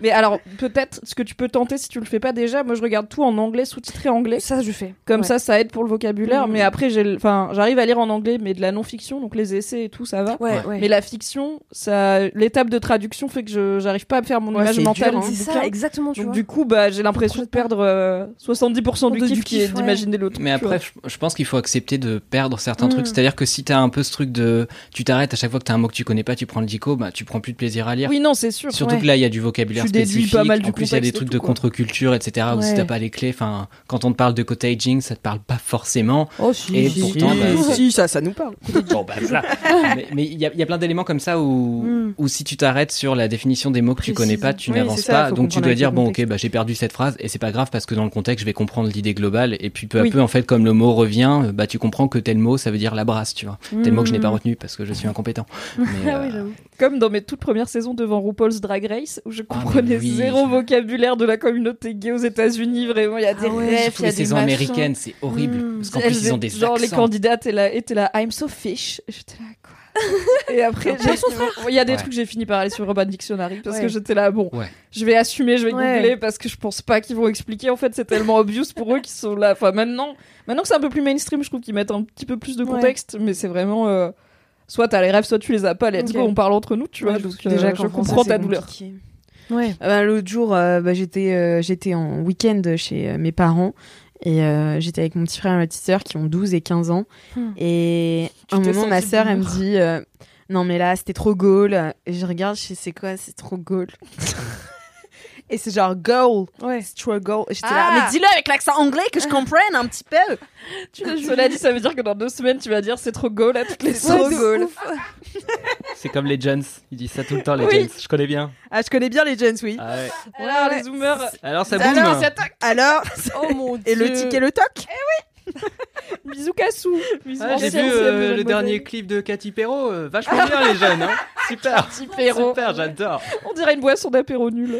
S3: Mais alors, peut-être ce que tu peux tenter si tu le fais pas déjà, moi je regarde tout en anglais, sous-titré anglais.
S4: Ça, je fais.
S3: Comme
S4: Ouais.
S3: ça, ça aide pour le vocabulaire.
S4: Mhm.
S3: Mais après, j'ai, le- enfin, j'arrive à lire en anglais, mais de la non-fiction, donc les essais et tout, ça va.
S4: Ouais, ouais.
S3: Mais la fiction, ça, l'étape de traduction fait que je, j'arrive pas à me faire mon
S4: Ouais,
S3: image
S4: c'est
S3: mentale.
S4: dur,
S3: du
S4: hein. C'est
S3: bouquin.
S4: ça, exactement, tu
S3: Donc
S4: vois.
S3: du coup, bah, j'ai l'impression de perdre euh, 70% du,
S4: De- du
S3: kiff qui
S4: kiff,
S3: est
S4: ouais.
S3: d'imaginer l'autre.
S5: Mais
S3: tu
S5: après,
S3: vois.
S5: je, je pense qu'il faut accepter de perdre certains
S3: Mm.
S5: trucs. C'est-à-dire que si t'as un peu ce truc de, tu t'arrêtes à chaque fois que t'as un mot que tu connais pas, tu prends le dico, bah tu prends plus de plaisir à lire.
S3: oui, non, c'est sûr.
S5: Surtout
S3: ouais.
S5: que là, il y a du vocabulaire
S3: Tu déduis
S5: spécifique.
S3: pas mal du
S5: en plus, il y a
S3: contexte
S5: des
S3: et
S5: trucs
S3: tout,
S5: de
S3: quoi.
S5: contre-culture, etc. Ou si
S3: Ouais.
S5: t'as pas les clés, enfin, quand on te parle de cottaging, ça te parle pas forcément.
S2: Oh, si,
S5: Et
S2: si,
S5: pourtant,
S2: si,
S5: bah, c'est-
S2: si, ça, ça nous parle.
S5: Bon, bah voilà. mais mais il y, a- il y a plein d'éléments comme ça où,
S2: Mm.
S5: où si tu t'arrêtes sur la définition des mots que tu connais pas, tu
S3: Oui,
S5: n'avances
S3: c'est ça,
S5: pas.
S3: faut
S5: Donc tu
S3: comprendre
S5: dois
S3: avec
S5: dire,
S3: le
S5: bon, ok,
S3: contexte.
S5: bah, j'ai perdu cette phrase et c'est pas grave parce que dans le contexte, je vais comprendre l'idée globale. Et puis peu à
S3: Oui.
S5: peu, en fait, comme le mot revient, euh, bah, tu comprends que tel mot, ça veut dire la brasse, tu vois. Tel mot que je n'ai pas
S3: Mm. Ah
S5: retenu parce que je suis incompétent. Mais, euh,
S3: Comme dans mes toutes premières saisons devant RuPaul's Drag Race, où je
S5: Ah, mais
S3: comprenais
S5: oui.
S3: zéro vocabulaire de la communauté gay aux États-Unis. Vraiment,
S4: Ah
S3: il y a des
S5: ouais,
S3: rêves, il
S5: surtout
S3: y a
S5: les
S3: des
S5: saisons
S3: machins.
S5: américaines, c'est horrible. Parce qu'en
S3: Elles
S5: plus, ils ont
S3: étaient-
S5: des
S3: Hmm. Genre, les
S5: accents.
S3: candidats étaient là, étaient là, I'm so fish. J'étais là, quoi Et après, j'ai- il y a des
S5: Ouais.
S3: trucs, j'ai fini par aller sur Urban Dictionary parce
S4: Ouais.
S3: que j'étais là, bon,
S5: Ouais.
S3: je vais assumer, je vais
S4: Ouais.
S3: googler parce que je pense pas qu'ils vont expliquer. En fait, c'est tellement obvious pour eux qu'ils sont là. Enfin, maintenant, maintenant que c'est un peu plus mainstream, je trouve qu'ils mettent un petit peu plus de
S4: Ouais.
S3: contexte, mais c'est vraiment. euh, Soit t'as les rêves, soit tu les as pas. Let's
S4: Ok.
S3: go, on parle entre nous, tu vois.
S4: Ouais, je
S3: donc,
S4: trouve que déjà
S3: euh,
S4: qu'en
S3: je
S4: français,
S3: comprends
S4: c'est
S3: ta douleur.
S4: compliqué. Ouais.
S2: Ah bah, L'autre jour, euh, bah, j'étais euh, j'étais en week-end chez euh, mes parents et euh, j'étais avec mon petit frère et ma petite sœur qui ont 12 et 15 ans.
S4: Hmm.
S2: Et à un
S3: t'es
S2: moment, ma
S3: sentie
S2: sœur, elle me
S3: boomer.
S2: dit euh, Non, mais là, c'était trop goal. Et je regarde, je sais c'est quoi, c'est trop goal. et c'est genre goal,
S4: Ouais.
S2: c'est trop goal. Et J'étais
S14: Ah.
S2: là, mais dis-le avec l'accent anglais que je comprenne un petit peu.
S3: Cela dit, ça veut dire que dans deux semaines, tu vas dire c'est trop go là toutes les
S2: C'est trop
S3: sauces.
S2: goal.
S5: C'est comme les Jones. Ils disent ça tout le temps, les
S2: Oui.
S5: Jones. Je connais bien.
S2: Ah, je connais bien les jeunes, oui.
S5: Ah ouais.
S3: Voilà,
S2: Ouais,
S3: les zoomers.
S5: Alors ça boum.
S2: Alors, Alors,
S13: Oh mon dieu.
S2: et le tic et le toc
S3: Bisous, Kassou. Bisous,
S5: Ah, j'ai vu
S3: ancien
S5: euh,
S3: CM de
S5: le
S3: Jeanne
S5: dernier
S3: Modèle.
S5: clip de Cathy Perrault, euh, vachement bien les jeunes, hein. super,
S3: Petit Perrault.
S5: super, j'adore.
S3: On dirait une boisson d'apéro nul.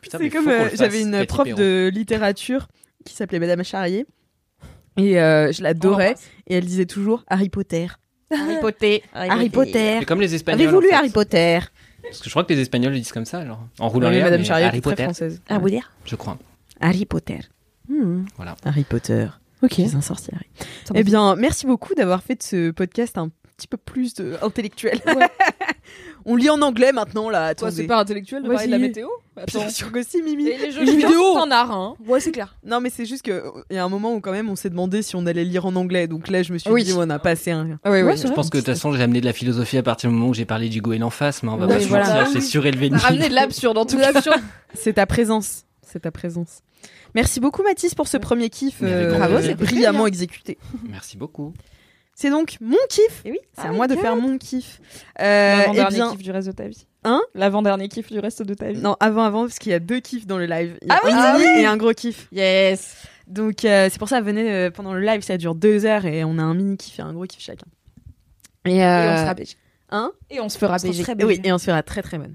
S5: Putain, mais
S2: C'est
S5: faut
S2: comme
S5: qu'on le
S2: euh,
S5: fasse,
S2: j'avais une
S5: Cathy
S2: prof
S5: Perrault.
S2: de littérature qui s'appelait Madame Charrier et euh, je l'adorais et elle disait toujours Harry Potter.
S14: Harry Potter.
S2: Harry Potter.
S5: C'est comme les Espagnols.
S2: Avez-vous
S5: en
S2: lu
S5: fait.
S2: Harry Potter
S5: Parce que je crois que les Espagnols ils disent comme ça, alors en roulant
S2: Oui,
S5: les airs,
S2: Madame
S5: mais
S2: Charrier
S5: Harry
S2: était très
S5: Potter,
S2: française.
S4: Ah, vous dire
S5: je crois.
S2: Harry Potter.
S4: Hmm.
S5: Voilà.
S2: Harry Potter.
S4: Ok.
S2: Je suis un sorcier. Harry.
S4: Ça
S2: Eh bien, merci beaucoup d'avoir fait de ce podcast un petit peu plus de- intellectuel. On lit en anglais maintenant là.
S3: Toi, c'est
S2: attendez.
S3: pas intellectuel de
S2: Ouais,
S3: parler de la
S2: si.
S3: météo Attends.
S2: Bien sûr que si, Mimi.
S3: Et les jeux
S2: Les
S3: vidéo,
S2: vidéos.
S3: c'est un art, hein.
S4: Ouais, c'est clair.
S2: Non, mais c'est juste que euh, il y a un moment où quand même on s'est demandé si on allait lire en anglais. Donc là, je me suis
S3: Oui.
S2: dit, on a passé un.
S3: Ouais,
S4: ouais,
S3: ouais.
S4: c'est
S5: Je
S4: vrai.
S5: pense que de toute façon j'ai amené de la philosophie à partir du moment où j'ai parlé du l'enfance, mais on va
S2: Oui,
S5: pas se
S2: voilà.
S5: mentir,
S3: Oui.
S5: j'ai surélevé le
S3: T'as ramené de l'absurde en tout cas.
S2: C'est ta présence. C'est ta présence. Merci beaucoup, Mathis, pour ce premier kiff.
S5: Mais avec
S2: euh,
S5: grand
S2: bravo,
S5: plaisir.
S2: c'est brillamment exécuté.
S5: Merci beaucoup.
S2: C'est donc mon kiff.
S3: Eh
S4: Et oui.
S2: C'est à moi de faire mon kiff. Euh, eh
S3: ah L'avant-dernier
S2: bien,
S3: kiff du reste de ta vie.
S2: Hein
S3: L'avant-dernier kiff du reste de ta vie.
S2: non, avant, avant, parce qu'il y a deux kiffs dans le live. Il y a
S3: Ah oui,
S2: un
S3: ah
S2: mini et un gros kiff. Yes. Donc euh, c'est pour ça, venez euh, pendant le live, ça dure deux heures et on a un mini kiff et un gros kiff chacun. Et,
S3: Et
S2: euh,
S3: on se fera bégé.
S2: hein
S3: Et on se fera bégé.
S4: très
S2: Et Oui, et on se fera très très bonne.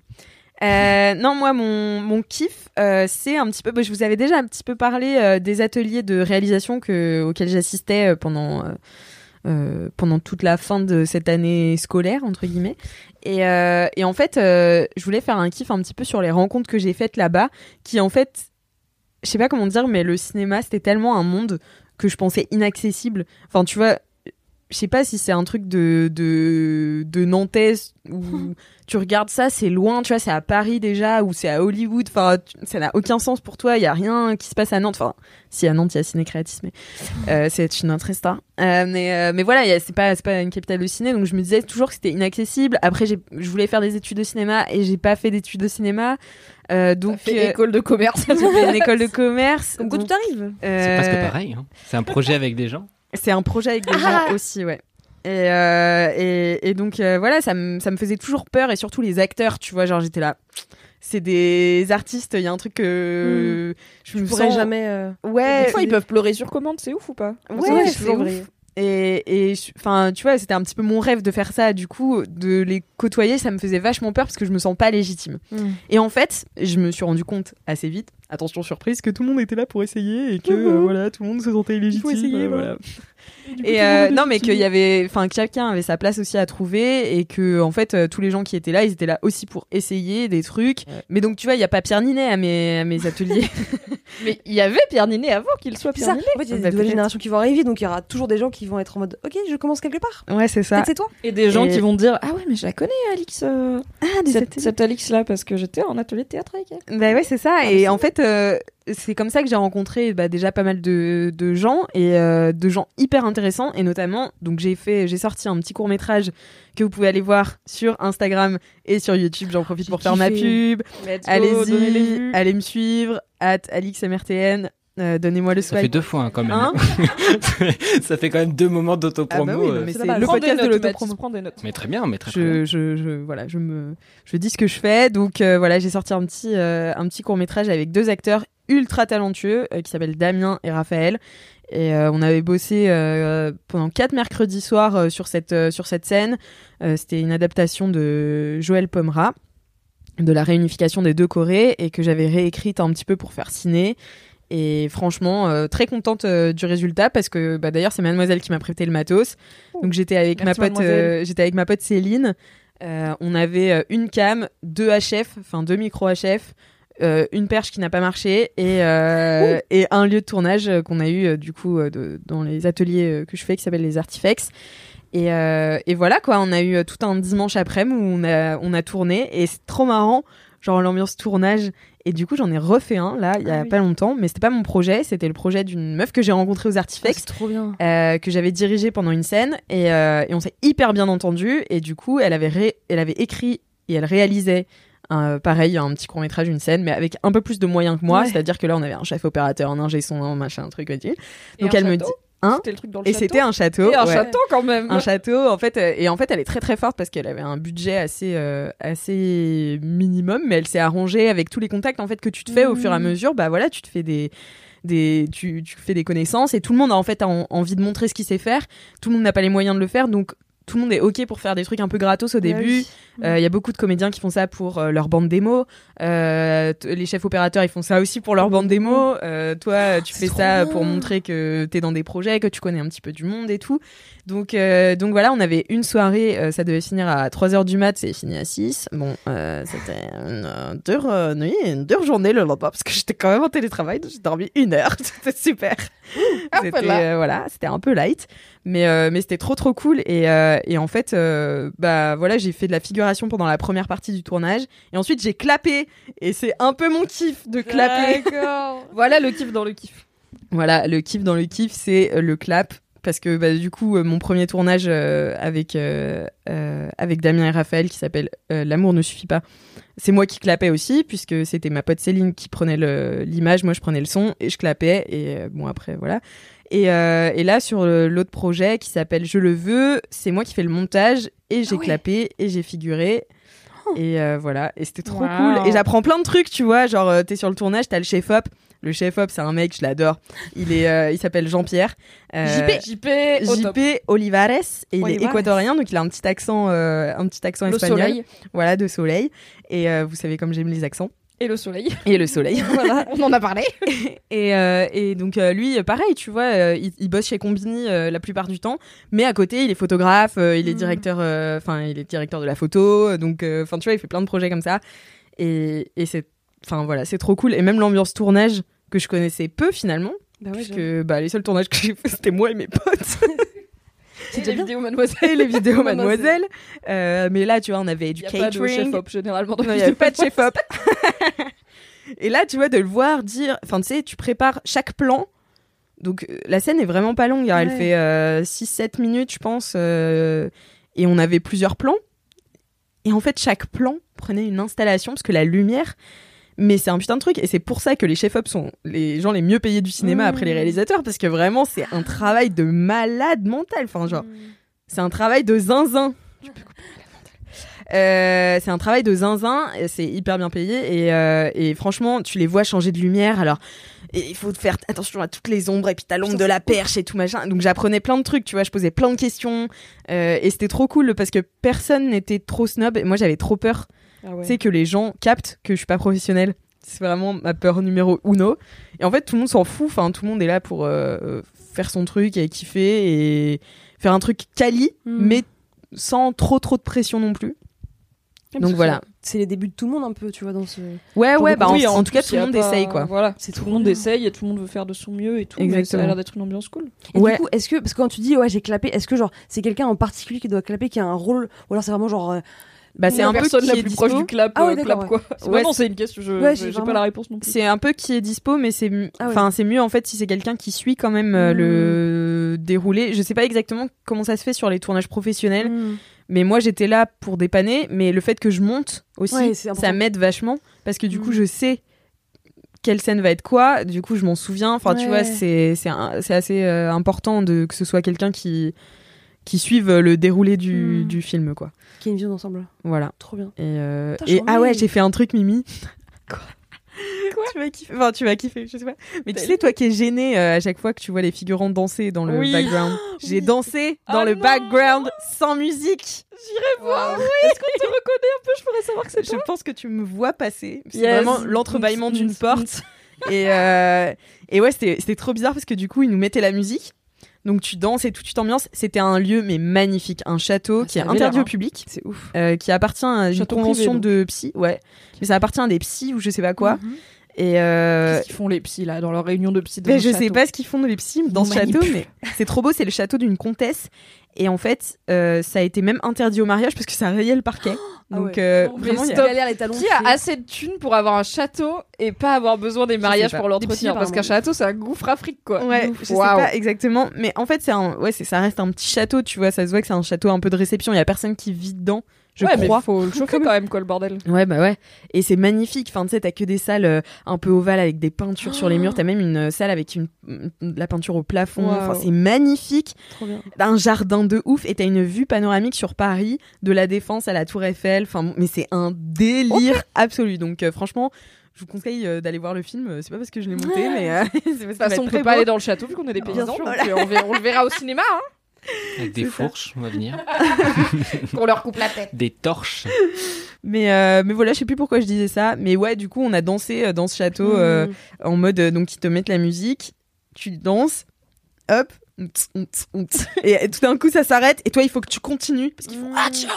S2: Euh, non, moi, mon, mon kiff, euh, c'est un petit peu. bah, je vous avais déjà un petit peu parlé euh, des ateliers de réalisation que, auxquels j'assistais euh, pendant, euh, euh, pendant toute la fin de cette année scolaire, entre guillemets. Et, euh, et en fait, euh, je voulais faire un kiff un petit peu sur les rencontres que j'ai faites là-bas, qui en fait, je sais pas comment dire, mais le cinéma, c'était tellement un monde que je pensais inaccessible. Enfin, tu vois, je sais pas si c'est un truc de, de, de Nantes ou tu regardes ça, c'est loin, tu vois, c'est à Paris déjà, ou c'est à Hollywood, enfin, tu- ça n'a aucun sens pour toi, il y a rien qui se passe à Nantes, enfin, si à Nantes, il y a Ciné Créatis, mais euh, c'est une autre histoire. Euh, mais, euh, mais voilà, il y a- c'est pas, c'est pas une capitale de ciné, donc je me disais toujours que c'était inaccessible. Après, j'ai- je voulais faire des études de cinéma et j'ai pas fait d'études de cinéma, euh, donc
S3: Fait
S2: euh,
S3: école de commerce.
S2: j'ai fait une école de commerce.
S4: Comme quoi
S2: donc,
S4: tout arrive.
S5: C'est
S2: euh,
S5: presque pareil. Hein. C'est un projet avec des gens.
S2: c'est un projet avec des gens aussi, ouais. Et, euh, et, et donc euh, voilà, ça me ça me faisait toujours peur et surtout les acteurs, tu vois, genre j'étais là. c'est des artistes. Il y a un truc que je me
S4: pourrais
S2: sens-
S4: jamais, euh,
S2: Ouais.
S3: Des fois, ils peuvent pleurer sur commande, c'est ouf ou pas
S2: Ouais, c'est ouf. Et, et je- enfin, tu vois, c'était un petit peu mon rêve de faire ça. Du coup, de les côtoyer, ça me faisait vachement peur parce que je me sens pas légitime.
S4: Mm.
S2: Et en fait, je me suis rendu compte assez vite, attention surprise, que tout le monde était là pour essayer et que euh, voilà, tout le monde se sentait illégitime.
S11: essayer,
S2: euh,
S11: voilà.
S2: voilà.
S11: Et du coup, tout
S2: Et
S11: le
S2: euh,
S11: monde
S2: non, mais
S11: légitime.
S2: qu'il y avait, enfin, que chacun avait sa place aussi à trouver et que en fait, euh, tous les gens qui étaient là, ils étaient là aussi pour essayer des trucs. Mais donc, tu vois, il y a pas Pierre Ninet à mes, à mes ateliers.
S3: mais il y avait Pierre Ninet avant qu'il soit
S4: C'est ça.
S3: Pierre
S4: En
S3: Ninet.
S4: fait, il y a des nouvelles générations qui vont arriver, donc il y aura toujours des gens qui vont être en mode Ok, je commence quelque part.
S2: Ouais, c'est ça.
S4: Peut-être c'est toi.
S3: Et des gens
S4: Et-
S3: qui vont dire Ah ouais, mais je la connais, Alix. euh, cette, cette Alix là, parce que j'étais en atelier de théâtre avec elle.
S2: Ah, Bah ouais, c'est
S11: Ah,
S2: ça. et en fait, euh, c'est comme ça que j'ai rencontré bah, déjà pas mal de, de gens et euh, de gens hyper intéressants. Et notamment, donc j'ai fait, j'ai sorti un petit court métrage que vous pouvez aller voir sur Instagram et sur YouTube. J'en profite pour faire ma
S11: kiffé.
S2: pub.
S11: Let's go, donnez les
S2: Allez-y,
S11: vues.
S2: allez me suivre. At AlixMRTN. Euh, Donnez-moi le
S5: Ça
S2: swipe.
S5: fait deux fois hein, quand même.
S2: Hein
S5: ça fait quand même deux moments d'autopromo.
S2: Ah bah oui, non,
S5: euh.
S2: mais c'est le podcast de l'autopromo.
S3: Prends des notes.
S5: Mais très bien, mais très, très bien.
S2: je, je, je- voilà, je me, je dis ce que je fais. Donc euh, voilà, j'ai sorti un petit, euh, un petit court métrage avec deux acteurs ultra talentueux euh, qui s'appellent Damien et Raphaël. Et euh, on avait bossé euh, pendant quatre mercredis soirs euh, sur cette, euh, sur cette scène. Euh, C'était une adaptation de Joël Pomera de la réunification des deux Corées et que j'avais réécrite un petit peu pour faire ciné. Et franchement, euh, très contente euh, du résultat parce que bah, d'ailleurs c'est Mademoiselle qui m'a prêté le matos. Donc j'étais avec
S11: Oh, Merci,
S2: ma pote, euh,
S11: Mademoiselle.
S2: j'étais avec ma pote Céline. Euh, on avait euh, une cam, deux HF, enfin deux micro HF, euh, une perche qui n'a pas marché et euh, et un lieu de tournage euh, qu'on a eu euh, du coup euh, de- dans les ateliers euh, que je fais qui s'appelle les Artifacts. Et, euh, et voilà quoi, on a eu euh, tout un dimanche après-midi où on a, on a tourné et c'est trop marrant, genre l'ambiance tournage. Et du coup, j'en ai refait un là, il y a pas longtemps, mais c'était pas mon projet, c'était le projet d'une meuf que j'ai rencontrée aux Artifacts.
S4: trop bien.
S2: euh, que j'avais dirigée pendant une scène et, euh, et on s'est hyper bien entendu. Et du coup, elle avait, ré- elle avait écrit et elle réalisait. un- euh, pareil, un petit court-métrage, une scène, mais avec un peu plus de moyens que moi.
S11: Ouais.
S2: C'est-à-dire que là, on avait un chef opérateur, un ingé son, un machin, un truc. et tout.
S11: Et
S2: Donc
S11: un
S2: elle me
S11: château
S2: dit. Hein
S3: C'était le truc dans le
S2: et
S3: château.
S2: c'était un château.
S3: Et un
S2: ouais.
S3: château quand même.
S2: Un château, en fait. euh, Et en fait, elle est très très forte parce qu'elle avait un budget assez, euh, assez minimum, mais elle s'est arrangée avec tous les contacts en fait que tu te fais au
S11: Mhm.
S2: fur et à mesure. Bah voilà, tu te fais des. Des, tu, tu fais des connaissances et tout le monde a en fait en- envie de montrer ce qu'il sait faire. Tout le monde n'a pas les moyens de le faire, donc tout le monde est ok pour faire des trucs un peu gratos au
S11: Ouais,
S2: début. Euh,
S11: oui.
S2: Il y a beaucoup de comédiens qui font ça pour euh, leur bande démo. Euh, t- les chefs opérateurs ils font ça aussi pour leur bande démo. Euh, toi, tu fais ça pour montrer que t'es dans des projets, que tu connais un petit peu du monde et tout. Donc, euh, donc voilà, on avait une soirée, euh, ça devait finir à 3h du mat, c'est fini à 6. Bon, euh, c'était une euh, dure euh, nuit, et une dure journée le lendemain, parce que j'étais quand même en télétravail, donc j'ai dormi une heure, c'était super. C'était
S11: voilà.
S2: euh, voilà, c'était un peu light, mais, euh, mais c'était trop trop cool. Et, euh, et en fait, euh, bah voilà, j'ai fait de la figuration pendant la première partie du tournage, et ensuite j'ai clapé, et c'est un peu mon kiff de clapper.
S3: voilà le kiff dans le kiff.
S2: Voilà, le kiff dans le kiff, c'est euh, le clap. Parce que bah, du coup, euh, mon premier tournage euh, avec, euh, euh, avec Damien et Raphaël, qui s'appelle euh, L'amour ne suffit pas, c'est moi qui clapais aussi, puisque c'était ma pote Céline qui prenait le- l'image, moi je prenais le son et je clapais. Et euh, bon, après, voilà. Et, euh, et là, sur le- l'autre projet qui s'appelle Je le veux, c'est moi qui fais le montage et j'ai clapé et j'ai figuré. Et euh, voilà, et c'était trop
S11: Wow.
S2: cool. Et j'apprends plein de trucs, tu vois. Genre, euh, t'es sur le tournage, t'as le chef-op. Le chef-op, c'est un mec, je l'adore. Il est, euh, il s'appelle Jean-Pierre. Euh,
S3: JP, JP, au top.
S2: JP Olivares et il
S3: Olivares.
S2: est équatorien donc il a un petit accent euh, un petit accent
S3: Le
S2: espagnol
S3: soleil.
S2: voilà de soleil et euh, vous savez comme j'aime les accents
S3: Et le soleil.
S2: et le soleil
S3: Voilà, on en a parlé.
S2: et, euh, et donc euh, lui, euh, pareil, tu vois, euh, il, il bosse chez Combini euh, la plupart du temps, mais à côté, il est photographe, euh, il est directeur, euh, enfin, il est directeur de la photo, euh, donc, euh, enfin, tu vois, il fait plein de projets comme ça. Et, et c'est, enfin, voilà, c'est trop cool. Et même l'ambiance tournage que je connaissais peu finalement,
S11: Bah ouais,
S2: puisque
S11: j'avoue.
S2: bah, les seuls tournages que j'ai fait, c'était moi et mes potes.
S3: C'est déjà vidéo mademoiselle.
S2: Et les vidéos mademoiselle. Euh, mais là, tu vois, on avait du
S3: Y a pas de
S2: catering.
S3: chef-op, généralement, dans
S2: Non,
S3: les
S2: y avait
S3: vidéos
S2: pas de chef-op. Et là, tu vois, de le voir dire. Enfin, tu sais, tu prépares chaque plan. Donc, euh, la scène est vraiment pas longue. hein. Elle
S11: Ouais.
S2: fait 6-7 minutes, je pense. euh, et on avait plusieurs plans. Et en fait, chaque plan prenait une installation, parce que la lumière. Mais c'est un putain de truc. Et c'est pour ça que les chefs-op sont les gens les mieux payés du cinéma
S11: Mmh.
S2: après les réalisateurs, parce que vraiment, c'est un travail de
S11: Mmh.
S2: malade mental. Enfin, genre, c'est un travail de zinzin. Euh, c'est un travail de zinzin, et c'est hyper bien payé et, euh, et franchement, tu les vois changer de lumière. Alors, et il faut faire attention à toutes les ombres et puis t'as l'ombre
S11: Putain,
S2: de la
S11: c'est
S2: perche et tout machin. Donc j'apprenais plein de trucs, tu vois, je posais plein de questions euh, et c'était trop cool parce que personne n'était trop snob et moi j'avais trop peur.
S11: Ah ouais.
S2: Tu sais que les gens captent que je suis pas professionnelle. C'est vraiment ma peur numéro uno. Et en fait, tout le monde s'en fout. Enfin, tout le monde est là pour euh, faire son truc et kiffer et faire un truc quali,
S4: Hmm.
S2: mais sans trop trop de pression non plus.
S4: Parce
S2: Donc
S4: que
S2: voilà.
S4: c'est- C'est les débuts de tout le monde un peu, tu vois, dans ce.
S2: Ouais,
S4: genre
S2: ouais,
S4: de
S2: bah en,
S4: contexte.
S2: en tout cas, tout le monde essaye quoi.
S3: Voilà, c'est tout le monde essaye et tout le monde veut faire de son mieux et tout. mais Ça a
S4: Exactement.
S3: l'air d'être une ambiance cool.
S4: Et du coup, est-ce que parce que quand tu dis ouais j'ai clapé, est-ce que genre c'est quelqu'un en particulier qui doit clapé, qui a un rôle, ou alors c'est vraiment genre. euh,
S2: Bah, c'est
S4: la
S2: un peu
S4: personne
S2: qui
S4: la
S2: est
S4: plus
S2: dispo.
S4: proche du clap, Ah ouais, euh, clap, d'accord, quoi. ouais. Ouais,
S3: non,
S4: c'est-
S3: c'est une question, je
S4: Ouais,
S3: j'ai
S4: c'est
S3: pas
S4: vraiment-
S3: la réponse non plus.
S2: C'est un peu qui est dispo, mais c'est m-
S3: Ah ouais.
S2: enfin c'est mieux en fait si c'est quelqu'un qui suit quand même euh,
S11: Mmh.
S2: le déroulé. Je sais pas exactement comment ça se fait sur les tournages professionnels,
S4: Hmm.
S2: mais moi j'étais là pour dépanner. Mais le fait que je monte aussi,
S11: Ouais, c'est important. Mmh.
S2: ça m'aide vachement parce que du coup je sais quelle scène va être quoi. Du coup je m'en souviens. Enfin tu
S11: Ouais.
S2: vois c'est c'est un- c'est assez euh, important de que ce soit quelqu'un qui qui suive euh, le déroulé du,
S11: Mmh.
S2: du film quoi.
S4: Qui a une vision d'ensemble.
S2: Voilà.
S4: Trop bien.
S2: Et, euh,
S4: Putain,
S2: et-
S4: j'en ai.
S2: ah ouais, j'ai fait un truc, Mimi. Quoi Tu vas kiffer. Enfin, tu vas kiffer, je sais pas. Mais tu sais, toi qui es gênée euh, à chaque fois que tu vois les figurants danser dans le
S11: Oui.
S2: background. J'ai dansé dans
S3: Ah
S2: le background sans musique. J'irai voir.
S3: Est-ce qu'on te reconnaît un peu Je pourrais savoir que c'est
S2: Je pense que tu me vois passer. C'est
S3: Yes.
S2: vraiment l'entrebâillement d'une porte. et, euh, et ouais, c'était c'était trop bizarre parce que du coup, ils nous mettaient la musique. Donc tu danses et tout, tu t'ambiances. C'était un lieu mais magnifique, un château
S3: Ah,
S2: qui est
S11: avait l'air,
S2: interdit
S11: hein.
S2: au public, euh, qui appartient à une
S11: Château privé,
S2: convention
S11: donc.
S2: de psy, ouais. Mais ça appartient à des psys ou je sais pas quoi. Et euh,
S3: Mhm. Qu'est-ce qu'ils font les psys là dans leur réunion de psy dans
S2: mais
S3: un
S2: je sais
S3: château
S2: pas ce qu'ils font les psys dans
S3: Ils
S2: ce
S3: nous
S2: château,
S3: manipulent.
S2: mais c'est trop beau. C'est le château d'une comtesse. Et en fait, euh, ça a été même interdit au mariage parce que ça rayait le parquet.
S3: Ah
S2: Donc euh,
S3: Mais
S2: vraiment, il y a-
S3: stop. Qui a assez de thunes pour avoir un château et pas avoir besoin des mariages
S2: pas.
S3: pour
S2: Des psys,
S3: l'entretien Parce
S2: pardon.
S3: qu'un château, c'est un gouffre afrique, quoi.
S2: Ouais,
S3: Ouf.
S2: je
S3: Waouh.
S2: sais pas exactement, mais en fait, c'est un, ouais, c'est, ça reste un petit château, tu vois, ça se voit que c'est un château un peu de réception, il y a personne qui vit dedans, je
S3: ouais,
S2: crois.
S3: mais faut le chauffer quand même, quoi, le bordel.
S2: Ouais, bah ouais. Et c'est magnifique. Enfin, tu sais, t'as que des salles euh, un peu ovales avec des peintures sur les murs.
S3: Oh.
S2: T'as même une euh, salle avec une, de la peinture au plafond.
S11: Waouh.
S2: Enfin, c'est magnifique.
S4: Trop bien.
S2: Un jardin de ouf. Et t'as une vue panoramique sur Paris, de la Défense à la Tour Eiffel. Enfin, bon, mais c'est un délire absolu. Donc, euh, franchement, je vous conseille euh, d'aller voir le film. Euh, C'est pas parce que je l'ai monté, mais euh, c'est parce qu'il va
S3: Ah. De toute façon,
S2: être
S3: on
S2: très
S3: peut pas
S2: beau.
S3: aller dans le château vu qu'on est des
S2: Bien
S3: paysans.
S2: sûr.
S3: donc, euh, on, verra, on le verra au cinéma, hein.
S5: Avec des fourches, on va venir.
S3: Qu'on leur coupe la tête.
S5: Des torches.
S2: Mais, euh, mais voilà, je sais plus pourquoi je disais ça. Mais ouais, du coup, on a dansé euh, dans ce château euh,
S11: Mm.
S2: en mode euh, donc ils te mettent la musique, tu danses, hop. ntz, ntz, ntz. Et et tout d'un coup ça s'arrête et toi il faut que tu continues parce qu'ils font
S11: Mmh.
S2: ah tiens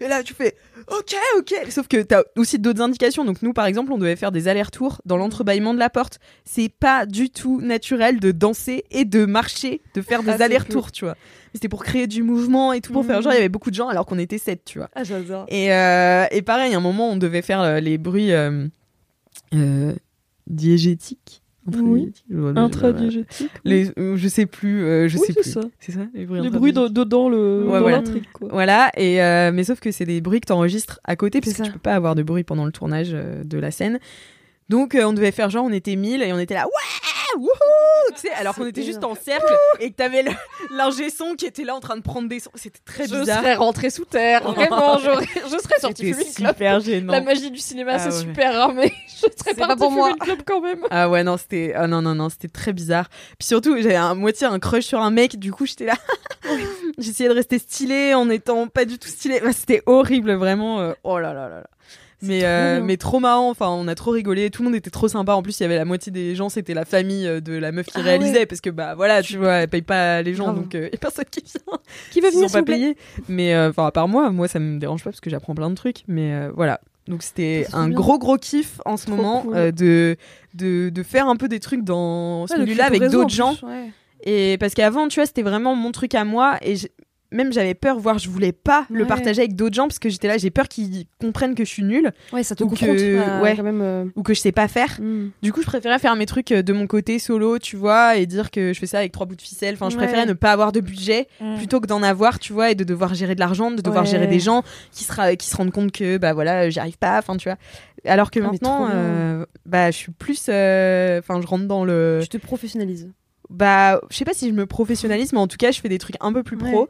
S2: et là tu fais ok ok sauf que t'as aussi d'autres indications donc nous par exemple on devait faire des allers-retours dans l'entrebâillement de la porte c'est pas du tout naturel de danser et de marcher de faire
S11: Ah,
S2: des
S11: c'est
S2: allers-retours
S11: cool. Mmh.
S2: tu vois Mais c'était pour créer du mouvement et tout pour faire genre il y avait beaucoup de gens alors qu'on était sept tu vois
S4: Ah j'adore.
S2: et, euh, et pareil, à un moment, on devait faire euh, les bruits euh, euh, diégétiques.
S3: Oui. Intradiégétiques, oui.
S2: Les, euh, je sais plus, euh, je
S3: Oui,
S2: sais
S3: c'est
S2: plus.
S3: ça.
S2: C'est ça, les bruits
S3: Les bruits de- dedans le- dans
S2: voilà.
S3: l'intrigue, quoi.
S2: Voilà, et euh, mais sauf que c'est des bruits que t'enregistres à côté parce que tu peux pas avoir de bruit pendant le tournage euh, de la scène. Donc euh, on devait faire genre on était 1000 et on était là ouais wouhou tu sais alors qu'on était juste en cercle et que t'avais le- l'ingé son qui était là en train de prendre des sons c'était très
S3: Je
S2: bizarre
S3: serais rentrée sous terre, vraiment, j'aurais- je serais sortie
S2: C'était
S3: fumer une clope.
S2: super gênant
S3: La magie du cinéma,
S2: Ah
S3: c'est
S2: ouais.
S3: super rare, mais je serais
S2: pas
S3: partie
S2: pour
S3: fumer
S2: moi.
S3: une clope quand même.
S2: Ah ouais, non, c'était ah non, non, non, c'était très bizarre. Puis surtout, j'avais un moitié un crush sur un mec, du coup, j'étais là. J'essayais de rester stylée en étant pas du tout stylée. Bah, c'était horrible, vraiment. euh, Oh là là là là. Mais, euh,
S11: bien.
S2: mais trop marrant, enfin, on a trop rigolé, tout le monde était trop sympa. En plus, il y avait la moitié des gens, c'était la famille euh, de la meuf qui
S11: Ah
S2: réalisait,
S11: ouais.
S2: parce que bah voilà, tu vois, elle paye pas les gens,
S11: Grave.
S2: donc euh, y a personne qui vient.
S11: Qui veut
S2: Ils
S11: venir,
S2: sont pas
S11: s'il vous plaît
S2: payés. Mais euh, enfin, à part moi, moi ça me dérange pas parce que j'apprends plein de trucs, mais euh, voilà. Donc c'était
S11: trop
S2: un
S11: bien.
S2: gros gros kiff en ce
S11: Trop
S2: moment
S11: cool.
S2: euh, de, de de faire un peu des trucs dans ce
S11: Ouais, de
S2: milieu-là
S11: créer ton
S2: avec
S11: réseau, en
S2: d'autres
S11: plus,
S2: gens.
S11: ouais.
S2: Et parce qu'avant, tu vois, c'était vraiment mon truc à moi et j- même j'avais peur, voire je voulais pas le
S4: Ouais.
S2: partager avec d'autres gens parce que j'étais là, j'ai peur qu'ils comprennent que je suis nulle.
S4: Ouais, ça te
S2: ou
S4: confronte,
S2: que,
S4: euh, Hmm.
S2: ouais,
S4: quand même, euh.
S2: ou que je sais pas faire. Du coup, je préférais faire mes trucs euh, de mon côté solo, tu vois, et dire que je fais ça avec trois bouts de ficelle. Enfin, je
S11: Ouais.
S2: préférais ne pas avoir de budget
S11: Mm.
S2: plutôt que d'en avoir, tu vois, et de devoir gérer de l'argent, de devoir
S11: Ouais.
S2: gérer des gens qui, sera, qui se rendent compte que, bah voilà, euh, j'y arrive pas, enfin, tu vois. Alors que
S4: Ah, mais
S2: maintenant,
S4: trop bien.
S2: euh, bah, je suis plus. euh, Enfin, je rentre dans le.
S4: Tu te professionnalises.
S2: Bah, je sais pas si je me professionnalise, mais en tout cas, je fais des trucs un peu plus pro.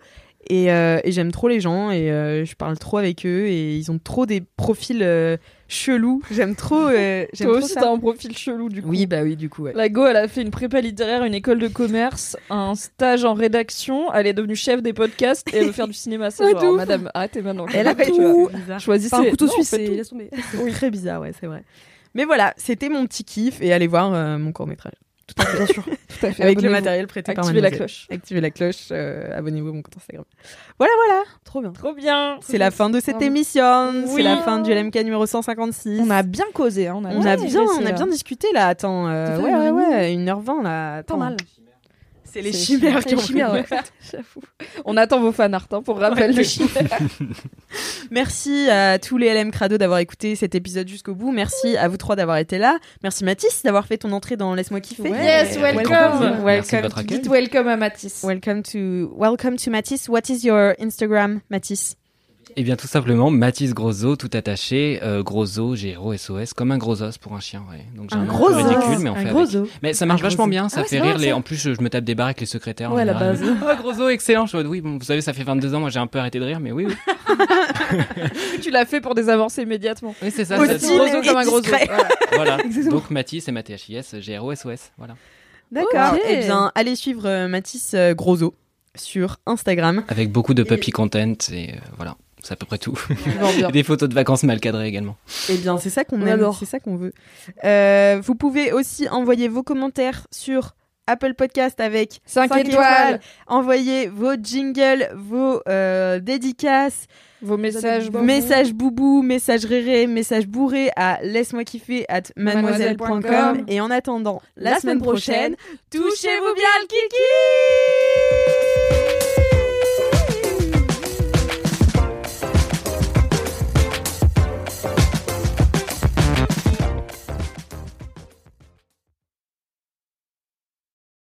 S2: Et, euh, et j'aime trop les gens et euh, je parle trop avec eux et ils ont trop des profils euh, chelous. J'aime trop. euh, j'aime
S3: Toi
S2: trop
S3: aussi,
S2: ça.
S3: t'as un profil chelou du coup.
S2: Oui, bah oui, du coup, ouais.
S3: La Go, elle a fait une prépa littéraire, une école de commerce, un stage en rédaction. Elle est devenue chef des podcasts et elle veut faire du cinéma. C'est
S2: Ouais,
S3: genre,
S2: de ouf.
S3: madame, arrêtez maintenant.
S2: Elle a
S3: Ouais, tu
S2: tout.
S3: vois.
S2: Bizarre.
S3: Choisissez.
S2: Pas un couteau
S3: Non,
S2: suisse,
S3: faites
S2: c'est-
S3: tout.
S2: laisse tomber. C'est très bizarre, ouais, c'est vrai. Mais voilà, c'était mon petit kiff et allez voir euh, mon court métrage. Tout à fait, bien sûr.
S3: Tout à
S2: Avec
S3: fait,
S2: le
S3: abonnez-vous.
S2: matériel prêté par
S3: Activez la
S2: Mademoiselle.
S3: cloche.
S2: Activez la cloche, euh, abonnez-vous à mon compte Instagram. Voilà, voilà. Trop bien.
S3: Trop bien.
S2: C'est la fin de cette émission. C'est
S3: Oui.
S2: la fin du LMK numéro 156.
S3: On a bien causé. hein, On a,
S2: On a bien,
S3: laissé,
S2: on a
S3: là.
S2: bien discuté là. Attends, euh,
S3: Ça fait
S2: ouais, ouais,
S3: une
S2: ouais, 1h20 là. Attends.
S3: mal.
S2: C'est les chimères qui ont pris le
S3: ouais. J'avoue. On attend vos fanarts hein, pour rappel
S2: Ouais.
S3: de chimères.
S2: Merci à tous les LM Crado d'avoir écouté cet épisode jusqu'au bout. Merci à vous trois d'avoir été là. Merci Mathis d'avoir fait ton entrée dans Laisse-moi kiffer.
S3: Yes, welcome. Merci de votre
S2: to-
S3: accueil. Dites welcome à Mathis.
S2: Welcome to welcome to Mathis. What is your Instagram, Mathis
S5: Eh bien, tout simplement, Mathis Grosso, tout attaché. Euh, Grosso, G-R-O-S-O-S, comme un gros os pour un chien, ouais. Donc, j'ai
S2: Un
S5: un, nom
S2: gros
S5: peu ridicule,
S2: os,
S5: mais on
S2: un
S5: fait
S2: gros
S5: avec.
S2: os.
S5: Mais ça marche
S2: Un gros
S5: vachement
S2: os.
S5: bien,
S2: Ah
S5: ça
S2: ouais,
S5: fait
S2: c'est vrai,
S5: rire. Les...
S2: ça.
S5: En plus, je, je me tape des barres avec les secrétaires. en
S2: Ouais, la
S5: général.
S2: base.
S5: Ah, gros os, excellent. Je suis en mode, oui, bon, vous savez, ça fait 22 ans. Moi, j'ai un peu arrêté de rire, mais oui, oui.
S3: tu l'as fait pour des avancées immédiatement.
S5: Oui, c'est ça,
S3: Gros
S5: c'est ça.
S3: os comme un gros os. Voilà.
S5: Voilà. Donc, Mathis et Mathis, G-R-O-S-O-S. Voilà.
S2: D'accord.
S3: Ok.
S2: Eh bien, allez suivre euh, Mathis euh, Grosso sur Instagram.
S5: Avec beaucoup de puppy content et euh, voilà. C'est à peu près tout.
S2: Bon, bien.
S3: Oh.
S5: Et des photos de vacances mal cadrées également.
S2: Eh bien, c'est ça qu'on
S3: On
S2: aime,
S3: adore.
S2: c'est ça qu'on veut. Euh, vous pouvez aussi envoyer vos commentaires sur Apple Podcast avec 5,
S3: étoiles.
S2: Envoyez vos jingles, vos euh, dédicaces,
S3: vos messages bonbons.
S2: messages boubou, messages réré, messages bourrés à laisse-moi kiffer at mademoiselle.com.
S3: mademoiselle.com.
S2: Et en attendant, la, semaine prochaine, touchez-vous
S3: bien le kiki